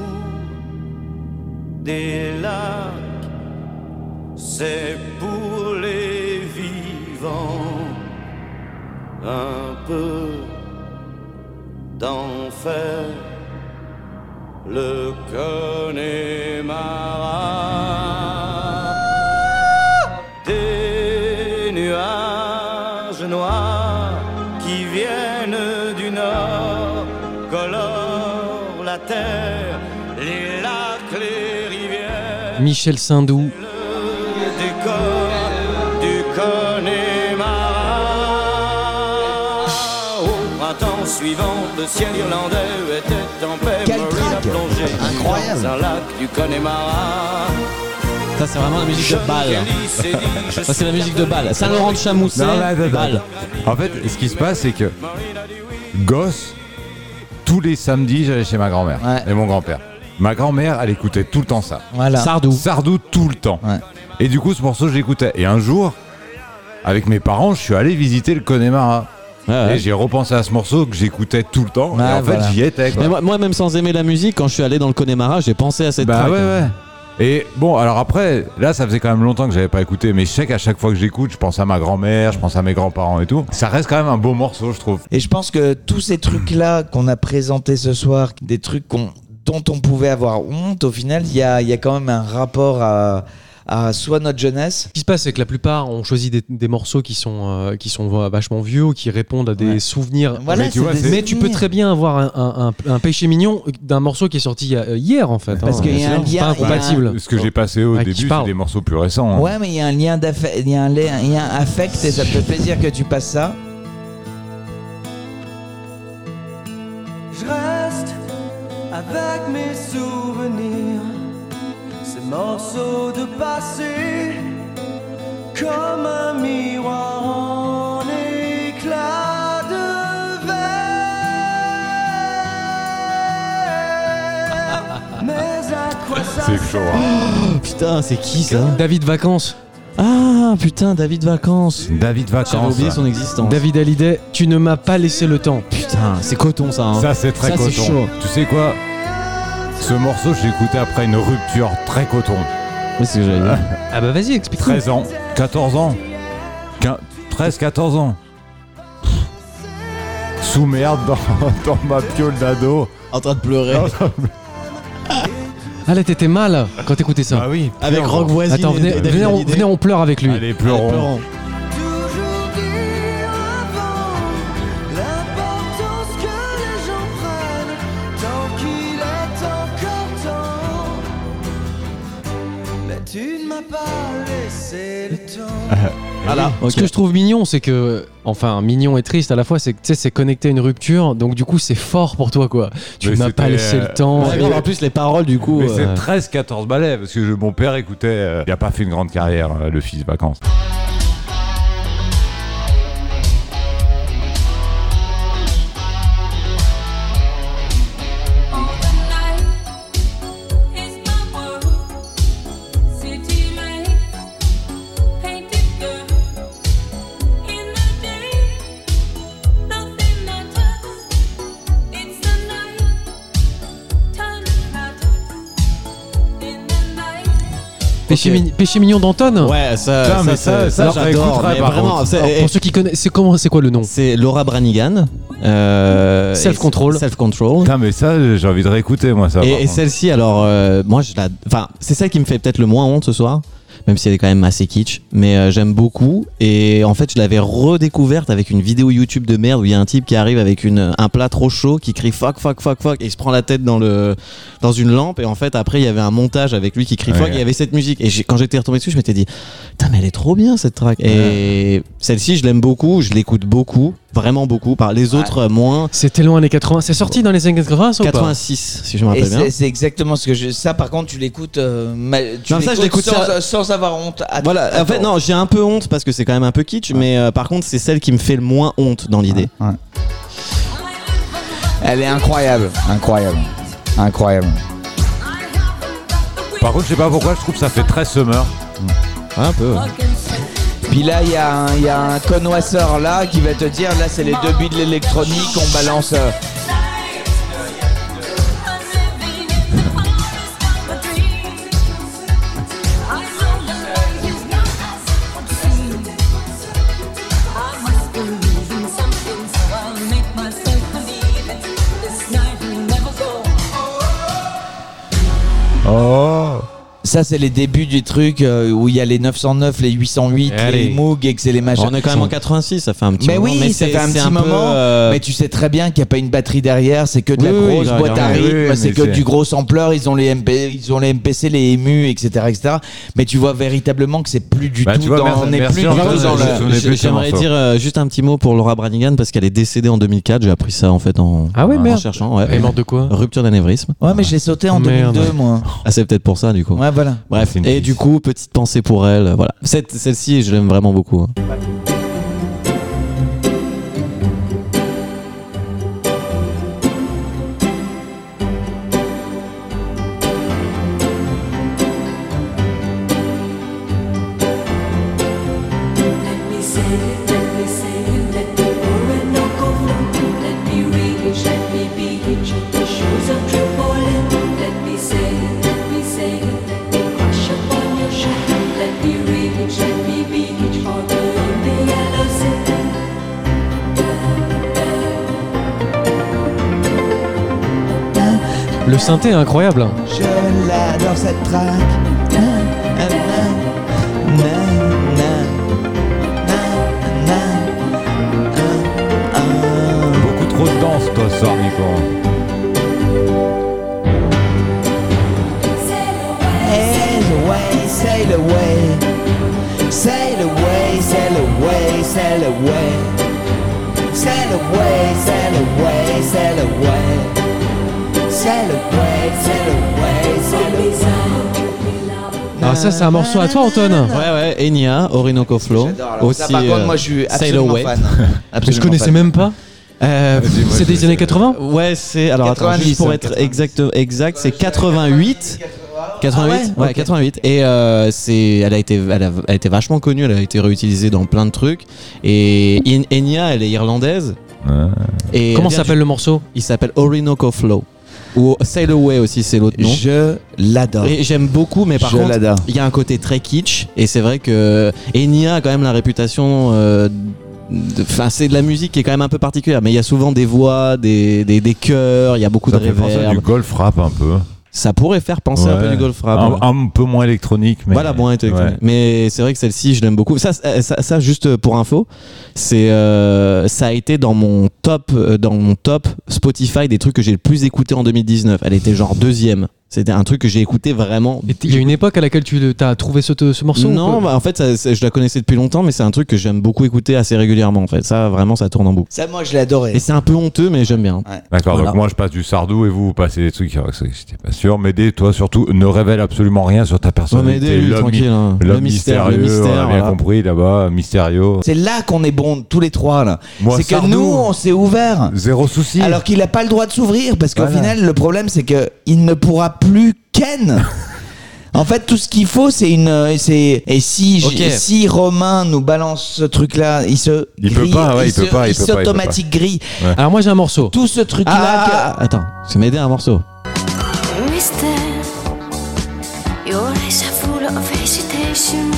[SPEAKER 12] des lacs, c'est pour les vivants un peu d'enfer le Connemara. Des nuages noirs qui viennent du nord colorent la terre, les lacs, les rivières,
[SPEAKER 1] Michel Sindou,
[SPEAKER 12] le décor du Connemara. Au printemps suivant, le ciel irlandais était en paix.
[SPEAKER 2] Quel
[SPEAKER 12] Murray
[SPEAKER 2] track
[SPEAKER 12] a plongé
[SPEAKER 2] Incroyable.
[SPEAKER 12] dans un lac du Connemara.
[SPEAKER 4] Ça, c'est vraiment la musique de balle. Ça, c'est la musique de balle. Saint-Laurent de Chamousset,
[SPEAKER 3] Non, là, là, là.
[SPEAKER 4] balle.
[SPEAKER 3] En fait, ce qui se passe, c'est que gosse, tous les samedis, j'allais chez ma grand-mère
[SPEAKER 2] Ouais.
[SPEAKER 3] et mon grand-père. Ma grand-mère, elle écoutait tout le temps ça.
[SPEAKER 2] Voilà.
[SPEAKER 4] Sardou.
[SPEAKER 3] Sardou tout le temps.
[SPEAKER 2] Ouais.
[SPEAKER 3] Et du coup, ce morceau, je l'écoutais. Et un jour, avec mes parents, je suis allé visiter le Connemara.
[SPEAKER 4] Ouais, ouais.
[SPEAKER 3] Et j'ai repensé à ce morceau que j'écoutais tout le temps.
[SPEAKER 2] Ouais,
[SPEAKER 3] et en
[SPEAKER 2] voilà.
[SPEAKER 3] fait, j'y étais. quoi.
[SPEAKER 4] Mais moi, moi, même sans aimer la musique, quand je suis allé dans le Connemara, j'ai pensé à cette
[SPEAKER 3] Bah
[SPEAKER 4] track.
[SPEAKER 3] ouais, ouais. Et bon, alors après, là, ça faisait quand même longtemps que j'avais pas écouté, mais je sais qu'à chaque fois que j'écoute, je pense à ma grand-mère, je pense à mes grands-parents et tout. Ça reste quand même un beau morceau, je trouve.
[SPEAKER 2] Et je pense que tous ces trucs-là qu'on a présentés ce soir, des trucs qu'on- dont on pouvait avoir honte, au final, il y a, il y a quand même un rapport à, à soit notre jeunesse.
[SPEAKER 1] Ce qui se passe, c'est que la plupart ont choisi des, des morceaux qui sont, euh, qui sont vachement vieux ou qui répondent à des
[SPEAKER 2] Ouais.
[SPEAKER 1] souvenirs.
[SPEAKER 2] Voilà,
[SPEAKER 3] Mais tu
[SPEAKER 2] c'est
[SPEAKER 3] vois,
[SPEAKER 2] des
[SPEAKER 3] c'est-
[SPEAKER 1] Mais tu peux
[SPEAKER 2] souvenirs.
[SPEAKER 1] très bien avoir un, un- un- un péché mignon d'un morceau qui est sorti euh, hier, en fait.
[SPEAKER 2] Parce
[SPEAKER 1] hein.
[SPEAKER 2] qu'il y a
[SPEAKER 1] C'est
[SPEAKER 2] un lien,
[SPEAKER 1] Pas incompatible.
[SPEAKER 3] Ce que j'ai passé au
[SPEAKER 1] À qui je
[SPEAKER 3] début, c'est
[SPEAKER 1] parle.
[SPEAKER 3] des morceaux plus récents. hein.
[SPEAKER 2] Ouais, mais il y a un lien d'affect, il y a un lien il y a un affect et ça me fait plaisir que tu passes ça.
[SPEAKER 6] Je reste avec
[SPEAKER 12] avec mes souvenirs, ces morceaux de passé, comme un miroir en éclat de verre. Mais à quoi ça
[SPEAKER 3] hein.
[SPEAKER 4] Oh, putain, c'est qui ça
[SPEAKER 6] David Vacances.
[SPEAKER 4] Ah putain, David Vacances.
[SPEAKER 3] David Vacances.
[SPEAKER 4] J'avais oublié son existence.
[SPEAKER 6] David Hallyday, tu ne m'as pas laissé le temps.
[SPEAKER 4] Putain, c'est coton ça. hein.
[SPEAKER 3] Ça, c'est très
[SPEAKER 4] Ça,
[SPEAKER 3] coton.
[SPEAKER 4] c'est chaud.
[SPEAKER 3] Tu sais quoi Ce morceau, je l'ai écouté après une rupture très coton.
[SPEAKER 4] Oui, c'est que j'avais
[SPEAKER 6] Ah bah vas-y, explique.
[SPEAKER 3] 13 ans, 14 ans, 15 13, 14 ans. Pff. Sous merde dans, dans ma piole d'ado.
[SPEAKER 4] En train de pleurer.
[SPEAKER 6] Ah là, t'étais mal quand t'écoutais ça. Ah
[SPEAKER 3] oui.
[SPEAKER 4] Avec pleurons. Rock Voisine
[SPEAKER 6] Attends,
[SPEAKER 4] et
[SPEAKER 6] venez,
[SPEAKER 4] David
[SPEAKER 6] venez, on,
[SPEAKER 4] Hallyday.
[SPEAKER 6] venez, on pleure avec lui.
[SPEAKER 3] Allez, pleurons.
[SPEAKER 4] pleurons.
[SPEAKER 12] L'importance que les gens prennent tant qu'il est encore temps. Mais tu ne m'as pas laissé le temps.
[SPEAKER 6] Voilà. Ce que je trouve mignon, c'est que, enfin, mignon et triste à la fois, c'est que tu sais, c'est connecté à une rupture, donc du coup, c'est fort pour toi, quoi. Tu
[SPEAKER 3] Mais
[SPEAKER 6] m'as
[SPEAKER 3] c'était,
[SPEAKER 6] pas laissé
[SPEAKER 3] euh,
[SPEAKER 6] le temps.
[SPEAKER 3] Ouais, grave, en
[SPEAKER 4] plus, les paroles, du coup. euh,
[SPEAKER 3] Mais c'est 13, 14 balais, parce que je- mon père écoutait. euh, il a pas fait une grande carrière, euh, le fils vacances.
[SPEAKER 6] Péché,
[SPEAKER 4] Ok.
[SPEAKER 6] mignon- péché mignon d'Anton
[SPEAKER 4] Ouais, ça,
[SPEAKER 6] Putain, mais
[SPEAKER 4] ça, ça,
[SPEAKER 6] ça,
[SPEAKER 4] j'adore.
[SPEAKER 6] j'écouterai,
[SPEAKER 4] mais
[SPEAKER 6] par
[SPEAKER 4] Vraiment,
[SPEAKER 6] contre. Alors, pour ceux qui connaissent, c'est comment, c'est quoi le nom
[SPEAKER 4] C'est Laura Branigan. euh,
[SPEAKER 6] Self Control.
[SPEAKER 4] et- Self Control.
[SPEAKER 3] Putain, mais ça, j'ai envie de réécouter, moi, ça. par
[SPEAKER 4] Et, et
[SPEAKER 3] contre.
[SPEAKER 4] celle-ci, alors, euh, moi, je la. Enfin, c'est celle qui me fait peut-être le moins honte ce soir, même si elle est quand même assez kitsch. Mais euh, j'aime beaucoup. Et en fait, je l'avais redécouverte avec une vidéo YouTube de merde où il y a un type qui arrive avec une, un plat trop chaud qui crie fuck, fuck, fuck, fuck. Et il se prend la tête dans, le, dans une lampe. Et en fait, après, il y avait un montage avec lui qui crie
[SPEAKER 3] Ouais.
[SPEAKER 4] fuck. et il y avait cette musique. Et j'ai- quand j'étais retombé dessus, je m'étais dit, putain, mais elle est trop bien cette track. Et celle-ci, je l'aime beaucoup. Je l'écoute beaucoup. Vraiment beaucoup. Par les autres, euh, moins.
[SPEAKER 6] C'était loin années 80. C'est sorti dans les années 80
[SPEAKER 3] hein.
[SPEAKER 6] ou pas
[SPEAKER 4] 86, si je me
[SPEAKER 2] Et
[SPEAKER 4] rappelle bien.
[SPEAKER 2] c'est c'est exactement ce que je. Ça, par contre, tu l'écoutes. euh, mal- tu
[SPEAKER 4] Non, ça, je
[SPEAKER 2] l'écoutes
[SPEAKER 4] l'écoute,
[SPEAKER 2] sans,
[SPEAKER 4] ça-
[SPEAKER 2] sans avoir honte. Att-
[SPEAKER 4] Voilà, en fait,
[SPEAKER 2] attends.
[SPEAKER 4] non, j'ai un peu honte parce que c'est quand même un peu kitsch, mais euh, par contre, c'est celle qui me fait le moins honte dans l'idée.
[SPEAKER 2] Elle est incroyable, incroyable, incroyable.
[SPEAKER 3] Par contre, je sais pas pourquoi, je trouve que ça fait très summer.
[SPEAKER 4] Un peu.
[SPEAKER 2] Puis là, il y, a un- il y a un connoisseur là qui va te dire là, c'est les débuts de l'électronique, on balance. euh,
[SPEAKER 3] Oh.
[SPEAKER 2] Ça, c'est les débuts du truc euh, où il y a les 909, les 808,
[SPEAKER 4] Allez.
[SPEAKER 2] les Moog, et que c'est les machins.
[SPEAKER 4] On est quand même en 86, ça fait un petit
[SPEAKER 2] Mais Bah
[SPEAKER 4] moment.
[SPEAKER 2] oui, ça
[SPEAKER 4] c'est-
[SPEAKER 2] fait un
[SPEAKER 4] c'est
[SPEAKER 2] petit
[SPEAKER 4] peu,
[SPEAKER 2] moment.
[SPEAKER 4] euh,
[SPEAKER 2] Mais tu sais très bien qu'il n'y a pas une batterie derrière, c'est que de la
[SPEAKER 4] Oui, oui,
[SPEAKER 2] grosse
[SPEAKER 4] il a
[SPEAKER 2] boîte à
[SPEAKER 4] rien.
[SPEAKER 2] rythme,
[SPEAKER 4] Oui, oui,
[SPEAKER 2] c'est
[SPEAKER 4] mais
[SPEAKER 2] que
[SPEAKER 4] c'est-
[SPEAKER 2] du gros ampleur. Ils ont les MP, ils ont les MPC, les EMU, etc., etc. Mais tu vois véritablement que c'est plus du
[SPEAKER 3] Bah,
[SPEAKER 2] tout
[SPEAKER 3] tu vois,
[SPEAKER 2] dans,
[SPEAKER 3] merci-
[SPEAKER 2] on est
[SPEAKER 3] merci
[SPEAKER 2] plus
[SPEAKER 3] en
[SPEAKER 2] du
[SPEAKER 3] fait,
[SPEAKER 2] tout dans
[SPEAKER 3] je-
[SPEAKER 2] le-
[SPEAKER 3] je- je-
[SPEAKER 2] le-
[SPEAKER 3] J'aimerais
[SPEAKER 4] J'aimerais dire euh, juste un petit mot pour Laura Branigan parce qu'elle est décédée en 2004. J'ai appris ça en fait en,
[SPEAKER 6] Ah ouais,
[SPEAKER 4] en
[SPEAKER 6] merde.
[SPEAKER 4] cherchant. ouais.
[SPEAKER 6] Elle est morte de quoi
[SPEAKER 4] Rupture d'anévrisme.
[SPEAKER 2] Ouais, mais je l'ai sauté en
[SPEAKER 6] Merde.
[SPEAKER 2] 2002, moi.
[SPEAKER 4] Ah, c'est peut-être pour ça du coup.
[SPEAKER 2] Ouais, voilà.
[SPEAKER 4] Bref.
[SPEAKER 3] C'est une
[SPEAKER 4] Et
[SPEAKER 3] piste.
[SPEAKER 4] du coup, petite pensée pour elle. euh, Voilà. Cette- Celle-ci, je l'aime vraiment beaucoup. hein.
[SPEAKER 6] Le synthé est incroyable.
[SPEAKER 2] Je l'adore cette track. Na, na, na, na, na, na.
[SPEAKER 3] Beaucoup trop de danse, toi, ce soir, Nico.
[SPEAKER 2] Sail away, sail away. Sail away, sail away, sail away. Sail away, sail away, sail away.
[SPEAKER 13] c'est le way, c'est le way, c'est bizarre.
[SPEAKER 1] Alors Ah, ça, c'est un morceau à toi, Anton.
[SPEAKER 4] Ouais, ouais, Enya, Orinoco Flow.
[SPEAKER 2] alors,
[SPEAKER 4] Aussi,
[SPEAKER 2] ça, par contre,
[SPEAKER 4] euh,
[SPEAKER 2] moi, je suis
[SPEAKER 4] Sail
[SPEAKER 2] absolument
[SPEAKER 4] Away.
[SPEAKER 2] fan.
[SPEAKER 1] Mais je connaissais même pas.
[SPEAKER 4] Euh,
[SPEAKER 1] c'est des années 80
[SPEAKER 4] Ouais, c'est. Alors, attends,
[SPEAKER 1] 90,
[SPEAKER 4] juste pour
[SPEAKER 1] hein,
[SPEAKER 4] être exact, exact c'est 88. 88
[SPEAKER 1] Ah ouais
[SPEAKER 4] ouais,
[SPEAKER 1] Ok.
[SPEAKER 4] 88 et euh, c'est elle a été elle a, elle a été vachement connue elle a été réutilisée dans plein de trucs et In- Enya elle est irlandaise et
[SPEAKER 1] Ah. Comment s'appelle
[SPEAKER 4] le morceau il s'appelle Orinoco Flow ou Sail Away aussi c'est l'autre nom
[SPEAKER 2] je l'adore
[SPEAKER 4] et j'aime beaucoup mais par
[SPEAKER 2] Je
[SPEAKER 4] contre
[SPEAKER 2] l'adore.
[SPEAKER 4] il y a un côté très kitsch et c'est vrai que Enya a quand même la réputation euh, de- Enfin, c'est de la musique qui est quand même un peu particulière, mais il y a souvent des voix, des, des, des chœurs, il y a beaucoup
[SPEAKER 3] Ça
[SPEAKER 4] de
[SPEAKER 3] fait penser à
[SPEAKER 4] réverb.
[SPEAKER 3] du golf rap un peu.
[SPEAKER 4] Ça pourrait faire penser un peu du golf rap.
[SPEAKER 3] Un, un peu moins électronique, Ah, mais.
[SPEAKER 4] Voilà, moins électronique.
[SPEAKER 3] Ouais.
[SPEAKER 4] Mais c'est vrai que celle-ci, je l'aime beaucoup. Ça, ça, ça- ça, juste pour info, c'est euh, ça a été dans mon top, euh, dans mon top Spotify des trucs que j'ai le plus écouté en 2019. Elle était genre deuxième. C'était un truc que j'ai écouté vraiment.
[SPEAKER 1] Il y a une époque à laquelle tu as trouvé ce, ce morceau ou
[SPEAKER 4] Non,
[SPEAKER 1] quoi
[SPEAKER 4] bah, en fait, ça- ça- je la connaissais depuis longtemps, mais c'est un truc que j'aime beaucoup écouter assez régulièrement. En fait, ça vraiment, ça tourne en boucle.
[SPEAKER 2] Ça, moi, je l'ai adoré.
[SPEAKER 4] Et c'est un peu honteux, mais j'aime bien.
[SPEAKER 3] D'accord,
[SPEAKER 4] Voilà.
[SPEAKER 3] donc moi je passe du sardou et vous vous passez des trucs, alors que j'étais pas sûr, mais des, toi surtout, ne révèle absolument rien sur ta personnalité.
[SPEAKER 4] Ouais, mais aidez-lui,
[SPEAKER 3] L'homme mi-
[SPEAKER 4] tranquille, hein.
[SPEAKER 3] l'homme
[SPEAKER 4] Le mystère,
[SPEAKER 3] mystérieux,
[SPEAKER 4] le mystère,
[SPEAKER 3] on a bien
[SPEAKER 4] voilà.
[SPEAKER 3] compris là-bas, mystérieux.
[SPEAKER 2] C'est là qu'on est bons tous les trois là.
[SPEAKER 3] Moi,
[SPEAKER 2] C'est que
[SPEAKER 3] Sardou.
[SPEAKER 2] nous on s'est ouvert.
[SPEAKER 3] Zéro souci.
[SPEAKER 2] Alors qu'il a pas le droit de s'ouvrir parce qu'au
[SPEAKER 3] Voilà.
[SPEAKER 2] final le problème c'est que il ne pourra plus Ken. En fait, tout ce qu'il faut, c'est une. euh, c'est- Et si, j-
[SPEAKER 4] Ok.
[SPEAKER 2] et si Romain nous balance ce truc-là, il se.
[SPEAKER 3] Il peut
[SPEAKER 2] grille,
[SPEAKER 3] pas, ouais, il
[SPEAKER 2] se-
[SPEAKER 3] peut pas, il peut pas, il peut pas.
[SPEAKER 2] s'automatique grille.
[SPEAKER 3] Ouais.
[SPEAKER 1] Alors moi j'ai un morceau.
[SPEAKER 2] Tout ce truc-là. que-
[SPEAKER 4] Ah, Attends, je vais m'aider à un morceau.
[SPEAKER 8] Mister, your eyes are full of hesitation.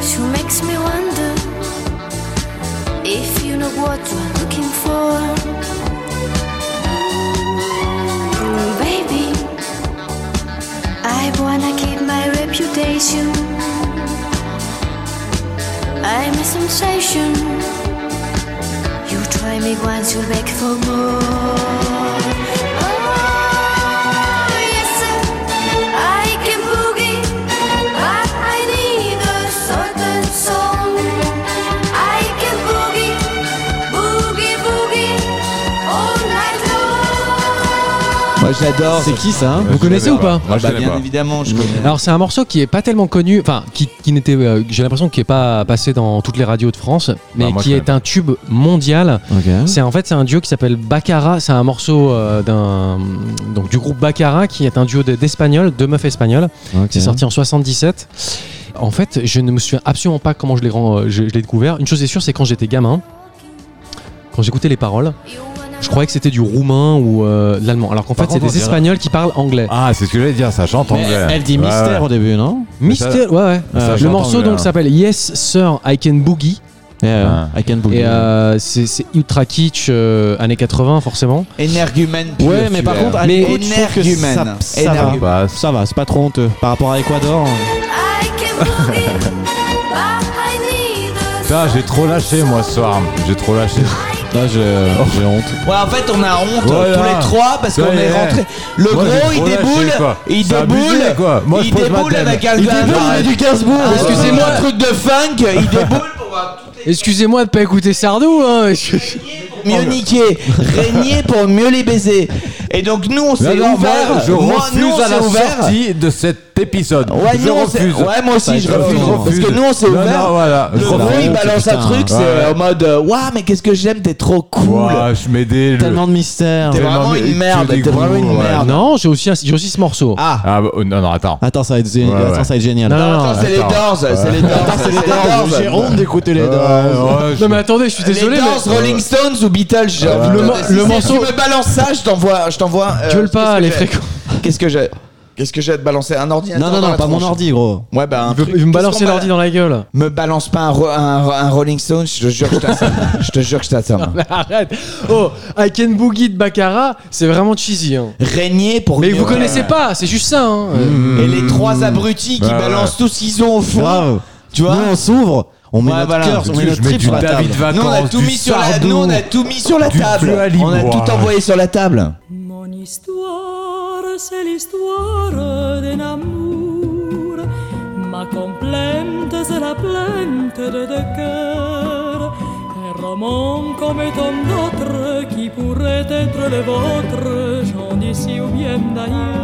[SPEAKER 8] She makes me wonder if you know what you're looking for. Mm, Baby, I wanna keep my reputation. I'm a sensation. You try me once, you'll beg for more.
[SPEAKER 13] I can boogie, but I need a certain song. I can boogie, boogie, boogie, all night long.
[SPEAKER 2] Moi, je l'adore.
[SPEAKER 4] C'est qui ça hein
[SPEAKER 1] Vous connaissez ou pas
[SPEAKER 2] Ah bah, bien évidemment, je connais.
[SPEAKER 1] Alors c'est un morceau qui est pas tellement connu, enfin qui, qui n'était, euh, j'ai l'impression qu'il est pas passé dans toutes les radios de France, mais
[SPEAKER 3] Ah, moi,
[SPEAKER 1] qui
[SPEAKER 3] je
[SPEAKER 1] est un tube mondial.
[SPEAKER 4] Ah
[SPEAKER 1] C'est en fait c'est un duo qui s'appelle Baccara, c'est un morceau euh, d'un donc du groupe Baccara qui est un duo de- d'espagnols, de meufs espagnoles.
[SPEAKER 4] Ok.
[SPEAKER 3] Mhm.
[SPEAKER 1] C'est sorti en 77. En fait, je ne me souviens absolument pas comment je l'ai ren- euh, je- je l'ai découvert. Une chose est sûre, c'est quand j'étais gamin, quand j'écoutais les paroles, je croyais que c'était du roumain ou euh, de l'allemand. Alors qu'en
[SPEAKER 3] Par
[SPEAKER 1] fait, c'est
[SPEAKER 3] contre, on
[SPEAKER 1] des
[SPEAKER 3] dirait-
[SPEAKER 1] espagnols qui parlent anglais.
[SPEAKER 3] Ah, c'est ce que j'allais dire, ça chante
[SPEAKER 4] Mais
[SPEAKER 3] anglais.
[SPEAKER 4] elle dit
[SPEAKER 3] Ouais,
[SPEAKER 4] mystère
[SPEAKER 3] ouais.
[SPEAKER 4] au début, non
[SPEAKER 3] Mais
[SPEAKER 1] Mister,
[SPEAKER 3] ça-
[SPEAKER 1] ouais, ouais.
[SPEAKER 3] ça,
[SPEAKER 1] Euh,
[SPEAKER 3] je
[SPEAKER 1] le
[SPEAKER 3] l'entends,
[SPEAKER 1] morceau
[SPEAKER 3] mais, hein.
[SPEAKER 1] donc s'appelle Yes Sir I Can Boogie.
[SPEAKER 4] Yeah, I can boogie.
[SPEAKER 1] Et euh, c'est c'est ultra kitsch, euh, années 80 forcément.
[SPEAKER 2] Énergumène pur,
[SPEAKER 4] Ouais, mais par
[SPEAKER 2] celui-là.
[SPEAKER 4] contre, à
[SPEAKER 1] Mais-
[SPEAKER 4] l'écoute, je trouve que
[SPEAKER 2] Énergumène.
[SPEAKER 4] ça, ça
[SPEAKER 2] Énergumène.
[SPEAKER 4] va. Ça va, c'est pas trop honteux. Par rapport à Ecuador. hein.
[SPEAKER 3] Putain, Ah, j'ai trop lâché moi ce soir, j'ai trop lâché.
[SPEAKER 4] Là, j'ai honte.
[SPEAKER 2] Ouais, en fait, on a honte
[SPEAKER 3] Voilà.
[SPEAKER 2] tous les trois parce
[SPEAKER 3] Ça
[SPEAKER 2] qu'on
[SPEAKER 3] y
[SPEAKER 2] est
[SPEAKER 3] est.
[SPEAKER 2] rentré. Le
[SPEAKER 3] Moi,
[SPEAKER 2] gros,
[SPEAKER 3] j'ai
[SPEAKER 2] il
[SPEAKER 3] trop lâché,
[SPEAKER 2] déboule,
[SPEAKER 3] quoi.
[SPEAKER 2] il
[SPEAKER 3] C'est
[SPEAKER 2] déboule,
[SPEAKER 3] abusé, quoi. Moi, je
[SPEAKER 2] il
[SPEAKER 3] pose ma
[SPEAKER 2] déboule
[SPEAKER 3] thème.
[SPEAKER 2] avec un
[SPEAKER 3] Il
[SPEAKER 2] gars-
[SPEAKER 3] déboule,
[SPEAKER 2] un-
[SPEAKER 3] mais du Gainsbourg.
[SPEAKER 2] Ah, Excusez-moi, un truc de funk, il déboule.
[SPEAKER 1] Excusez-moi de pas écouter Sardou. Hein.
[SPEAKER 3] Ah,
[SPEAKER 2] Mieux niquer, régner pour mieux les baiser. Et donc nous, on
[SPEAKER 3] Là,
[SPEAKER 2] s'est
[SPEAKER 3] non, moi,
[SPEAKER 2] ouvert.
[SPEAKER 3] je
[SPEAKER 2] Moi,
[SPEAKER 3] refuse
[SPEAKER 2] nous, on
[SPEAKER 3] à
[SPEAKER 2] s'est
[SPEAKER 3] la
[SPEAKER 2] ouvert.
[SPEAKER 3] sortie de cet épisode.
[SPEAKER 2] Ouais,
[SPEAKER 3] je
[SPEAKER 2] nous, on s'est-
[SPEAKER 3] refuse.
[SPEAKER 2] ouais, moi aussi, je
[SPEAKER 3] Je
[SPEAKER 2] refuse.
[SPEAKER 3] refuse.
[SPEAKER 2] Parce que nous, on s'est
[SPEAKER 3] Non,
[SPEAKER 2] ouvert.
[SPEAKER 3] non, voilà.
[SPEAKER 2] Le bah,
[SPEAKER 3] C'est
[SPEAKER 2] gros,
[SPEAKER 3] la
[SPEAKER 2] il
[SPEAKER 3] honte,
[SPEAKER 2] balance un
[SPEAKER 3] putain.
[SPEAKER 2] truc,
[SPEAKER 3] Ouais,
[SPEAKER 2] c'est
[SPEAKER 3] ouais.
[SPEAKER 2] en mode euh, Waouh, mais qu'est-ce que j'aime, t'es trop cool.
[SPEAKER 3] Ouah, je m'aidais. le-
[SPEAKER 4] Tellement de mystère.
[SPEAKER 2] T'es
[SPEAKER 3] tellement
[SPEAKER 2] vraiment
[SPEAKER 3] de-
[SPEAKER 2] une merde,
[SPEAKER 3] tu
[SPEAKER 2] t'es vraiment
[SPEAKER 3] dégoûtes,
[SPEAKER 2] une
[SPEAKER 3] ouais.
[SPEAKER 2] merde.
[SPEAKER 1] Non, j'ai aussi, un- j'ai aussi ce morceau.
[SPEAKER 2] Ah,
[SPEAKER 3] Ah, bah, oh, non, non, attends.
[SPEAKER 4] Attends, ça va être,
[SPEAKER 3] Ouais,
[SPEAKER 4] attends,
[SPEAKER 3] ouais.
[SPEAKER 4] ça va être génial.
[SPEAKER 1] Non, non, non.
[SPEAKER 2] Attends, c'est les
[SPEAKER 3] attends.
[SPEAKER 2] Doors, c'est les
[SPEAKER 3] Ouais.
[SPEAKER 2] Doors, c'est les Doors.
[SPEAKER 4] J'ai honte d'écouter les dents.
[SPEAKER 3] Euh, Ouais, ouais, je-
[SPEAKER 1] Non, mais attendez, je suis désolé.
[SPEAKER 2] les Doors,
[SPEAKER 1] mais...
[SPEAKER 2] Rolling Stones ou Beatles. je-
[SPEAKER 3] Euh,
[SPEAKER 1] Le mo-
[SPEAKER 2] Si
[SPEAKER 1] le
[SPEAKER 2] c'est-
[SPEAKER 1] morceau-
[SPEAKER 2] Tu me balances ça, je t'envoie, je t'envoie. euh,
[SPEAKER 1] Gueule pas,
[SPEAKER 2] qu'est-ce que
[SPEAKER 1] les
[SPEAKER 2] j'ai
[SPEAKER 1] fréquents.
[SPEAKER 2] Qu'est-ce que j'ai Qu'est-ce que j'ai à te balancer Un ordinateur
[SPEAKER 4] Non, non,
[SPEAKER 2] dans la
[SPEAKER 4] non, pas mon
[SPEAKER 2] tronche.
[SPEAKER 4] ordi, gros.
[SPEAKER 2] Ouais, bah, un
[SPEAKER 1] Il veut-
[SPEAKER 2] truc-
[SPEAKER 1] il veut me
[SPEAKER 2] qu'est-ce
[SPEAKER 1] balancer
[SPEAKER 2] qu'on
[SPEAKER 1] l'ordi
[SPEAKER 2] bala-
[SPEAKER 1] dans la gueule.
[SPEAKER 2] Me balance pas un, ro- un- un Rolling Stones, je te jure que je t'assomme. je te jure que je t'assomme.
[SPEAKER 1] Arrête. Oh, I Can Boogie de Baccara, c'est vraiment cheesy. hein.
[SPEAKER 2] Régner pour.
[SPEAKER 1] Mais
[SPEAKER 2] mieux-
[SPEAKER 1] vous connaissez pas, c'est juste ça. hein. Euh,
[SPEAKER 2] Et les trois abrutis qui
[SPEAKER 3] Ouais, ouais.
[SPEAKER 2] balancent tout ce qu'ils ont au fond.
[SPEAKER 4] Grave.
[SPEAKER 2] Tu vois
[SPEAKER 4] Nous, on s'ouvre, on met
[SPEAKER 2] Ouais,
[SPEAKER 4] notre
[SPEAKER 2] voilà.
[SPEAKER 4] cœur, on met
[SPEAKER 3] Je
[SPEAKER 4] notre
[SPEAKER 3] mets
[SPEAKER 4] trip
[SPEAKER 3] du
[SPEAKER 4] sur la table.
[SPEAKER 3] David Vacances,
[SPEAKER 2] Nous on, a tout
[SPEAKER 3] du
[SPEAKER 2] mis sur la,
[SPEAKER 3] Sardou.
[SPEAKER 2] nous, on a tout mis sur la
[SPEAKER 3] du
[SPEAKER 2] table.
[SPEAKER 3] Dua
[SPEAKER 2] On a
[SPEAKER 3] Lipa.
[SPEAKER 2] tout envoyé sur la table.
[SPEAKER 14] Mon histoire, c'est l'histoire d'un amour. Ma complainte, c'est la plainte de deux cœurs. Un roman comme tant d'autres qui pourraient être les vôtres, gens d'ici ou bien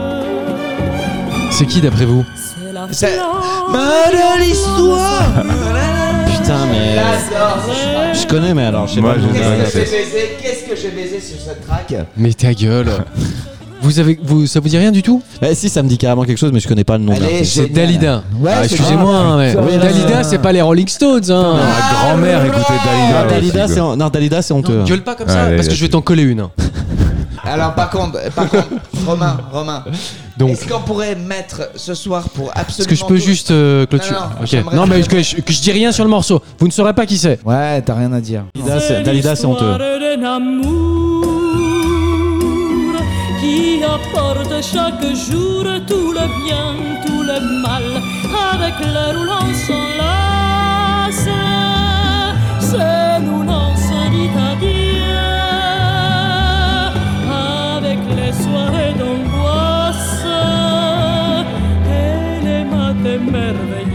[SPEAKER 14] d'ailleurs.
[SPEAKER 1] C'est qui d'après vous
[SPEAKER 14] C'est la
[SPEAKER 2] C'est-
[SPEAKER 14] flamme
[SPEAKER 2] Madame l'histoire
[SPEAKER 4] Putain, mais.
[SPEAKER 2] La sorcière.
[SPEAKER 4] Je connais, mais alors, je sais pas. je-
[SPEAKER 2] Qu'est-ce que j'ai baisé Qu'est-ce que j'ai baisé sur cette track
[SPEAKER 1] Mais ta gueule Vous avez, vous, ça vous dit rien du tout
[SPEAKER 4] Bah, si, ça me dit carrément quelque chose, mais je connais pas le nom de
[SPEAKER 2] Allez,
[SPEAKER 4] l'artiste.
[SPEAKER 1] C'est Dalida.
[SPEAKER 2] Ouais,
[SPEAKER 1] Ah,
[SPEAKER 2] c'est
[SPEAKER 1] excusez-moi,
[SPEAKER 2] grave.
[SPEAKER 1] hein, mais
[SPEAKER 2] Oui, là,
[SPEAKER 1] Dalida, c'est pas les Rolling Stones. Hein.
[SPEAKER 3] Ma grand-mère écoutait Dalida.
[SPEAKER 2] Ah,
[SPEAKER 4] Non, Dalida, Ah, c'est non, Dalida, c'est honteux.
[SPEAKER 1] Non, gueule pas comme ça, parce que je vais t'en coller une.
[SPEAKER 2] Alors par contre, par contre, Romain, Romain,
[SPEAKER 1] Donc.
[SPEAKER 2] est-ce qu'on pourrait mettre ce soir pour
[SPEAKER 1] Est-ce
[SPEAKER 2] absolument
[SPEAKER 1] que je peux
[SPEAKER 2] tout-
[SPEAKER 1] juste euh, clôturer
[SPEAKER 2] Non, non,
[SPEAKER 1] Ok.
[SPEAKER 2] j'aimerais-
[SPEAKER 1] Non, mais que je, que je dis rien sur le morceau. Vous ne saurez pas qui c'est.
[SPEAKER 2] Ouais, t'as rien à dire.
[SPEAKER 4] Dalida, c'est honteux.
[SPEAKER 14] d'un amour qui apporte chaque jour tout le bien, tout le mal, avec l'air où l'on s'enlace. C'est nous l'on se dit adieu, avec les soirées d'angoisse et les matins merveilleux.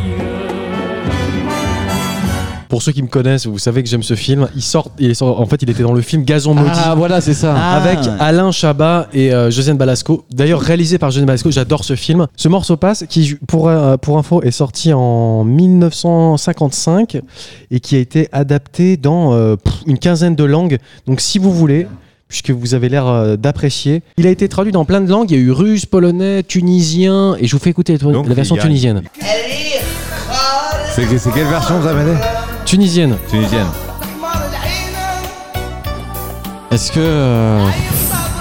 [SPEAKER 1] Pour ceux qui me connaissent, vous savez que j'aime ce film. Il sort, il est sort- en fait, il était dans le film Gazon maudit.
[SPEAKER 4] Ah, voilà, c'est ça. Ah.
[SPEAKER 1] Avec Alain Chabat et euh, Josiane Balasco. D'ailleurs, réalisé par Josiane Balasco, j'adore ce film. Ce morceau passe, qui pour, euh, pour info est sorti en 1955 et qui a été adapté dans euh, pff, une quinzaine de langues. Donc, si vous voulez. Puisque vous avez l'air euh, d'apprécier. Il a été traduit dans plein de langues. Il y a eu russe, polonais, tunisien. Et je vous fais écouter la- la version
[SPEAKER 3] il y a-
[SPEAKER 1] tunisienne.
[SPEAKER 3] C'est c'est quelle version vous avez
[SPEAKER 1] Tunisienne.
[SPEAKER 3] Tunisienne.
[SPEAKER 4] Est-ce que euh,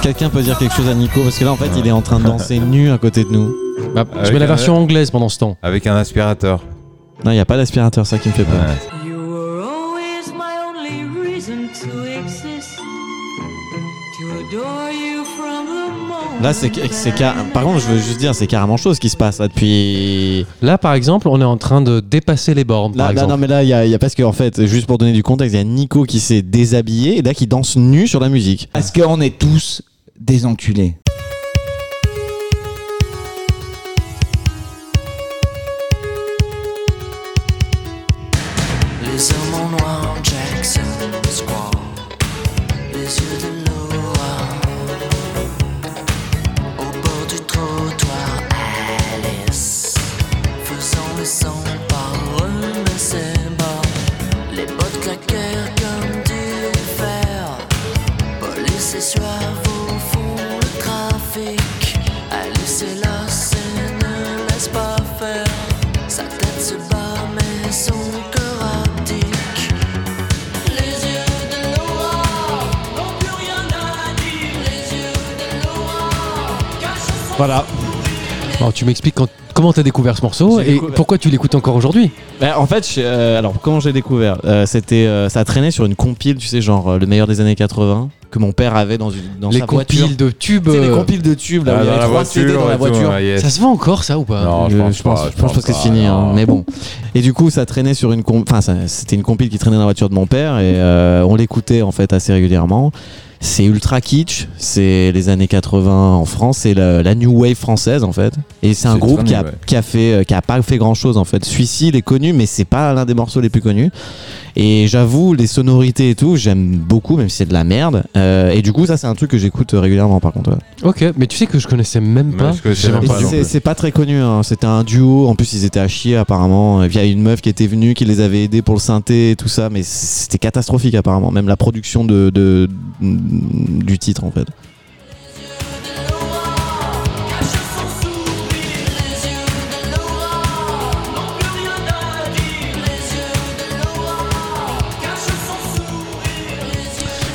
[SPEAKER 4] quelqu'un peut dire quelque chose à Nico Parce que là, en fait, il est en train de danser nu à côté de nous.
[SPEAKER 1] Bah,
[SPEAKER 3] Ah
[SPEAKER 1] je mets la version anglaise pendant ce temps.
[SPEAKER 3] Avec un aspirateur.
[SPEAKER 4] Non, il n'y a pas d'aspirateur, ça qui me fait peur.
[SPEAKER 6] You were always my only reason to exist. To adore you from the moment.
[SPEAKER 4] Là, c'est c'est car- Par contre, je veux juste dire, c'est carrément chose qui se passe là depuis.
[SPEAKER 1] Là, par exemple, on est en train de dépasser les bornes.
[SPEAKER 4] Là,
[SPEAKER 1] par
[SPEAKER 4] là,
[SPEAKER 1] exemple.
[SPEAKER 4] non, mais là, il y a, il y a parce que en fait, juste pour donner du contexte, il y a Nico qui s'est déshabillé et là qui danse nu sur la musique.
[SPEAKER 2] Est-ce qu'on est tous des enculés
[SPEAKER 6] Les hommes en noir en Jackson Square. Les yeux de Loa. Au bord du trottoir, Alice. Faisant le sang par me sépare. Les bottes claquèrent comme du fer. Police et suave au fond le trafic. Alice est là, c'est ne laisse pas faire. Sa tête se bat, mais son cœur abdique. Les yeux de Laura n'ont plus rien à dire. Les yeux de Laura cachent
[SPEAKER 1] Voilà.
[SPEAKER 3] Ah,
[SPEAKER 1] Alors, tu m'expliques quand- comment t'as découvert ce morceau et pourquoi tu l'écoutes encore aujourd'hui
[SPEAKER 4] Bah, en fait, je- euh, alors comment j'ai découvert Euh, C'était, euh, ça traînait sur une compile, tu sais, genre euh, le meilleur des années 80 que mon père avait dans une dans
[SPEAKER 1] Les
[SPEAKER 4] sa voiture.
[SPEAKER 1] compiles de tubes.
[SPEAKER 4] C'est les
[SPEAKER 1] euh,
[SPEAKER 4] compiles de tubes là. où
[SPEAKER 3] Ah,
[SPEAKER 4] il y
[SPEAKER 3] dans
[SPEAKER 4] avait
[SPEAKER 3] la
[SPEAKER 4] trois CD dans
[SPEAKER 3] voiture
[SPEAKER 4] la
[SPEAKER 3] et tout,
[SPEAKER 4] voiture.
[SPEAKER 3] ouais, yes.
[SPEAKER 1] Ça se vend encore ça ou pas
[SPEAKER 3] Non, je
[SPEAKER 4] Euh,
[SPEAKER 3] pense pas,
[SPEAKER 4] je pense parce que
[SPEAKER 3] pas,
[SPEAKER 4] c'est fini. hein,
[SPEAKER 3] non.
[SPEAKER 4] mais bon. Et du coup, ça traînait sur une comp- enfin, ça- c'était une compile qui traînait dans la voiture de mon père et euh, on l'écoutait en fait assez régulièrement. C'est ultra kitsch, c'est les années 80 en France, c'est la, la new wave française en fait. Et c'est un
[SPEAKER 3] C'est
[SPEAKER 4] groupe
[SPEAKER 3] très
[SPEAKER 4] qui a,
[SPEAKER 3] new, ouais.
[SPEAKER 4] qui a fait, euh, qui a pas fait grand chose en fait. Suicide est connu, mais c'est pas l'un des morceaux les plus connus. Et j'avoue, les sonorités et tout, j'aime beaucoup, même si c'est de la merde. Euh, et du coup, ça c'est un truc que j'écoute euh, régulièrement par contre. ouais.
[SPEAKER 1] Ok, mais tu sais que je connaissais même
[SPEAKER 3] Mais
[SPEAKER 1] pas.
[SPEAKER 3] je connaissais
[SPEAKER 1] J'ai
[SPEAKER 3] même
[SPEAKER 1] même
[SPEAKER 3] pas,
[SPEAKER 1] pas
[SPEAKER 3] non.
[SPEAKER 1] dit.
[SPEAKER 4] C'est c'est pas très connu, hein. c'était un duo, en plus ils étaient à chier apparemment, et puis il y a une meuf qui était venue, qui les avait aidés pour le synthé et tout ça, mais c'était catastrophique apparemment, même la production de, de- du titre en fait.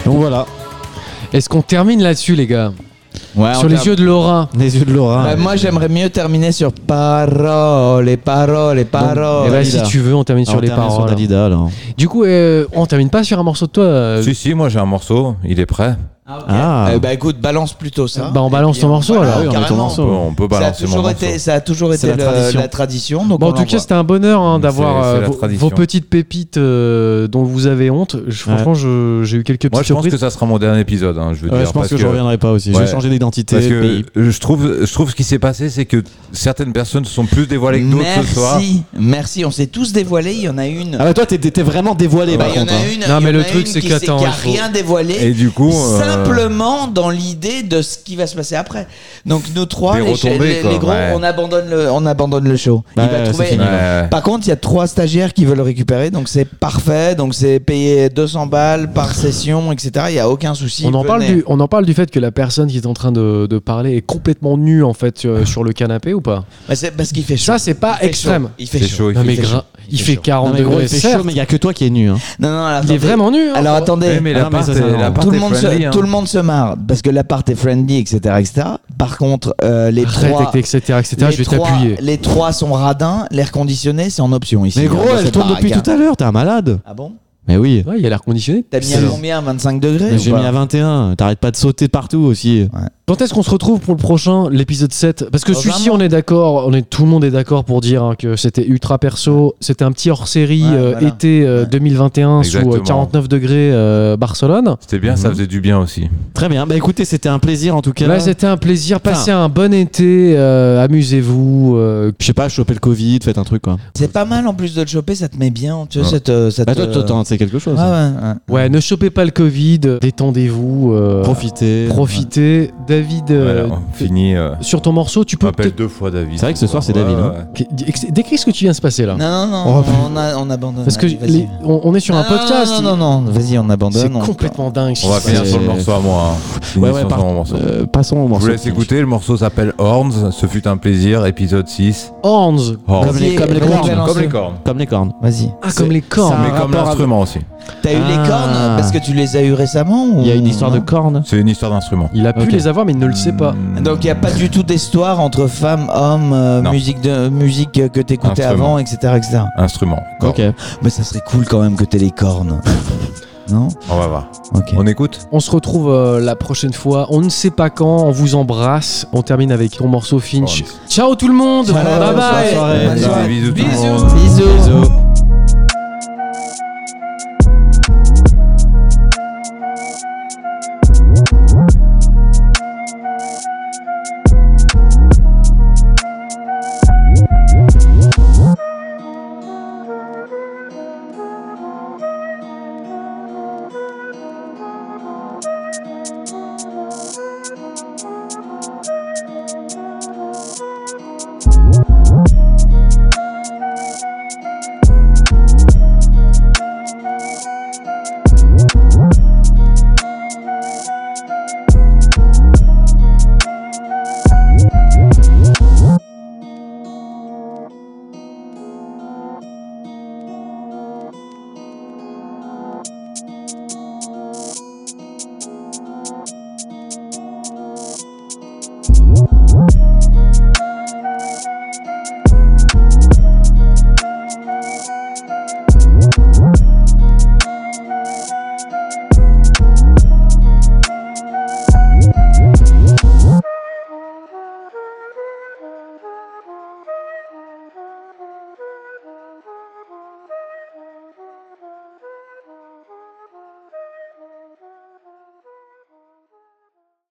[SPEAKER 4] Donc voilà.
[SPEAKER 1] Est-ce qu'on termine là-dessus, les gars
[SPEAKER 4] Ah,
[SPEAKER 2] Ouais,
[SPEAKER 1] Sur les yeux de Laura.
[SPEAKER 4] Les yeux de
[SPEAKER 1] Ah,
[SPEAKER 4] Laura.
[SPEAKER 2] Bah, moi, j'aimerais mieux terminer sur paroles, et paroles, et Ah, paroles.
[SPEAKER 4] Oh,
[SPEAKER 1] Eh ben, si tu veux, on termine sur
[SPEAKER 4] Alors,
[SPEAKER 1] les
[SPEAKER 4] Ah, termine
[SPEAKER 1] paroles. hein.
[SPEAKER 4] Dalida alors.
[SPEAKER 1] Du coup, euh, on termine pas sur un morceau de toi. euh,
[SPEAKER 3] Si, si, moi j'ai un morceau, il est prêt.
[SPEAKER 4] Ah.
[SPEAKER 2] Euh, bah écoute, balance plutôt ça.
[SPEAKER 1] Bah, on balance ton morceau, alors. Oui, on met ton
[SPEAKER 2] carrément.
[SPEAKER 1] morceau. On peut
[SPEAKER 2] ça a
[SPEAKER 1] balancer mon
[SPEAKER 2] toujours
[SPEAKER 1] morceau.
[SPEAKER 2] été, ça a toujours
[SPEAKER 1] C'est
[SPEAKER 2] été
[SPEAKER 1] la
[SPEAKER 2] le-
[SPEAKER 1] tradition.
[SPEAKER 2] la tradition. donc
[SPEAKER 1] Bon, en
[SPEAKER 2] on
[SPEAKER 1] tout cas,
[SPEAKER 2] l'envoie.
[SPEAKER 1] c'était un bonheur hein, d'avoir
[SPEAKER 2] c'est
[SPEAKER 1] euh,
[SPEAKER 2] la
[SPEAKER 1] vos,
[SPEAKER 2] tradition.
[SPEAKER 1] vos petites pépites euh, dont vous avez honte. Je- franchement, je- j'ai eu quelques petites
[SPEAKER 3] Moi, je pense
[SPEAKER 1] surprises.
[SPEAKER 3] que ça sera mon dernier épisode. hein, je veux
[SPEAKER 4] Ouais,
[SPEAKER 3] dire,
[SPEAKER 4] je pense
[SPEAKER 3] parce
[SPEAKER 4] que je reviendrai pas aussi. Je vais changer d'identité,
[SPEAKER 3] Parce
[SPEAKER 4] de
[SPEAKER 3] que
[SPEAKER 4] pays.
[SPEAKER 3] je trouve, je trouve ce qui s'est passé, c'est que certaines personnes se sont plus dévoilées que d'autres ce soir.
[SPEAKER 2] Merci, merci. On s'est tous dévoilés. Il y en a une.
[SPEAKER 4] Ah bah toi, t'es- t'étais vraiment dévoilé,
[SPEAKER 2] Bah,
[SPEAKER 4] par
[SPEAKER 2] il y en
[SPEAKER 4] contre.
[SPEAKER 2] a
[SPEAKER 4] hein.
[SPEAKER 2] une. il y en a une qui s'est- qui a rien dévoilé.
[SPEAKER 3] Et du coup, euh,
[SPEAKER 2] simplement dans l'idée de ce qui va se passer après. Donc nous trois,
[SPEAKER 3] Des
[SPEAKER 2] les,
[SPEAKER 3] retombées,
[SPEAKER 2] les-
[SPEAKER 3] quoi,
[SPEAKER 2] les gros,
[SPEAKER 3] ouais.
[SPEAKER 2] on abandonne le, on abandonne le show.
[SPEAKER 4] Bah,
[SPEAKER 2] il va
[SPEAKER 4] ouais,
[SPEAKER 2] trouver.
[SPEAKER 4] c'est fini, ouais.
[SPEAKER 2] Par contre, il y a trois stagiaires qui veulent le récupérer, donc c'est parfait. Donc c'est payé 200 balles par session, etc. Il y a aucun souci.
[SPEAKER 1] On en, parle
[SPEAKER 2] Venez.
[SPEAKER 1] du, on en parle du fait que la personne qui est en train de, de parler est complètement nue en fait sur, sur le canapé ou pas
[SPEAKER 2] Bah, c'est parce qu'il fait chaud.
[SPEAKER 1] Ça c'est pas
[SPEAKER 2] Il fait
[SPEAKER 1] extrême.
[SPEAKER 2] chaud. Il fait chaud.
[SPEAKER 1] Non, mais
[SPEAKER 2] Il fait
[SPEAKER 1] gra-
[SPEAKER 2] chaud.
[SPEAKER 1] il fait 40
[SPEAKER 4] Non, mais gros,
[SPEAKER 1] degrés.
[SPEAKER 4] il fait
[SPEAKER 1] certes.
[SPEAKER 4] chaud, mais il y a que toi qui es nu. hein.
[SPEAKER 2] Non, non, alors,
[SPEAKER 1] Il est
[SPEAKER 2] attendez.
[SPEAKER 1] vraiment nu, hein.
[SPEAKER 2] alors attendez,
[SPEAKER 4] Ouais, mais
[SPEAKER 3] Ah,
[SPEAKER 2] Alors,
[SPEAKER 4] l'appart
[SPEAKER 2] mais
[SPEAKER 4] est-
[SPEAKER 2] ça,
[SPEAKER 4] l'appart
[SPEAKER 2] tout, le
[SPEAKER 4] est
[SPEAKER 2] monde se,
[SPEAKER 4] friendly, hein.
[SPEAKER 2] tout le monde se marre parce que l'appart est friendly, etc. etc. Par contre, euh, les
[SPEAKER 1] Arrête
[SPEAKER 2] trois.
[SPEAKER 1] avec les etc., etc.,
[SPEAKER 2] les
[SPEAKER 1] je vais
[SPEAKER 2] trois-
[SPEAKER 1] t'appuyer.
[SPEAKER 2] Les trois sont radins, l'air conditionné, c'est en option ici. hein,
[SPEAKER 4] Mais gros,
[SPEAKER 2] Dans
[SPEAKER 4] elle
[SPEAKER 2] cette
[SPEAKER 4] tourne depuis
[SPEAKER 2] baraque,
[SPEAKER 4] tout
[SPEAKER 2] hein.
[SPEAKER 4] à l'heure, t'es un malade.
[SPEAKER 2] Ah bon
[SPEAKER 4] Mais oui.
[SPEAKER 1] Ouais, il y a l'air conditionné.
[SPEAKER 2] T'as mis à combien 25 degrés
[SPEAKER 4] Mais
[SPEAKER 2] ou
[SPEAKER 4] J'ai
[SPEAKER 2] pas
[SPEAKER 4] mis à 21. T'arrêtes pas de sauter partout aussi.
[SPEAKER 1] Quand est-ce qu'on se retrouve pour le prochain, l'épisode 7 Parce que
[SPEAKER 2] Dans
[SPEAKER 1] celui-ci, on est d'accord, on est tout le monde est d'accord pour dire hein, que c'était ultra perso, c'était un petit hors-série
[SPEAKER 3] Ouais,
[SPEAKER 1] euh,
[SPEAKER 3] voilà.
[SPEAKER 1] été euh, 2021 sous euh,
[SPEAKER 3] Exactement.
[SPEAKER 1] 49 degrés euh, Barcelone.
[SPEAKER 3] C'était bien,
[SPEAKER 4] Mhm.
[SPEAKER 3] ça faisait du bien aussi.
[SPEAKER 4] Très bien. Bah écoutez, c'était un plaisir en tout cas.
[SPEAKER 1] Là, c'était un plaisir.
[SPEAKER 4] Enfin,
[SPEAKER 1] Passez un bon été, euh, amusez-vous. euh,
[SPEAKER 4] Je sais pas, choper le Covid, faites un truc quoi.
[SPEAKER 2] C'est pas mal en plus de le choper, ça te met bien. Tu vois,
[SPEAKER 4] Ouais.
[SPEAKER 2] ça te- ça
[SPEAKER 4] Bah,
[SPEAKER 2] te-
[SPEAKER 4] toi, t'attends, c'est quelque chose. hein.
[SPEAKER 2] Ouais, ouais, ouais.
[SPEAKER 1] Ouais, ne chopez pas le Covid, détendez-vous. euh,
[SPEAKER 4] Profitez.
[SPEAKER 1] Profitez. David, euh,
[SPEAKER 3] Voilà, on finit. euh,
[SPEAKER 1] sur ton morceau, tu
[SPEAKER 3] on
[SPEAKER 1] peux.
[SPEAKER 3] m'appelle
[SPEAKER 1] peut-être-
[SPEAKER 3] deux fois David.
[SPEAKER 4] C'est vrai que ce soir, c'est
[SPEAKER 3] Ouais,
[SPEAKER 4] David,
[SPEAKER 3] ouais,
[SPEAKER 4] hein.
[SPEAKER 3] ouais.
[SPEAKER 1] Décris- Décris ce que tu viens de se passer là.
[SPEAKER 2] Non, non, non,
[SPEAKER 1] Oh,
[SPEAKER 2] on, a- on abandonne.
[SPEAKER 1] Parce que
[SPEAKER 2] Allez, vas-y.
[SPEAKER 1] les- on, on est sur un
[SPEAKER 2] Non,
[SPEAKER 1] podcast.
[SPEAKER 2] Non, non, non, non, vas-y, on abandonne.
[SPEAKER 1] C'est
[SPEAKER 2] on-
[SPEAKER 1] complètement dingue.
[SPEAKER 3] On va finir
[SPEAKER 1] C'est-
[SPEAKER 3] sur le morceau à moi. hein. Finissons sur mon morceau.
[SPEAKER 4] passons au
[SPEAKER 3] Je vous
[SPEAKER 4] euh, morceau.
[SPEAKER 3] laisse écouter, le morceau s'appelle Horns, ce fut un plaisir, épisode 6.
[SPEAKER 1] Horns.
[SPEAKER 3] Horns.
[SPEAKER 4] Comme les, comme les
[SPEAKER 2] Vas-y, vas-y,
[SPEAKER 4] cornes.
[SPEAKER 2] balance.
[SPEAKER 3] Comme les cornes.
[SPEAKER 4] Comme les cornes.
[SPEAKER 2] Vas-y.
[SPEAKER 1] Ah, comme les
[SPEAKER 4] Ça
[SPEAKER 1] cornes.
[SPEAKER 4] a un
[SPEAKER 3] Mais comme
[SPEAKER 4] rapport
[SPEAKER 3] l'instrument aussi.
[SPEAKER 2] T'as eu les
[SPEAKER 4] Ah.
[SPEAKER 2] cornes parce que tu les as eu récemment ou-
[SPEAKER 4] Il y a une histoire de
[SPEAKER 2] Non
[SPEAKER 4] cornes.
[SPEAKER 3] C'est une histoire d'instrument.
[SPEAKER 1] Il a pu
[SPEAKER 4] Ok.
[SPEAKER 1] les avoir, mais il ne le sait
[SPEAKER 3] Hmm.
[SPEAKER 1] pas.
[SPEAKER 2] Donc il n'y a pas du tout d'histoire entre femmes, hommes, euh,
[SPEAKER 3] Non.
[SPEAKER 2] musique, de, musique euh, que t'écoutais
[SPEAKER 3] Instrument.
[SPEAKER 2] avant, etc., etc.
[SPEAKER 3] Instrument. corps.
[SPEAKER 4] Ok.
[SPEAKER 2] Mais ça serait cool quand même que t'aies les cornes. non
[SPEAKER 3] On va voir.
[SPEAKER 2] Ok.
[SPEAKER 3] On écoute
[SPEAKER 1] On se retrouve euh, la prochaine fois. On ne sait pas quand. On vous embrasse. On termine avec ton morceau Finch.
[SPEAKER 3] Horns.
[SPEAKER 1] Ciao tout le monde.
[SPEAKER 2] Voilà,
[SPEAKER 1] bye
[SPEAKER 2] bonne
[SPEAKER 1] bye.
[SPEAKER 2] soirée. Bonne
[SPEAKER 3] Bisous,
[SPEAKER 2] soirée.
[SPEAKER 3] bisous tout le monde.
[SPEAKER 2] Bisous.
[SPEAKER 4] Bisous.